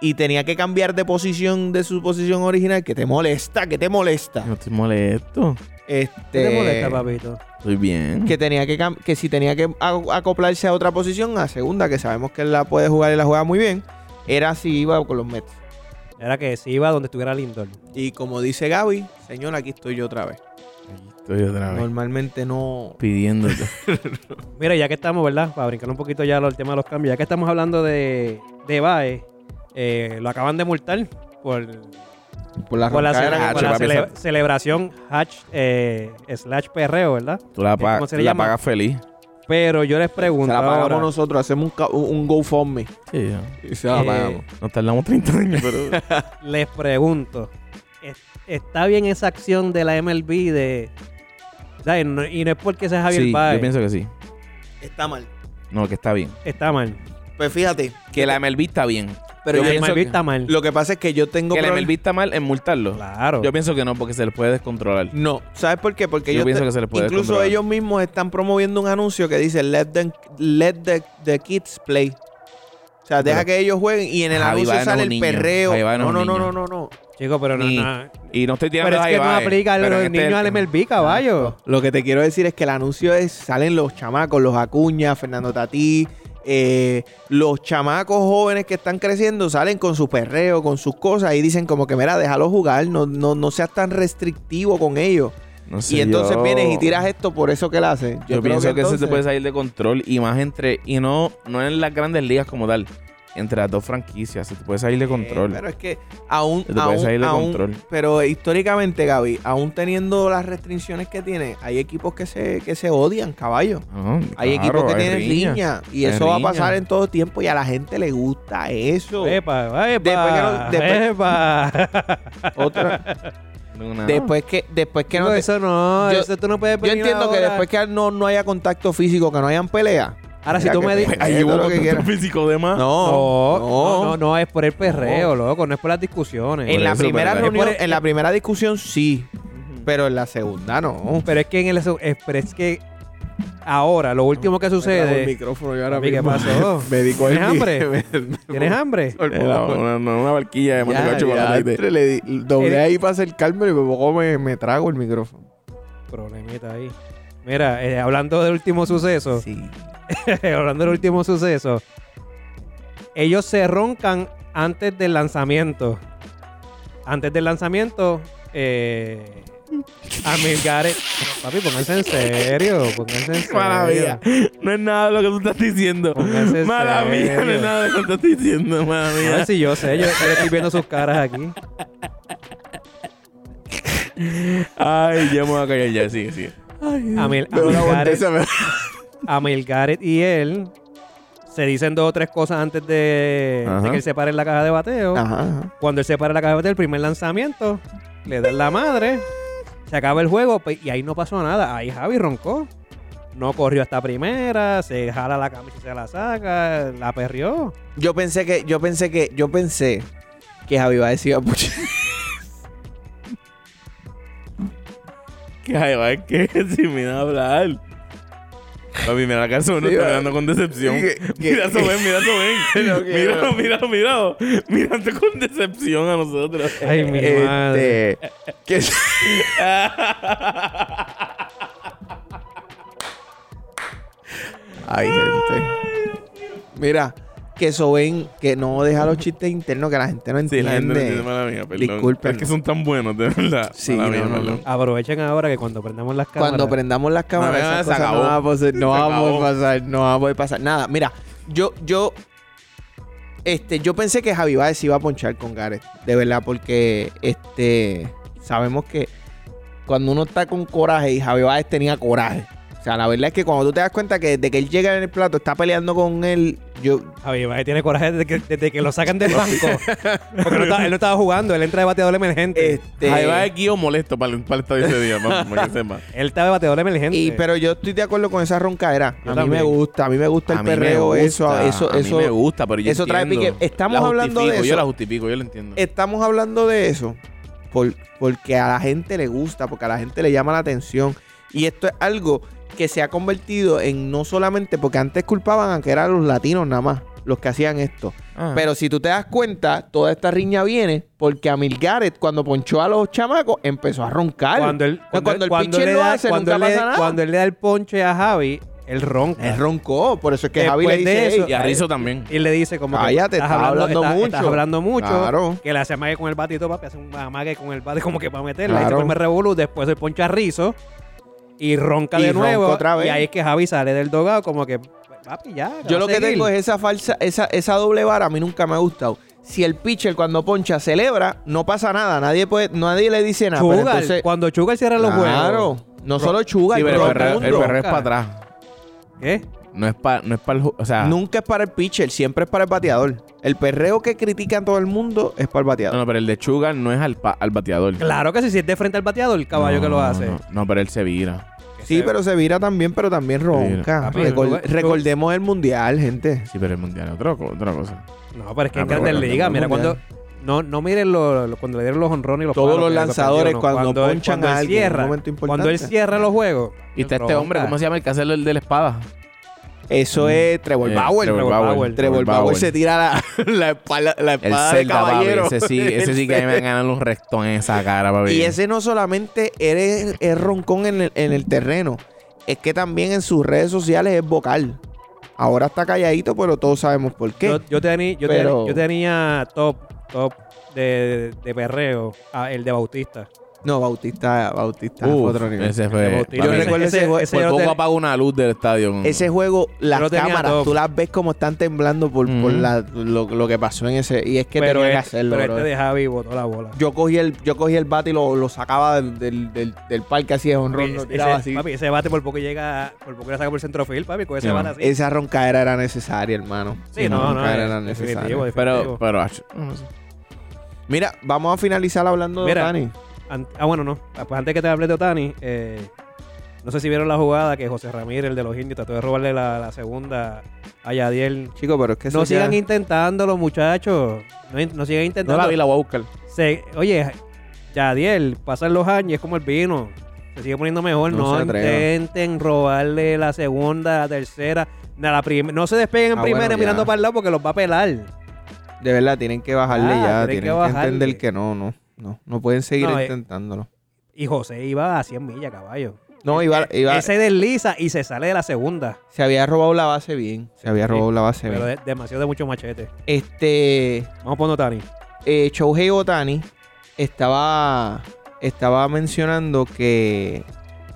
Speaker 3: y tenía que cambiar de posición de su posición original que te molesta que te molesta
Speaker 1: No estoy molesto.
Speaker 3: este
Speaker 2: ¿Qué te molesta, papito?
Speaker 1: Estoy bien.
Speaker 3: que tenía que cam- que si tenía que a- acoplarse a otra posición a segunda que sabemos que él la puede jugar y la juega muy bien era si iba con los Mets
Speaker 2: Era que si iba donde estuviera Lindor.
Speaker 3: y como dice Gaby señor aquí estoy yo otra vez
Speaker 1: Estoy otra vez.
Speaker 3: normalmente no
Speaker 1: Pidiéndote.
Speaker 2: Mira, ya que estamos, ¿verdad? Para brincar un poquito ya lo- el tema de los cambios. Ya que estamos hablando de, de Bae, eh, lo acaban de multar por,
Speaker 3: por la,
Speaker 2: por la,
Speaker 3: roncaera
Speaker 2: cele-
Speaker 1: hacho,
Speaker 2: por la
Speaker 1: papi,
Speaker 2: cele-
Speaker 1: esa-
Speaker 2: celebración hatch eh, slash perreo, ¿verdad?
Speaker 1: Tú la, pa-
Speaker 2: ¿Cómo se le
Speaker 1: la
Speaker 2: llama?
Speaker 1: pagas feliz.
Speaker 2: Pero yo les
Speaker 3: se
Speaker 2: pregunto
Speaker 3: la pagamos
Speaker 2: ahora,
Speaker 3: nosotros hacemos un, ca- un, un GoFundMe
Speaker 1: Sí, ya.
Speaker 3: y se la
Speaker 2: Eh,
Speaker 3: pagamos
Speaker 1: Nos tardamos 30 años, pero.
Speaker 2: les pregunto, ¿es- ¿está bien esa acción de la MLB de... ¿sabes? No- y no es porque sea Javier
Speaker 1: sí,
Speaker 2: Bae,
Speaker 1: yo pienso que sí.
Speaker 3: está mal
Speaker 1: No, que está bien.
Speaker 2: está mal.
Speaker 3: Pues fíjate,
Speaker 1: Que la MLB está bien.
Speaker 3: Pero
Speaker 1: Yo
Speaker 3: yo-
Speaker 2: el
Speaker 1: pienso
Speaker 2: MLB
Speaker 1: que-
Speaker 2: está mal.
Speaker 3: lo que pasa es que yo tengo
Speaker 1: Que el
Speaker 3: problem-
Speaker 1: MLB está mal en multarlo.
Speaker 2: Claro.
Speaker 1: Yo pienso que no, porque se les puede descontrolar.
Speaker 3: No, ¿sabes por qué? Porque
Speaker 1: Yo
Speaker 3: ellos
Speaker 1: pienso
Speaker 3: te-
Speaker 1: que se les puede
Speaker 3: incluso
Speaker 1: controlar.
Speaker 3: ellos mismos están promoviendo un anuncio que dice let them- let the, the kids play. O sea, deja
Speaker 1: Pero-
Speaker 3: que ellos jueguen y en el
Speaker 1: Javi
Speaker 3: anuncio
Speaker 1: Baez no es
Speaker 3: sale
Speaker 1: un
Speaker 3: el
Speaker 1: niño.
Speaker 3: perreo.
Speaker 1: Javi Baez no
Speaker 3: No,
Speaker 1: es
Speaker 3: no,
Speaker 1: un
Speaker 3: no,
Speaker 1: niño.
Speaker 3: no, no, no.
Speaker 2: Chico, pero no,
Speaker 1: Ni-
Speaker 2: no.
Speaker 1: Y no estoy tirando
Speaker 2: Pero es
Speaker 1: a
Speaker 2: que no
Speaker 1: Ibaez,
Speaker 2: aplica a
Speaker 1: pero en
Speaker 2: los
Speaker 1: este-
Speaker 2: niños al MLB, caballo.
Speaker 3: Lo que te quiero decir es que el anuncio es salen los chamacos, los Acuña, Fernando Tatí, eh, los chamacos jóvenes que están creciendo salen con su perreo, con sus cosas y dicen como que mira, déjalo jugar, no, no, no seas tan restrictivo con ellos.
Speaker 1: No sé,
Speaker 3: Y entonces
Speaker 1: yo-
Speaker 3: vienes y tiras esto por eso que la haces.
Speaker 1: Yo,
Speaker 3: creo
Speaker 1: pienso que, eso
Speaker 3: entonces-
Speaker 1: te puede salir de control y más entre. Y no, no en las grandes ligas como tal. Entre las dos franquicias. Se te puede salir de control.
Speaker 3: Eh, pero es que aún,
Speaker 1: Se te puede
Speaker 3: aún-
Speaker 1: salir de
Speaker 3: aún-
Speaker 1: control.
Speaker 3: pero históricamente, Gaby, aún teniendo las restricciones que tiene, hay equipos que se, que se odian, caballo.
Speaker 1: Ah,
Speaker 3: Hay
Speaker 1: claro,
Speaker 3: equipos que
Speaker 1: hay
Speaker 3: tienen riña,
Speaker 1: riña.
Speaker 3: y
Speaker 1: Hay
Speaker 3: eso va a
Speaker 1: riña.
Speaker 3: pasar en todo tiempo y a la gente le gusta eso.
Speaker 2: Epa, epa,
Speaker 3: Después que no- después-
Speaker 2: epa.
Speaker 3: Otra-
Speaker 1: No, nada.
Speaker 3: después que después que no
Speaker 2: Digo,
Speaker 3: te-
Speaker 2: eso no,
Speaker 3: Yo-
Speaker 2: eso tú no puedes
Speaker 3: yo
Speaker 2: venir
Speaker 3: entiendo que
Speaker 2: ahora.
Speaker 3: después que no, no haya contacto físico, que no hayan pelea.
Speaker 2: Ahora, si
Speaker 3: mira
Speaker 2: tú
Speaker 3: que
Speaker 2: me
Speaker 3: te-
Speaker 2: dices...
Speaker 1: Ahí
Speaker 3: todo
Speaker 1: hubo
Speaker 3: lo que
Speaker 1: contacto
Speaker 3: quieras.
Speaker 1: físico de más.
Speaker 2: Ah. No,
Speaker 3: No,
Speaker 2: no, no, no, es por el perreo, loco, no es por las discusiones.
Speaker 1: Por
Speaker 3: En la
Speaker 1: eso,
Speaker 3: primera
Speaker 1: pero-
Speaker 3: reunión,
Speaker 2: Por-
Speaker 3: en la primera discusión sí, pero en la segunda no.
Speaker 2: Pero es que en el eh, pero es que ahora lo último que sucede,
Speaker 3: micrófono
Speaker 2: Papi, ¿qué pasó? ¿Tienes hambre? ¿Tienes hambre?
Speaker 1: Era una, una- una barquilla de manteca de chocolate.
Speaker 3: entre, le di- doblé
Speaker 2: Eh,
Speaker 3: ahí para acercarme y luego me, me trago el micrófono.
Speaker 2: Problemita ahí. Mira, eh, hablando del último suceso,
Speaker 3: Sí.
Speaker 2: hablando del último suceso, ellos se roncan antes del lanzamiento. Antes del lanzamiento, eh, a Melgares. Papi, pónganse en serio, pónganse en serio.
Speaker 1: Maravilla. No es nada de lo que tú estás diciendo.
Speaker 2: Póngase
Speaker 1: Maravilla, no
Speaker 2: serio.
Speaker 1: es nada de lo que tú estás diciendo. Maravilla.
Speaker 2: No, si yo sé, yo, yo estoy viendo sus caras aquí.
Speaker 1: Ay, ya me voy a callar ya. Sigue, sigue.
Speaker 2: A, Mel- a Melgares, a Melgares y él se dicen dos o tres cosas antes de, de
Speaker 1: Ajá.
Speaker 2: que él se pare en la caja de bateo.
Speaker 3: Ajá, ajá.
Speaker 2: Cuando él se para en la caja de bateo, el primer lanzamiento, le dan la madre, se acaba el juego pe- y ahí no pasó nada. Ahí Javi roncó. No corrió hasta primera, se jala la camisa y se la saca, la perrió.
Speaker 3: Yo pensé que, yo pensé que, yo pensé que Javi Baez iba a puchar.
Speaker 1: Que ay, va, es que si me da a hablar. Papi, mira la cara de Soben,
Speaker 3: Sí,
Speaker 1: está
Speaker 3: va.
Speaker 1: mirando con decepción.
Speaker 3: Sí, que- que-
Speaker 1: Mira Soben, mira
Speaker 3: No
Speaker 1: Soben.
Speaker 3: quiero.
Speaker 1: Míralo, míralo, míralo. Mirando con decepción a nosotros.
Speaker 2: Ay, mi madre.
Speaker 3: Este, que, ay, gente. Mira, que eso ven, que no deja los chistes internos que la gente no
Speaker 1: Sí,
Speaker 3: entiende.
Speaker 1: la gente no entiende mala mía, perdón.
Speaker 3: Disculpen.
Speaker 1: Es que son tan buenos, de verdad.
Speaker 3: Sí,
Speaker 1: Mala
Speaker 3: no,
Speaker 1: mía,
Speaker 3: no,
Speaker 1: perdón.
Speaker 3: no.
Speaker 2: Aprovechen ahora que cuando prendamos las cámaras.
Speaker 3: Cuando prendamos las cámaras,
Speaker 1: No, no,
Speaker 3: esas
Speaker 1: se
Speaker 3: cosas
Speaker 1: acabó.
Speaker 3: no van a pasar, no
Speaker 1: Se
Speaker 3: van a poder
Speaker 1: acabó.
Speaker 3: pasar, no van a poder pasar. Nada, mira, yo, yo, este, yo pensé que Javi Baez iba a ponchar con Gareth, de verdad, porque, este, sabemos que cuando uno está con coraje y Javi Baez tenía coraje. O sea, la verdad es que cuando tú te das cuenta que desde que él llega en el plato, está peleando con él, yo,
Speaker 2: Javi Baez tiene coraje desde que, desde que lo sacan del banco. Porque no estaba- él no estaba jugando, él entra de bateador emergente.
Speaker 3: este...
Speaker 1: Ahí va el guío molesto para el, para el estadio ese día, pa- para que sepa.
Speaker 2: él estaba de bateador emergente.
Speaker 3: Y, pero yo estoy de acuerdo con esa roncadera.
Speaker 2: Yo
Speaker 3: a mí
Speaker 2: también.
Speaker 3: me gusta, a mí me gusta el
Speaker 1: A mí me
Speaker 3: perreo,
Speaker 1: gusta,
Speaker 3: eso, eso,
Speaker 1: a mí
Speaker 3: eso.
Speaker 1: me gusta, pero yo
Speaker 3: eso trae
Speaker 1: entiendo.
Speaker 3: pique. Estamos
Speaker 1: La
Speaker 3: hablando de
Speaker 1: justifico,
Speaker 3: eso. Eh,
Speaker 1: Yo la justifico, yo la entiendo.
Speaker 3: estamos hablando de eso por- porque a la gente le gusta, porque a la gente le llama la atención. Y esto es algo que se ha convertido en no solamente porque antes culpaban a que eran los latinos nada más los que hacían esto.
Speaker 1: Ah.
Speaker 3: Pero si tú te das cuenta, toda esta riña viene porque a Milgaret cuando ponchó a los chamacos empezó a roncar.
Speaker 2: cuando él,
Speaker 3: Cuando, el pitcher
Speaker 2: le
Speaker 3: lo
Speaker 2: da-
Speaker 3: hace,
Speaker 2: cuando
Speaker 3: nunca
Speaker 2: él le,
Speaker 3: pasa nada.
Speaker 2: Cuando él le da el ponche a Javi, él ronca.
Speaker 3: Él roncó, por eso es que Javi le
Speaker 2: Después de
Speaker 3: dice
Speaker 2: eso-
Speaker 3: eso.
Speaker 1: y a Rizzo también.
Speaker 3: Eh,
Speaker 2: Y le dice como
Speaker 3: Cállate, estás hablando
Speaker 2: estás-
Speaker 3: mucho.
Speaker 2: estás hablando mucho.
Speaker 3: Claro.
Speaker 2: Que le hace amague con el batito, papi. Hace un amague con el bate como que para meterla. Y se
Speaker 3: Claro.
Speaker 2: forma el revolú. Después el ponche a Rizo. Y ronca
Speaker 3: Y
Speaker 2: de
Speaker 3: ronca
Speaker 2: nuevo.
Speaker 3: otra vez.
Speaker 2: Y ahí es que Javi sale del dogado como que, papi, ya.
Speaker 3: Yo lo que tengo
Speaker 2: es
Speaker 3: es esa falsa, esa, esa doble vara, a mí nunca me ha gustado. Si el pitcher cuando poncha celebra, no pasa nada, nadie puede, nadie le dice nada. pero
Speaker 2: Chugal,
Speaker 3: entonces,
Speaker 2: cuando Chugal cierra los
Speaker 3: claro,
Speaker 2: juegos.
Speaker 3: no solo chuga,
Speaker 1: Sí,
Speaker 3: el
Speaker 1: pero el perreo-
Speaker 3: rotundo.
Speaker 1: el perreo es para atrás.
Speaker 2: ¿Qué?
Speaker 1: No es para no es pa el ju- o sea,
Speaker 3: Nunca es para el pitcher, siempre es para el bateador. El perreo que critican todo el mundo es para el
Speaker 1: no,
Speaker 3: bateador.
Speaker 1: no, pero el de Sugar no es al, pa- al bateador.
Speaker 2: Claro que sí, si es de frente al bateador, el caballo
Speaker 1: No,
Speaker 2: que lo hace.
Speaker 1: No, no, pero él se vira.
Speaker 2: Que
Speaker 3: Sí, pero se vira también, pero también ronca.
Speaker 2: Papi,
Speaker 3: Recor-
Speaker 2: luego-
Speaker 3: recordemos el mundial, gente.
Speaker 1: Sí, pero el mundial es otra, co- otra cosa.
Speaker 2: No, pero es que
Speaker 1: Ah,
Speaker 2: en
Speaker 1: pero
Speaker 2: Grandes
Speaker 1: bueno,
Speaker 2: Ligas,
Speaker 3: no,
Speaker 2: mira,
Speaker 3: no,
Speaker 2: cuando. No, no miren lo- lo- cuando le dieron los honrones y los
Speaker 3: Todos
Speaker 2: palos
Speaker 3: los
Speaker 2: que- que
Speaker 3: lanzadores
Speaker 2: perdieron.
Speaker 3: cuando,
Speaker 2: él-
Speaker 3: ponchan
Speaker 2: cuando él
Speaker 3: a alguien,
Speaker 2: cierra,
Speaker 3: un momento importante.
Speaker 2: cuando él cierra los juegos.
Speaker 1: Y está este
Speaker 2: Ronca.
Speaker 1: hombre, ¿cómo se llama el que hace el de la espada?
Speaker 3: Eso es Trevor
Speaker 1: Eh,
Speaker 3: Bauer.
Speaker 1: Trevor
Speaker 2: Trevor
Speaker 1: Bauer.
Speaker 2: Bauer.
Speaker 3: Trevor Bauer se tira la, la espalda, la
Speaker 1: El
Speaker 3: espada de
Speaker 1: Zelda, papi.
Speaker 3: caballero.
Speaker 1: Ese sí, ese sí que a mí me van a ganar un restón en esa cara, papi.
Speaker 3: Y ese no solamente es, es roncón en el, en el terreno, es que también en sus redes sociales es vocal. Ahora está calladito, pero todos sabemos por qué.
Speaker 2: Yo, yo tení- yo
Speaker 3: Pero-
Speaker 2: tení- yo tenía top, top de, de perreo, ah, el de Bautista.
Speaker 3: No, Bautista, Bautista
Speaker 1: Uf,
Speaker 3: fue otro nivel. Ese,
Speaker 1: ese fue.
Speaker 2: Yo
Speaker 1: papi,
Speaker 3: recuerdo Eh, ese
Speaker 2: ese-
Speaker 3: gol-
Speaker 2: ese
Speaker 1: Por
Speaker 2: yo
Speaker 1: Pues poco
Speaker 2: ten-
Speaker 1: apagó una luz del estadio. con-
Speaker 3: juego, las
Speaker 2: lo tenía
Speaker 3: cámaras,
Speaker 2: top.
Speaker 3: tú las ves como están temblando por, por
Speaker 1: Ujú.
Speaker 3: la- lo, lo que pasó en ese. Y es que
Speaker 2: pero
Speaker 3: tenía que
Speaker 2: este,
Speaker 3: hacerlo,
Speaker 2: pero
Speaker 3: bro.
Speaker 2: este de Javi botó la bola.
Speaker 3: Yo cogí el, yo cogí el bate y lo, lo sacaba del, del, del- del parque así de honrón, lo
Speaker 2: Ese-
Speaker 3: tiraba
Speaker 2: ese,
Speaker 3: así.
Speaker 2: papi, ese bate por poco llega, por poco la saca por el centro field, papi, con ese
Speaker 1: No.
Speaker 2: bate así.
Speaker 3: Esa roncadera era necesaria, hermano.
Speaker 2: sí, no, no,
Speaker 3: Roncadera
Speaker 2: es-
Speaker 3: era
Speaker 2: definitivo,
Speaker 3: necesaria.
Speaker 1: Pero,
Speaker 2: definitivo.
Speaker 1: pero, ach, no sé.
Speaker 3: Mira, vamos a finalizar hablando de
Speaker 2: Mira.
Speaker 3: Dani.
Speaker 2: Ant- ah, bueno, no. Ah, Pues antes que te hable de Otani, eh, no sé si vieron la jugada que José Ramírez, el de los indios, trató de robarle la, la segunda a Yadiel.
Speaker 3: Chico, pero es que eso
Speaker 2: No
Speaker 3: ya-
Speaker 2: sigan intentándolo, muchachos. No, in- no sigan
Speaker 1: No
Speaker 2: intentando.
Speaker 1: la vi, la voy a buscar. este
Speaker 2: Se- oye, Yadiel, pasan los años, es como el vino. Se sigue poniendo mejor.
Speaker 3: No
Speaker 2: No,
Speaker 3: se atreva.
Speaker 2: intenten robarle la segunda, la tercera, na- la prim- No se despeguen en
Speaker 3: Ah,
Speaker 2: primera
Speaker 3: bueno, ya.
Speaker 2: mirando para el lado porque los va a pelar.
Speaker 3: De verdad, tienen que bajarle
Speaker 2: Ah,
Speaker 3: ya.
Speaker 2: tienen que
Speaker 3: Tienen que,
Speaker 2: bajarle.
Speaker 3: entender que no, no. No, no pueden seguir
Speaker 2: No, eh.
Speaker 3: intentándolo.
Speaker 2: Y José iba a 100 millas, caballo.
Speaker 3: No, iba, Ah, iba-
Speaker 2: Él se Eh, desliza y se sale de la segunda.
Speaker 3: se había robado la base bien. Se había
Speaker 2: Sí,
Speaker 3: robado la base
Speaker 2: Pero
Speaker 3: bien.
Speaker 2: de- demasiado de mucho machete.
Speaker 3: Este,
Speaker 2: Vamos por Otani.
Speaker 3: eh, Shohei Otani estaba, estaba mencionando que,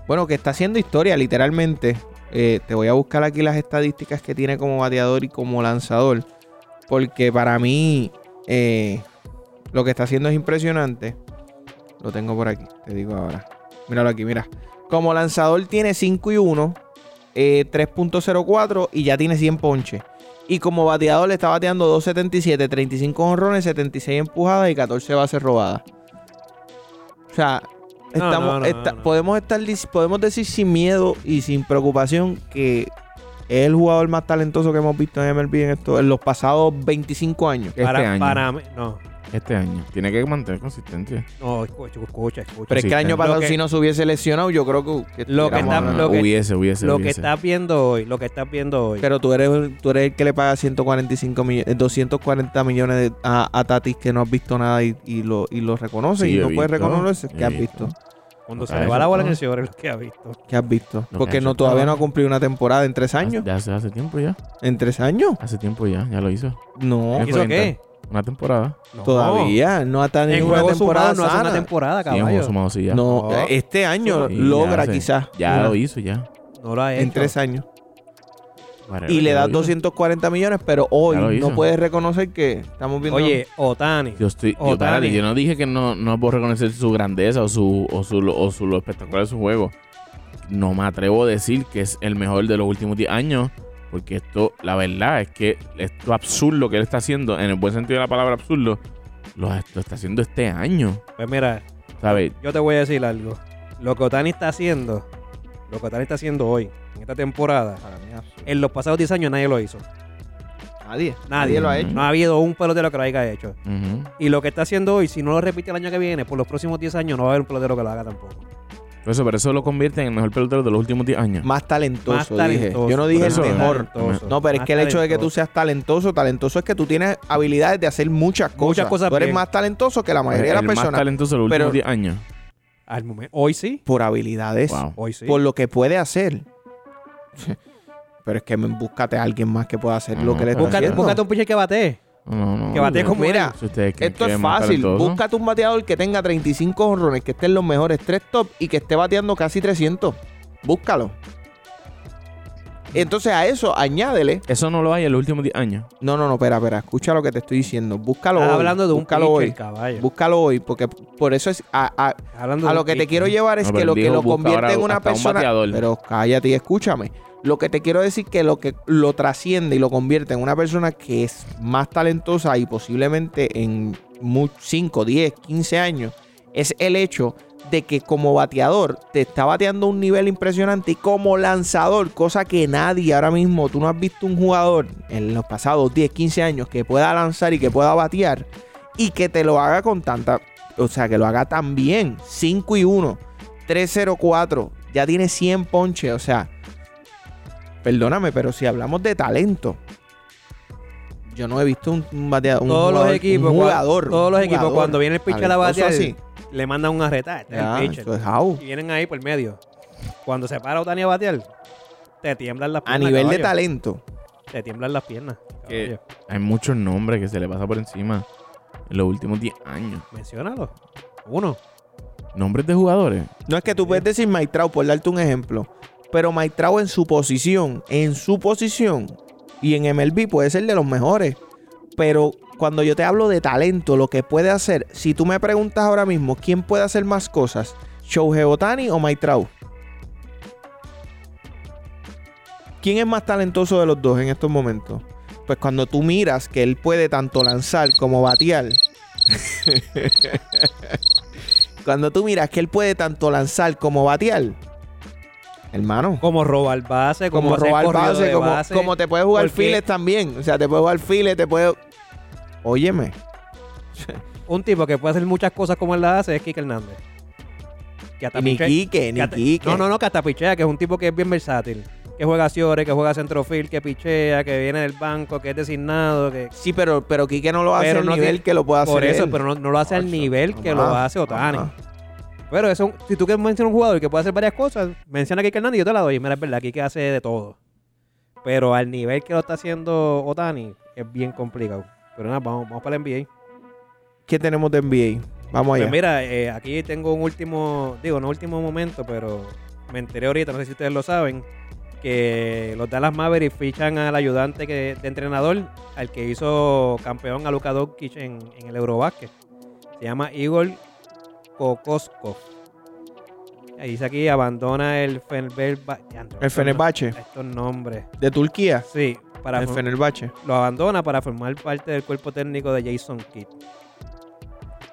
Speaker 3: bueno, que está haciendo historia, literalmente. Eh, te voy a buscar aquí las estadísticas que tiene como bateador y como lanzador. Porque para mí, eh, lo que está haciendo es impresionante. Lo tengo por aquí, te digo ahora. Míralo aquí, mira. Como lanzador tiene 5 y 1, eh, 3.04 y ya tiene 100 ponches. Y como bateador le está bateando 277, 35 honrones, 76 empujadas y 14 bases robadas. O sea,
Speaker 2: No,
Speaker 3: estamos-
Speaker 2: no, no,
Speaker 3: esta-
Speaker 2: no, no.
Speaker 3: podemos estar dis- podemos decir sin miedo y sin preocupación que es el jugador más talentoso que hemos visto en MLB en, esto, en los pasados 25 años.
Speaker 1: Este
Speaker 2: para,
Speaker 1: año.
Speaker 2: para mí- no,
Speaker 1: Este año. Tiene que mantener consistencia.
Speaker 2: no, escucha, escucha. escucha.
Speaker 3: Pero es que el año
Speaker 1: Lo
Speaker 3: pasado
Speaker 2: que-
Speaker 3: si no se hubiese lesionado, yo creo que... que
Speaker 2: Lo que
Speaker 3: estuviéramos
Speaker 2: está-
Speaker 1: No, no,
Speaker 3: hablando.
Speaker 1: no,
Speaker 2: lo que-
Speaker 1: hubiese, hubiese,
Speaker 2: lo que
Speaker 1: hubiese.
Speaker 2: estás viendo hoy, lo que estás viendo hoy.
Speaker 3: Pero tú eres, tú eres el que le paga 145 millo- eh, 240 millones de- a, a Tatis que no has visto nada y, y lo, y lo reconoces
Speaker 1: Sí,
Speaker 3: y
Speaker 1: yo
Speaker 3: no
Speaker 1: he
Speaker 3: puedes
Speaker 1: visto,
Speaker 3: reconocer
Speaker 1: yo
Speaker 3: que
Speaker 1: he
Speaker 3: has
Speaker 1: visto.
Speaker 3: visto.
Speaker 2: cuando se
Speaker 1: Otra
Speaker 2: le
Speaker 1: vez,
Speaker 2: va la bola en
Speaker 1: ¿no?
Speaker 2: el señor es lo que ha visto.
Speaker 3: Que has visto.
Speaker 1: Lo que
Speaker 3: Porque
Speaker 1: ha
Speaker 3: no,
Speaker 1: hecho
Speaker 3: todavía no
Speaker 1: todo.
Speaker 3: ha cumplido una temporada en tres años.
Speaker 1: Ya hace, hace tiempo ya.
Speaker 3: ¿En tres años?
Speaker 1: Hace tiempo ya. Ya lo hizo.
Speaker 3: No,
Speaker 1: Es
Speaker 2: ¿Hizo
Speaker 1: cuenta.
Speaker 2: qué?
Speaker 1: Una temporada.
Speaker 2: No.
Speaker 3: todavía. No ha
Speaker 2: En
Speaker 3: tenido una
Speaker 2: juego sumado
Speaker 3: temporada
Speaker 2: no hace una
Speaker 3: sana.
Speaker 2: temporada,
Speaker 1: Sí, hemos
Speaker 2: caballo.
Speaker 1: sumado, sí, ya.
Speaker 3: No,
Speaker 2: No.
Speaker 3: este año
Speaker 1: Sí,
Speaker 3: logra
Speaker 1: ya sé.
Speaker 3: quizás.
Speaker 1: Ya
Speaker 3: una-
Speaker 1: lo hizo, ya.
Speaker 2: no lo ha hecho.
Speaker 3: En tres años.
Speaker 1: Whatever,
Speaker 3: Y le
Speaker 1: ya
Speaker 3: das
Speaker 1: lo hizo.
Speaker 3: 240 millones, pero
Speaker 1: Ya lo
Speaker 3: hoy no
Speaker 1: hizo.
Speaker 3: puedes reconocer que estamos viendo...
Speaker 2: Oye, Otani.
Speaker 1: Yo estoy. Yo,
Speaker 2: Otani.
Speaker 1: párate, yo no dije que no, no puedo reconocer su grandeza o su, o su, lo- o su lo espectacular de su juego. No me atrevo a decir que es el mejor de los últimos 10 años. Porque esto, la verdad, es que esto absurdo que él está haciendo, en el buen sentido de la palabra absurdo, lo, lo está haciendo este año.
Speaker 2: Pues mira,
Speaker 1: ¿Sabes?
Speaker 2: yo te voy a decir algo. Lo que Otani está haciendo, lo que Otani está haciendo hoy, en esta temporada,
Speaker 3: Para mí es absurdo.
Speaker 2: en los pasados 10 años nadie lo hizo.
Speaker 3: Nadie.
Speaker 2: Nadie
Speaker 3: Nadie lo ha hecho.
Speaker 2: No ha habido un pelotero que lo haya hecho.
Speaker 1: Ujú.
Speaker 2: Y lo que está haciendo hoy, si no lo repite el año que viene, por los próximos 10 años no va a haber un pelotero que lo haga tampoco.
Speaker 1: Por eso, pero eso lo convierte en el mejor pelotero de los últimos 10 años.
Speaker 3: Más talentoso,
Speaker 2: Más talentoso.
Speaker 3: dije. Yo no dije
Speaker 1: Mm. Por eso,
Speaker 3: el
Speaker 1: eh.
Speaker 3: mejor.
Speaker 2: Talentoso.
Speaker 3: No, pero es
Speaker 2: Más
Speaker 3: que el hecho de que tú
Speaker 2: talentoso.
Speaker 3: seas talentoso, talentoso es que tú tienes habilidades de hacer muchas cosas.
Speaker 2: Muchas cosas
Speaker 3: tú eres
Speaker 2: bien.
Speaker 3: más talentoso que la
Speaker 1: el
Speaker 3: mayoría de
Speaker 1: Pues
Speaker 3: las
Speaker 1: el más
Speaker 3: personas
Speaker 1: talentoso de los
Speaker 3: Pero-
Speaker 1: últimos 10 años.
Speaker 2: Al momento. Hoy sí.
Speaker 3: por habilidades,
Speaker 1: Wow.
Speaker 2: Hoy sí.
Speaker 3: por lo que puede hacer. pero es que men, búscate a alguien más que pueda hacer lo
Speaker 1: No,
Speaker 3: que le está
Speaker 1: pero-
Speaker 2: Búscate,
Speaker 3: haciendo.
Speaker 2: búscate un pitcher que batee.
Speaker 1: No, no.
Speaker 2: Que batee como
Speaker 3: Mira,
Speaker 2: él.
Speaker 1: Si ustedes creen
Speaker 3: Esto
Speaker 1: que
Speaker 3: es
Speaker 1: más
Speaker 3: fácil.
Speaker 1: talentoso,
Speaker 3: Búscate un bateador que tenga 35 honrones, que esté en los mejores tres top y que esté bateando casi 300. Búscalo. Entonces a eso añádele
Speaker 1: Eso no lo hay en los últimos 10 años.
Speaker 3: No, no, no, espera, espera. Escucha lo que te estoy diciendo. Búscalo
Speaker 2: Estás
Speaker 3: hoy.
Speaker 2: hablando de un
Speaker 3: búscalo
Speaker 2: pitcher,
Speaker 3: hoy.
Speaker 2: caballo.
Speaker 3: Búscalo hoy, porque por eso es. A, a-
Speaker 2: Estás hablando
Speaker 3: a
Speaker 2: de
Speaker 3: lo
Speaker 2: un
Speaker 3: que te
Speaker 2: pitcher.
Speaker 3: quiero llevar es
Speaker 1: No,
Speaker 3: que
Speaker 1: pero
Speaker 3: lo
Speaker 1: él
Speaker 3: que
Speaker 1: dijo
Speaker 3: lo
Speaker 1: busca
Speaker 3: convierte
Speaker 1: ahora
Speaker 3: en una
Speaker 1: hasta un
Speaker 3: persona.
Speaker 1: bateador.
Speaker 3: pero cállate y escúchame. Lo que te quiero decir que lo que lo trasciende y lo convierte en una persona que es más talentosa y posiblemente en 5, 10, 15 años es el hecho de que como bateador te está bateando a un nivel impresionante y como lanzador, cosa que nadie ahora mismo, tú no has visto un jugador en los pasados 10, 15 años que pueda lanzar y que pueda batear y que te lo haga con tanta, o sea, que lo haga tan bien, 5 y 1, 3-0-4, ya tiene 100 ponches, o sea, perdóname, pero si hablamos de talento, yo no he visto un, un bateador, un
Speaker 2: todos los
Speaker 3: jugador-
Speaker 2: equipos,
Speaker 3: un
Speaker 2: cua-
Speaker 3: jugador,
Speaker 2: todos
Speaker 3: un
Speaker 2: los equipos
Speaker 3: jugador
Speaker 2: cuando viene el pitcher a
Speaker 3: talentoso
Speaker 2: batear,
Speaker 3: así.
Speaker 2: le mandan un arreta. este es
Speaker 3: Ya,
Speaker 2: el pitcher.
Speaker 3: eso es out.
Speaker 2: Y vienen ahí por medio. Cuando se para Otani a batear, te tiemblan las
Speaker 3: A
Speaker 2: piernas.
Speaker 3: nivel de
Speaker 2: caballo.
Speaker 3: talento.
Speaker 2: Te tiemblan las piernas.
Speaker 1: Que-
Speaker 2: caballo.
Speaker 1: Hay muchos nombres que se le pasa por encima en los últimos 10 años.
Speaker 2: Menciónalo. Uno.
Speaker 1: Nombres de jugadores.
Speaker 3: No es que tú puedes decir Mike Trout, por darte un ejemplo. Pero Mike Trout en su posición, en su posición, y en MLB puede ser de los mejores. Pero cuando yo te hablo de talento, lo que puede hacer, si tú me preguntas ahora mismo quién puede hacer más cosas, Shohei Otani o Mike Trout. ¿Quién es más talentoso de los dos en estos momentos? Pues cuando tú miras que él puede tanto lanzar como batear. cuando tú miras que él puede tanto lanzar como batear. Hermano
Speaker 2: Como robar base, como,
Speaker 3: como
Speaker 2: hacer
Speaker 3: robar
Speaker 2: corrido
Speaker 3: base,
Speaker 2: de
Speaker 3: como,
Speaker 2: base.
Speaker 3: como te puede jugar
Speaker 2: porque-
Speaker 3: files también. O sea, te puede jugar files, te puede. Óyeme.
Speaker 2: Un tipo que puede hacer muchas cosas como él las hace es Kike Hernández. Que hasta
Speaker 3: Y Ni
Speaker 2: pichea-
Speaker 3: Quique,
Speaker 2: que
Speaker 3: ni
Speaker 2: hasta-
Speaker 3: Quique.
Speaker 2: No, no, no, que hasta pichea, que es un tipo que es bien versátil. Que juega Ciore, que juega centrofil, que pichea, que viene del banco, que es designado, que...
Speaker 3: Sí, pero, pero Quique no lo hace
Speaker 2: Pero
Speaker 3: al
Speaker 2: no
Speaker 3: nivel
Speaker 2: tiene-
Speaker 3: que lo puede hacer.
Speaker 2: Por eso,
Speaker 3: él.
Speaker 2: pero no, no lo hace al
Speaker 3: Ocho,
Speaker 2: nivel que lo
Speaker 3: ajá,
Speaker 2: hace Otani.
Speaker 3: ajá.
Speaker 2: Pero eso, si tú quieres mencionar un jugador que puede hacer varias cosas, menciona a Kike Hernández y yo te la doy. Mira, es verdad, Kike hace de todo. Pero al nivel que lo está haciendo Otani, es bien complicado. Pero nada, vamos, vamos para el NBA.
Speaker 3: ¿Qué tenemos de NBA? Vamos allá.
Speaker 2: Pues mira, eh, aquí tengo un último, digo, no último momento, pero me enteré ahorita, no sé si ustedes lo saben, que los Dallas Mavericks fichan al ayudante que, de entrenador, al que hizo campeón a Luka Doncic en, en el Eurobasket. Se llama Igor Kokoskov. Ahí dice aquí, abandona el Fenerbahce.
Speaker 3: el Fenerbahce
Speaker 2: Estos nombres.
Speaker 3: de Turquía.
Speaker 2: Sí, para
Speaker 3: El
Speaker 2: for-
Speaker 3: Fenerbahce.
Speaker 2: lo abandona para formar parte del cuerpo técnico de Jason Kidd.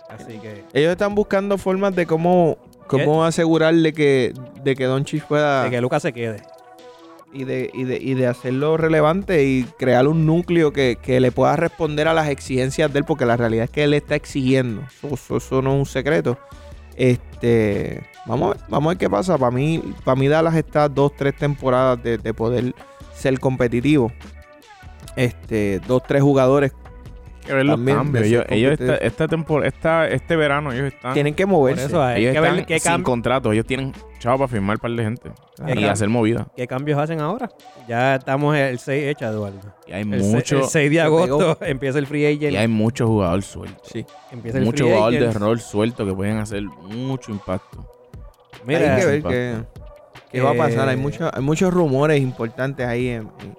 Speaker 2: Así que...
Speaker 3: Ellos están buscando formas de cómo, cómo asegurarle que, de que Doncic pueda.
Speaker 2: De que Lucas se quede.
Speaker 3: y de, y, de, y de hacerlo relevante y crear un núcleo que, que le pueda responder a las exigencias de él, porque la realidad es que él está exigiendo. Eso, eso- eso no es un secreto. Este, vamos, a ver- vamos a ver qué pasa. Para mí, para mí Dallas está dos, tres temporadas de, de poder ser competitivo. Este, dos, tres jugadores
Speaker 1: Hay que ver los
Speaker 3: También
Speaker 1: cambios.
Speaker 3: de
Speaker 1: Ellos,
Speaker 3: ser
Speaker 1: ellos esta,
Speaker 3: competitivos.
Speaker 1: esta temporada, esta, este verano, ellos están.
Speaker 3: tienen que
Speaker 2: Por
Speaker 3: moverse.
Speaker 2: eso hay
Speaker 1: Pues, ellos
Speaker 2: que
Speaker 1: están
Speaker 2: ver qué,
Speaker 1: sin
Speaker 2: cam-
Speaker 1: contrato. Ellos tienen chavo para firmar un par de gente
Speaker 2: qué
Speaker 1: y
Speaker 2: cam-
Speaker 1: hacer movida.
Speaker 2: qué cambios hacen ahora. Ya estamos el 6 hecha, Eduardo.
Speaker 1: Y hay
Speaker 2: El, se- el
Speaker 1: muchos
Speaker 2: 6 de agosto
Speaker 3: pegó.
Speaker 2: empieza el free agent.
Speaker 1: y hay muchos jugadores sueltos.
Speaker 3: Sí.
Speaker 2: Empieza el
Speaker 1: Muchos
Speaker 2: free
Speaker 1: jugadores de
Speaker 2: agent.
Speaker 1: rol sueltos que pueden hacer mucho impacto.
Speaker 2: Mira,
Speaker 3: hay que ver
Speaker 1: sí,
Speaker 3: qué, qué va a pasar.
Speaker 2: Eh,
Speaker 3: Hay, mucho- hay muchos rumores importantes ahí. en- en-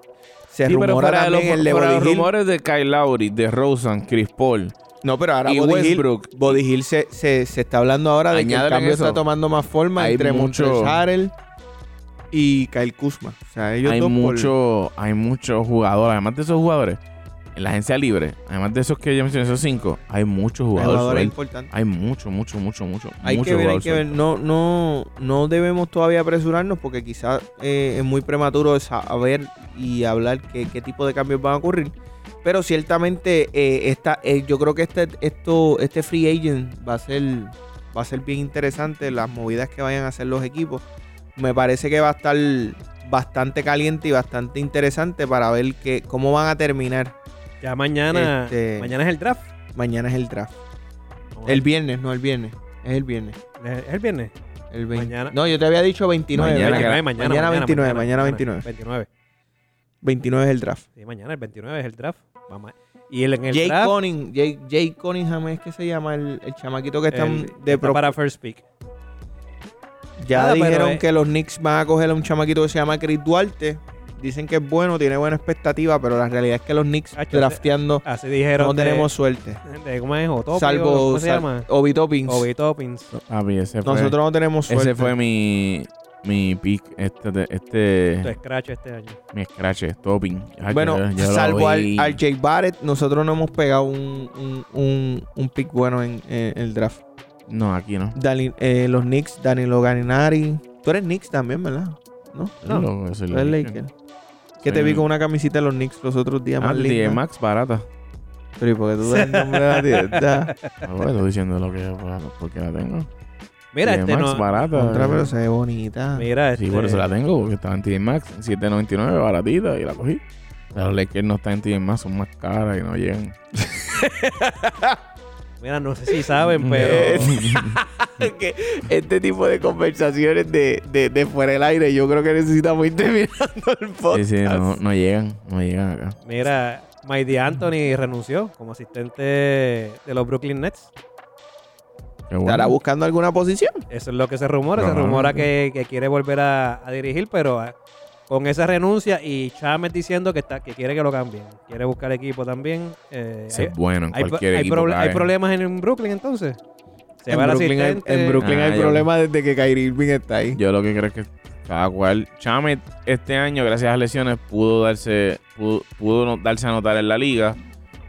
Speaker 3: se
Speaker 1: Sí, pero
Speaker 3: rumora
Speaker 1: fuera de los,
Speaker 3: también el de
Speaker 1: fuera de los
Speaker 3: Body Hill.
Speaker 1: rumores de Kyle Lowry, de Rosen, Chris Paul,
Speaker 3: No, pero ahora
Speaker 1: Y
Speaker 3: Body Hill-
Speaker 1: Westbrook.
Speaker 3: Body Hill se, se, se está hablando ahora de que el
Speaker 1: Añádele
Speaker 3: cambio
Speaker 1: eso.
Speaker 3: está tomando más forma
Speaker 1: Hay
Speaker 3: entre
Speaker 1: mucho-
Speaker 3: Montrezl Harrell y Kyle Kuzma. O sea, ellos
Speaker 1: hay
Speaker 3: dos por-
Speaker 1: mucho, hay muchos jugadores. Además de esos jugadores, en la agencia libre, además de esos que ya mencioné, esos cinco, hay muchos jugadores
Speaker 3: jugadores
Speaker 1: sueltos.
Speaker 3: importantes.
Speaker 1: Hay mucho, mucho, mucho, mucho.
Speaker 3: Hay
Speaker 1: mucho
Speaker 3: que ver, hay
Speaker 1: jugador
Speaker 3: que ver.
Speaker 1: suelto.
Speaker 3: No, no, no debemos todavía apresurarnos porque quizás eh, es muy prematuro saber y hablar qué, qué tipo de cambios van a ocurrir. Pero ciertamente eh, esta, eh, yo creo que este, esto, este free agent va a ser, va a ser bien interesante. Las movidas que vayan a hacer los equipos. Me parece que va a estar bastante caliente y bastante interesante para ver que, cómo van a terminar.
Speaker 2: ya mañana,
Speaker 3: Este-
Speaker 2: mañana es el draft.
Speaker 3: Mañana es el draft. El viernes, no el viernes. Es el viernes.
Speaker 2: ¿Es el viernes.
Speaker 3: El 20.
Speaker 2: Mañana.
Speaker 3: No, yo te había dicho 29.
Speaker 1: Mañana,
Speaker 3: ¿verdad?
Speaker 1: cara.
Speaker 2: mañana,
Speaker 3: Mañana 29, mañana 29.
Speaker 2: 29.
Speaker 3: 29 es el draft.
Speaker 2: Sí, mañana el 29 es el draft. Vamos a- Y el, en el
Speaker 3: Jake,
Speaker 2: draft
Speaker 3: Conning, Jake, Jake Cunningham es que se llama el, el chamaquito que están
Speaker 2: el-
Speaker 3: de
Speaker 2: está
Speaker 3: pro-
Speaker 2: para first pick.
Speaker 3: Ya
Speaker 2: Nada, pero
Speaker 3: dijeron
Speaker 2: es-
Speaker 3: que los Knicks van a coger a un chamaquito que se llama Chris Duarte. Dicen que es bueno, tiene buena expectativa, pero la realidad es que los Knicks
Speaker 2: Hacho, eh,
Speaker 3: drafteando
Speaker 2: Así dijeron.
Speaker 3: no
Speaker 2: de-
Speaker 3: tenemos suerte.
Speaker 2: de- ¿Cómo es? Otopi,
Speaker 3: salvo
Speaker 2: o- ¿Cómo se
Speaker 3: sal-
Speaker 2: llama?
Speaker 3: Obi Toppins.
Speaker 2: Obi Toppins.
Speaker 1: Papi, ese fue,
Speaker 3: Nosotros no tenemos
Speaker 1: ese
Speaker 3: suerte.
Speaker 1: fue mi, mi pick, este, de- este,
Speaker 2: Tu scratch este año.
Speaker 1: mi scratch, stopping. Ay,
Speaker 3: bueno,
Speaker 1: yo- yo lo
Speaker 3: salvo al,
Speaker 1: vi.
Speaker 3: al Jake Barrett, nosotros no hemos pegado un, un, un- un pick bueno en, en el draft.
Speaker 1: No, aquí no.
Speaker 3: Dani- eh, los Knicks, Danilo Ganinari. Tú eres Knicks también, ¿verdad? No,
Speaker 1: No,
Speaker 3: no.
Speaker 1: yo soy
Speaker 3: Tú eres
Speaker 1: Laker.
Speaker 3: Laker. Que te
Speaker 1: Soy-
Speaker 3: vi con una camisita de los Knicks los otros días
Speaker 1: Ah,
Speaker 3: más
Speaker 1: sí, es
Speaker 3: linda.
Speaker 1: Max barata.
Speaker 3: Pero ¿y por qué tú das el nombre de la tienda?
Speaker 1: No, pues, estoy diciendo lo que porque la tengo.
Speaker 2: Mira,
Speaker 1: TJ
Speaker 2: este
Speaker 1: Maxx
Speaker 2: no.
Speaker 1: barata. eh.
Speaker 3: Contra, pero se ve bonita.
Speaker 2: Mira, este.
Speaker 1: Sí, por eso la tengo, porque estaba en TJ Maxx, 7.99, baratita, y la cogí. Las Lakers no están en TJ Maxx, son más caras y no llegan.
Speaker 2: Mira, no sé si saben,
Speaker 1: Eh,
Speaker 2: pero.
Speaker 3: Que este tipo de conversaciones de, de- de fuera del aire, yo creo que necesitamos ir terminando el
Speaker 1: Sí,
Speaker 3: podcast.
Speaker 1: sí, no, no llegan, no llegan acá.
Speaker 2: Mira, Mighty Anthony renunció como asistente de los Brooklyn Nets.
Speaker 1: Qué bueno.
Speaker 3: ¿Estará buscando alguna posición?
Speaker 2: Eso es lo que se rumora. Se
Speaker 1: Claro,
Speaker 2: rumora
Speaker 1: sí.
Speaker 2: que, que quiere volver a, a dirigir, pero ah, con esa renuncia y Chávez diciendo que está que quiere que lo cambien. Quiere buscar equipo también. eh,
Speaker 1: Ese
Speaker 2: hay,
Speaker 1: es bueno en
Speaker 2: hay pro-
Speaker 1: cualquier
Speaker 2: hay
Speaker 1: equipo.
Speaker 2: proble-
Speaker 1: que
Speaker 2: hay
Speaker 1: haga.
Speaker 2: problemas en, en Brooklyn entonces. Se va el
Speaker 3: Brooklyn, hay,
Speaker 2: asistente.
Speaker 3: en Brooklyn
Speaker 1: Ah,
Speaker 3: hay
Speaker 1: ya.
Speaker 3: problemas desde que Kyrie Irving está ahí.
Speaker 1: Yo lo que creo es que cada cual. Chamet este año, gracias a las lesiones, pudo darse, pudo, pudo no- darse a notar en la liga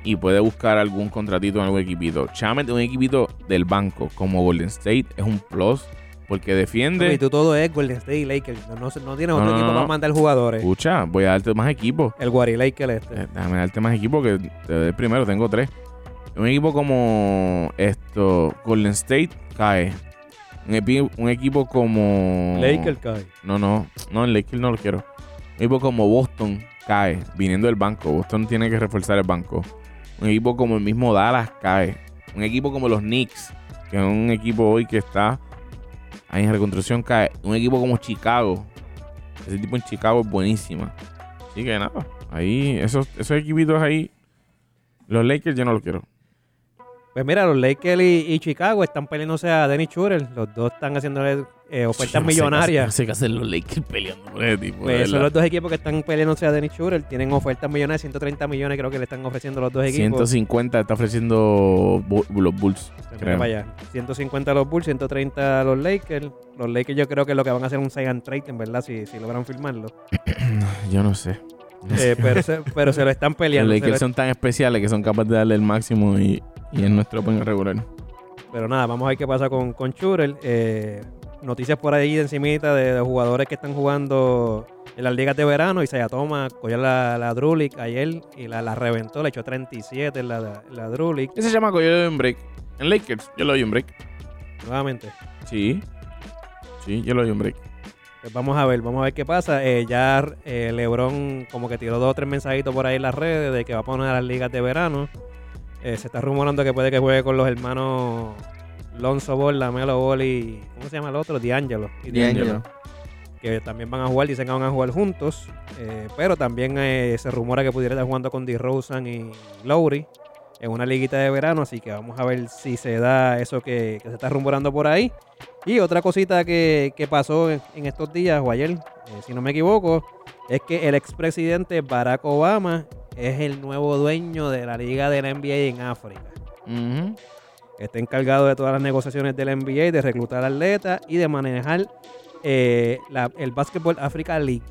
Speaker 1: y puede buscar algún contratito en algún equipito. Chamet es un equipito del banco, como Golden State, es un plus porque defiende.
Speaker 2: Y Ah, tú todo es Golden State y Lakers. No, no, no tienes
Speaker 1: No,
Speaker 2: otro
Speaker 1: no,
Speaker 2: equipo
Speaker 1: no,
Speaker 2: para
Speaker 1: no.
Speaker 2: mandar jugadores.
Speaker 1: Escucha, voy a darte más equipos.
Speaker 2: El Guari Lakers este.
Speaker 1: Eh, Déjame darte más equipo que te doy primero, tengo tres. Un equipo como esto, Golden State cae. Un, epi- un equipo como.
Speaker 2: Lakers cae.
Speaker 1: No, no. No, en Lakers no lo quiero. Un equipo como Boston cae, viniendo del banco. Boston tiene que reforzar el banco. Un equipo como el mismo Dallas cae. Un equipo como los Knicks, que es un equipo hoy que está ahí en reconstrucción, cae. Un equipo como Chicago. Ese tipo en Chicago es buenísima. Así que nada. Ahí, esos, esos equipitos ahí. Los Lakers yo no los quiero.
Speaker 2: Pues mira, los Lakers y, y Chicago están peleándose a Dennis Schroeder. Los dos están haciéndole eh, ofertas millonarias.
Speaker 1: sé qué hacer los Lakers peleando por ese tipo.
Speaker 2: Pues son los dos equipos que están peleándose a Dennis Schroeder. Tienen ofertas millonarias, 130 millones creo que le están ofreciendo los dos equipos.
Speaker 1: 150 está ofreciendo Bu- los Bulls.
Speaker 2: Pues mira
Speaker 1: creo.
Speaker 2: para allá. 150 a los Bulls, 130 a los Lakers. Los Lakers yo creo que lo que van a hacer es un sign and trade, en verdad, si, si logran firmarlo.
Speaker 1: Yo no sé.
Speaker 2: Eh, pero, se, pero se lo están
Speaker 1: Los
Speaker 2: peleando. se
Speaker 1: Lakers
Speaker 2: lo-
Speaker 1: son tan especiales que son capaces de darle el máximo y, y es nuestro opening regular.
Speaker 2: Pero nada, vamos a ver qué pasa con, con Schroeder. Eh, noticias por ahí de encimita de, de jugadores que están jugando en las ligas de verano. Isaiah Thomas cogió la, la Drulic ayer y la, la reventó, le echó 37 en la, la Drulic
Speaker 1: Ese chamaco yo le doy un break. En Lakers, yo le doy un break.
Speaker 2: nuevamente.
Speaker 1: Sí. Sí, yo le doy un break.
Speaker 2: Pues vamos a ver, vamos a ver qué pasa. Eh, ya eh, LeBron como que tiró dos o tres mensajitos por ahí en las redes de que va a poner a las ligas de verano. Eh, se está rumorando que puede que juegue con los hermanos Lonzo Ball, Lamelo Ball y... ¿Cómo se llama el otro? D'Angelo. Y
Speaker 3: D'Angelo.
Speaker 2: que también van a jugar, dicen que van a jugar juntos, eh, pero también eh, se rumora que pudiera estar jugando con DeRozan y Lowry en una liguita de verano, así que vamos a ver si se da eso que, que se está rumorando por ahí. Y otra cosita que, que pasó en, en estos días o ayer, eh, si no me equivoco, es que el expresidente Barack Obama es el nuevo dueño de la liga de la NBA en África. Está encargado de todas las negociaciones del NBA, de reclutar atletas y de manejar eh, la- el Basketball Africa League.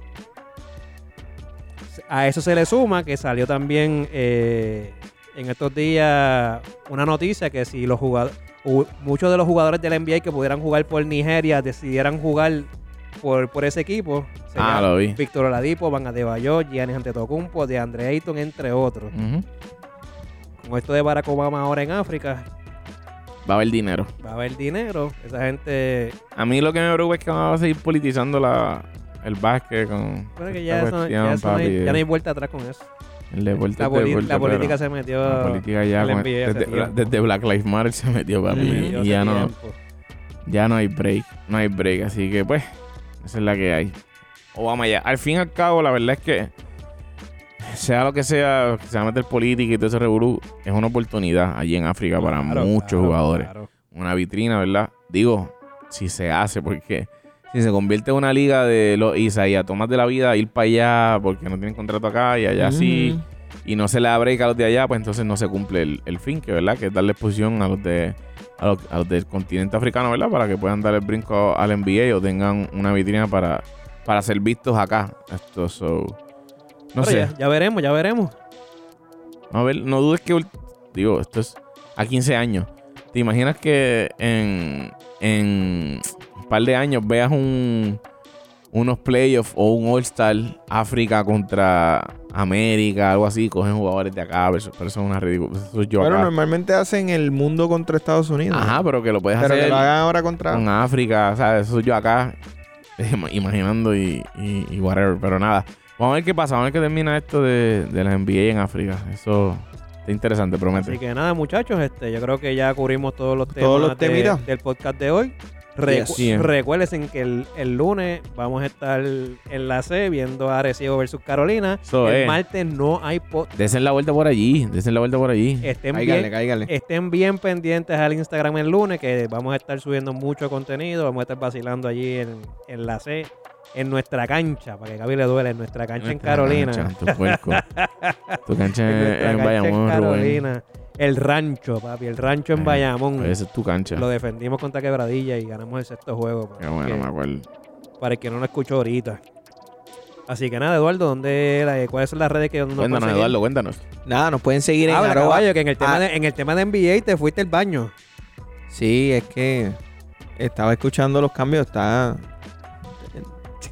Speaker 2: A eso se le suma que salió también eh, en estos días una noticia que si los jugadores, muchos de los jugadores del NBA que pudieran jugar por Nigeria decidieran jugar por, por ese equipo,
Speaker 1: Ah, lo vi.
Speaker 2: Víctor Oladipo, Van Adebayo, Giannis Antetokounmpo, DeAndre Ayton, entre otros.
Speaker 1: Ujú.
Speaker 2: Con esto de Barack Obama ahora en África,
Speaker 1: Va a haber dinero.
Speaker 2: va a haber dinero. Esa gente.
Speaker 1: A mí lo que me preocupa es que van a seguir politizando la, el básquet con.
Speaker 2: Bueno,
Speaker 1: esta
Speaker 2: que ya, eso no-
Speaker 1: cuestión,
Speaker 2: ya eso no hay-
Speaker 1: papi.
Speaker 2: ya no hay vuelta atrás con eso.
Speaker 1: El deporte
Speaker 2: La,
Speaker 1: es
Speaker 2: poli-
Speaker 1: deporte,
Speaker 2: la política
Speaker 1: pero
Speaker 2: se metió.
Speaker 1: La política ya.
Speaker 2: al
Speaker 1: con-
Speaker 2: NBA hace
Speaker 1: desde,
Speaker 2: tiempo.
Speaker 1: desde Black Lives Matter se metió, papi.
Speaker 2: se
Speaker 1: y
Speaker 2: metió
Speaker 1: ya
Speaker 2: hace
Speaker 1: no.
Speaker 2: tiempo.
Speaker 1: Ya no hay break, no hay break, así que pues, esa es la que hay. O vamos allá. Al fin y al cabo, la verdad es que, sea lo que sea, que se va a meter política y todo ese revolú, es una oportunidad allí en África para
Speaker 2: Claro,
Speaker 1: muchos
Speaker 2: claro,
Speaker 1: jugadores.
Speaker 2: claro.
Speaker 1: Una vitrina, ¿verdad? Digo, si se hace, porque si se convierte en una liga de los Isaías, tomas de la vida, ir para allá porque no tienen contrato acá y allá sí
Speaker 3: Mm.
Speaker 1: y no se le da break a los de allá, pues entonces no se cumple el, el fin, que verdad, que es darle exposición a los de a los, a los del continente africano, ¿verdad? Para que puedan dar el brinco al NBA o tengan una vitrina para, para ser vistos acá. Esto so, no
Speaker 2: Pero
Speaker 1: sé.
Speaker 2: Ya, ya veremos, ya veremos.
Speaker 1: A ver, no dudes que ul- digo, esto es a 15 años. ¿Te imaginas que en, en un par de años veas un, unos playoffs o un All-Star África contra América, algo así? Cogen jugadores de acá, versus- pero eso es una ridícula. Eso es yo
Speaker 3: Pero
Speaker 1: acá.
Speaker 3: normalmente hacen el mundo contra Estados Unidos.
Speaker 1: Ajá, pero que lo puedes
Speaker 3: Pero
Speaker 1: hacer
Speaker 3: que lo hagan ahora contra.
Speaker 1: con África, ¿sabes? Eso soy yo acá im- imaginando y, y, y whatever, pero nada. Vamos a ver qué pasa, vamos a ver qué termina esto de, de las NBA en África. Eso está interesante, prometo.
Speaker 2: Así que nada, muchachos, este, yo creo que ya cubrimos todos los temas
Speaker 3: Todos los
Speaker 2: de-
Speaker 3: temitas.
Speaker 2: del podcast de hoy. Recu-
Speaker 1: Yes. Yeah.
Speaker 2: Recuérdense que el, el lunes vamos a estar en la C viendo a Arecibo versus Carolina.
Speaker 1: Eso
Speaker 2: el
Speaker 1: es.
Speaker 2: martes no hay podcast.
Speaker 1: Desen la vuelta por allí, desen la vuelta por allí.
Speaker 2: Estén
Speaker 3: Cáigale,
Speaker 2: bien,
Speaker 3: cáigale.
Speaker 2: estén bien pendientes al Instagram el lunes, que vamos a estar subiendo mucho contenido. Vamos a estar vacilando allí en, en la C, en nuestra cancha, para que Gaby le duele, en nuestra cancha en
Speaker 1: Nuestra
Speaker 2: Carolina.
Speaker 1: cancha, tu, puerco. Tu cancha
Speaker 2: En
Speaker 1: en,
Speaker 2: nuestra
Speaker 1: en
Speaker 2: cancha en
Speaker 1: Bayamón, Rubén.
Speaker 2: Carolina. El rancho, papi, el rancho en
Speaker 1: Eh,
Speaker 2: Bayamón.
Speaker 1: Esa es tu cancha.
Speaker 2: Lo defendimos contra Quebradilla y ganamos el sexto juego.
Speaker 1: Qué
Speaker 2: Para,
Speaker 1: bueno,
Speaker 2: que,
Speaker 1: me acuerdo.
Speaker 2: para el que no lo escuchó ahorita. Así que nada, Eduardo, ¿dónde la- ¿cuáles son las redes que nos pueden
Speaker 1: Cuéntanos,
Speaker 2: seguir?
Speaker 1: Eduardo, cuéntanos.
Speaker 3: Nada, nos pueden seguir en
Speaker 2: Habla,
Speaker 3: arroba-
Speaker 2: caballo, que en el, tema
Speaker 3: Ah.
Speaker 2: de, en el tema de NBA te fuiste al baño.
Speaker 3: Sí, es que estaba escuchando los cambios. Está.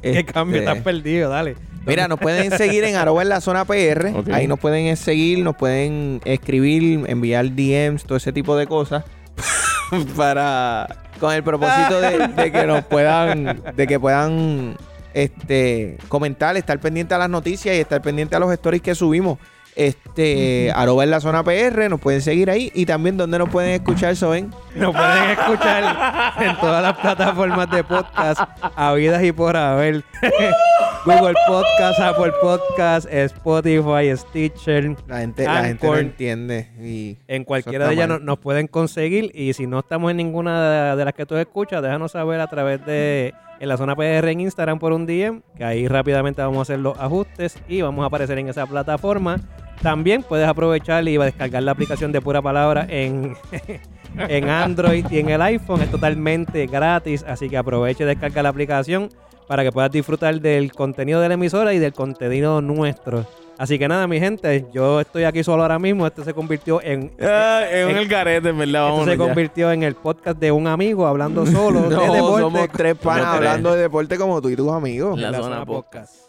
Speaker 2: Qué cambio,
Speaker 3: Este,
Speaker 2: estás perdido, dale.
Speaker 3: Mira, nos pueden seguir en arroba en la zona PR.
Speaker 1: Ok.
Speaker 3: Ahí nos pueden seguir, nos pueden escribir, enviar DMs, todo ese tipo de cosas. para. Con el propósito de, de que nos puedan. De que puedan este comentar, estar pendiente a las noticias y estar pendiente a los stories que subimos. Este, arroba en la zona PR, nos pueden seguir ahí. Y también donde nos pueden escuchar, Soben.
Speaker 2: Nos pueden escuchar en todas las plataformas de podcast, habidas y por haber. Google Podcast, Apple Podcast, Spotify, Stitcher.
Speaker 3: La gente, la gente no
Speaker 2: Anchor.
Speaker 3: entiende. Y
Speaker 2: En
Speaker 3: Eso
Speaker 2: cualquiera
Speaker 3: está
Speaker 2: de ellas
Speaker 3: mal.
Speaker 2: no- nos pueden conseguir y si no estamos en ninguna de, de las que tú escuchas, déjanos saber a través de en la zona PR en Instagram por un DM, que ahí rápidamente vamos a hacer los ajustes y vamos a aparecer en esa plataforma. También puedes aprovechar y descargar la aplicación de pura palabra en, en Android y en el iPhone. Es totalmente gratis, así que aproveche y descarga la aplicación para que puedas disfrutar del contenido de la emisora y del contenido nuestro. Así que nada, mi gente, yo estoy aquí solo ahora mismo. Este se convirtió en.
Speaker 1: Ah, es
Speaker 2: un
Speaker 1: un
Speaker 2: el
Speaker 1: el carete, en verdad.
Speaker 2: Eh, Esto se convirtió en el podcast de un amigo hablando solo de
Speaker 3: No,
Speaker 2: deporte.
Speaker 3: somos tres panas
Speaker 1: tres.
Speaker 3: hablando de deporte como tú y tus amigos.
Speaker 1: La zona podcast.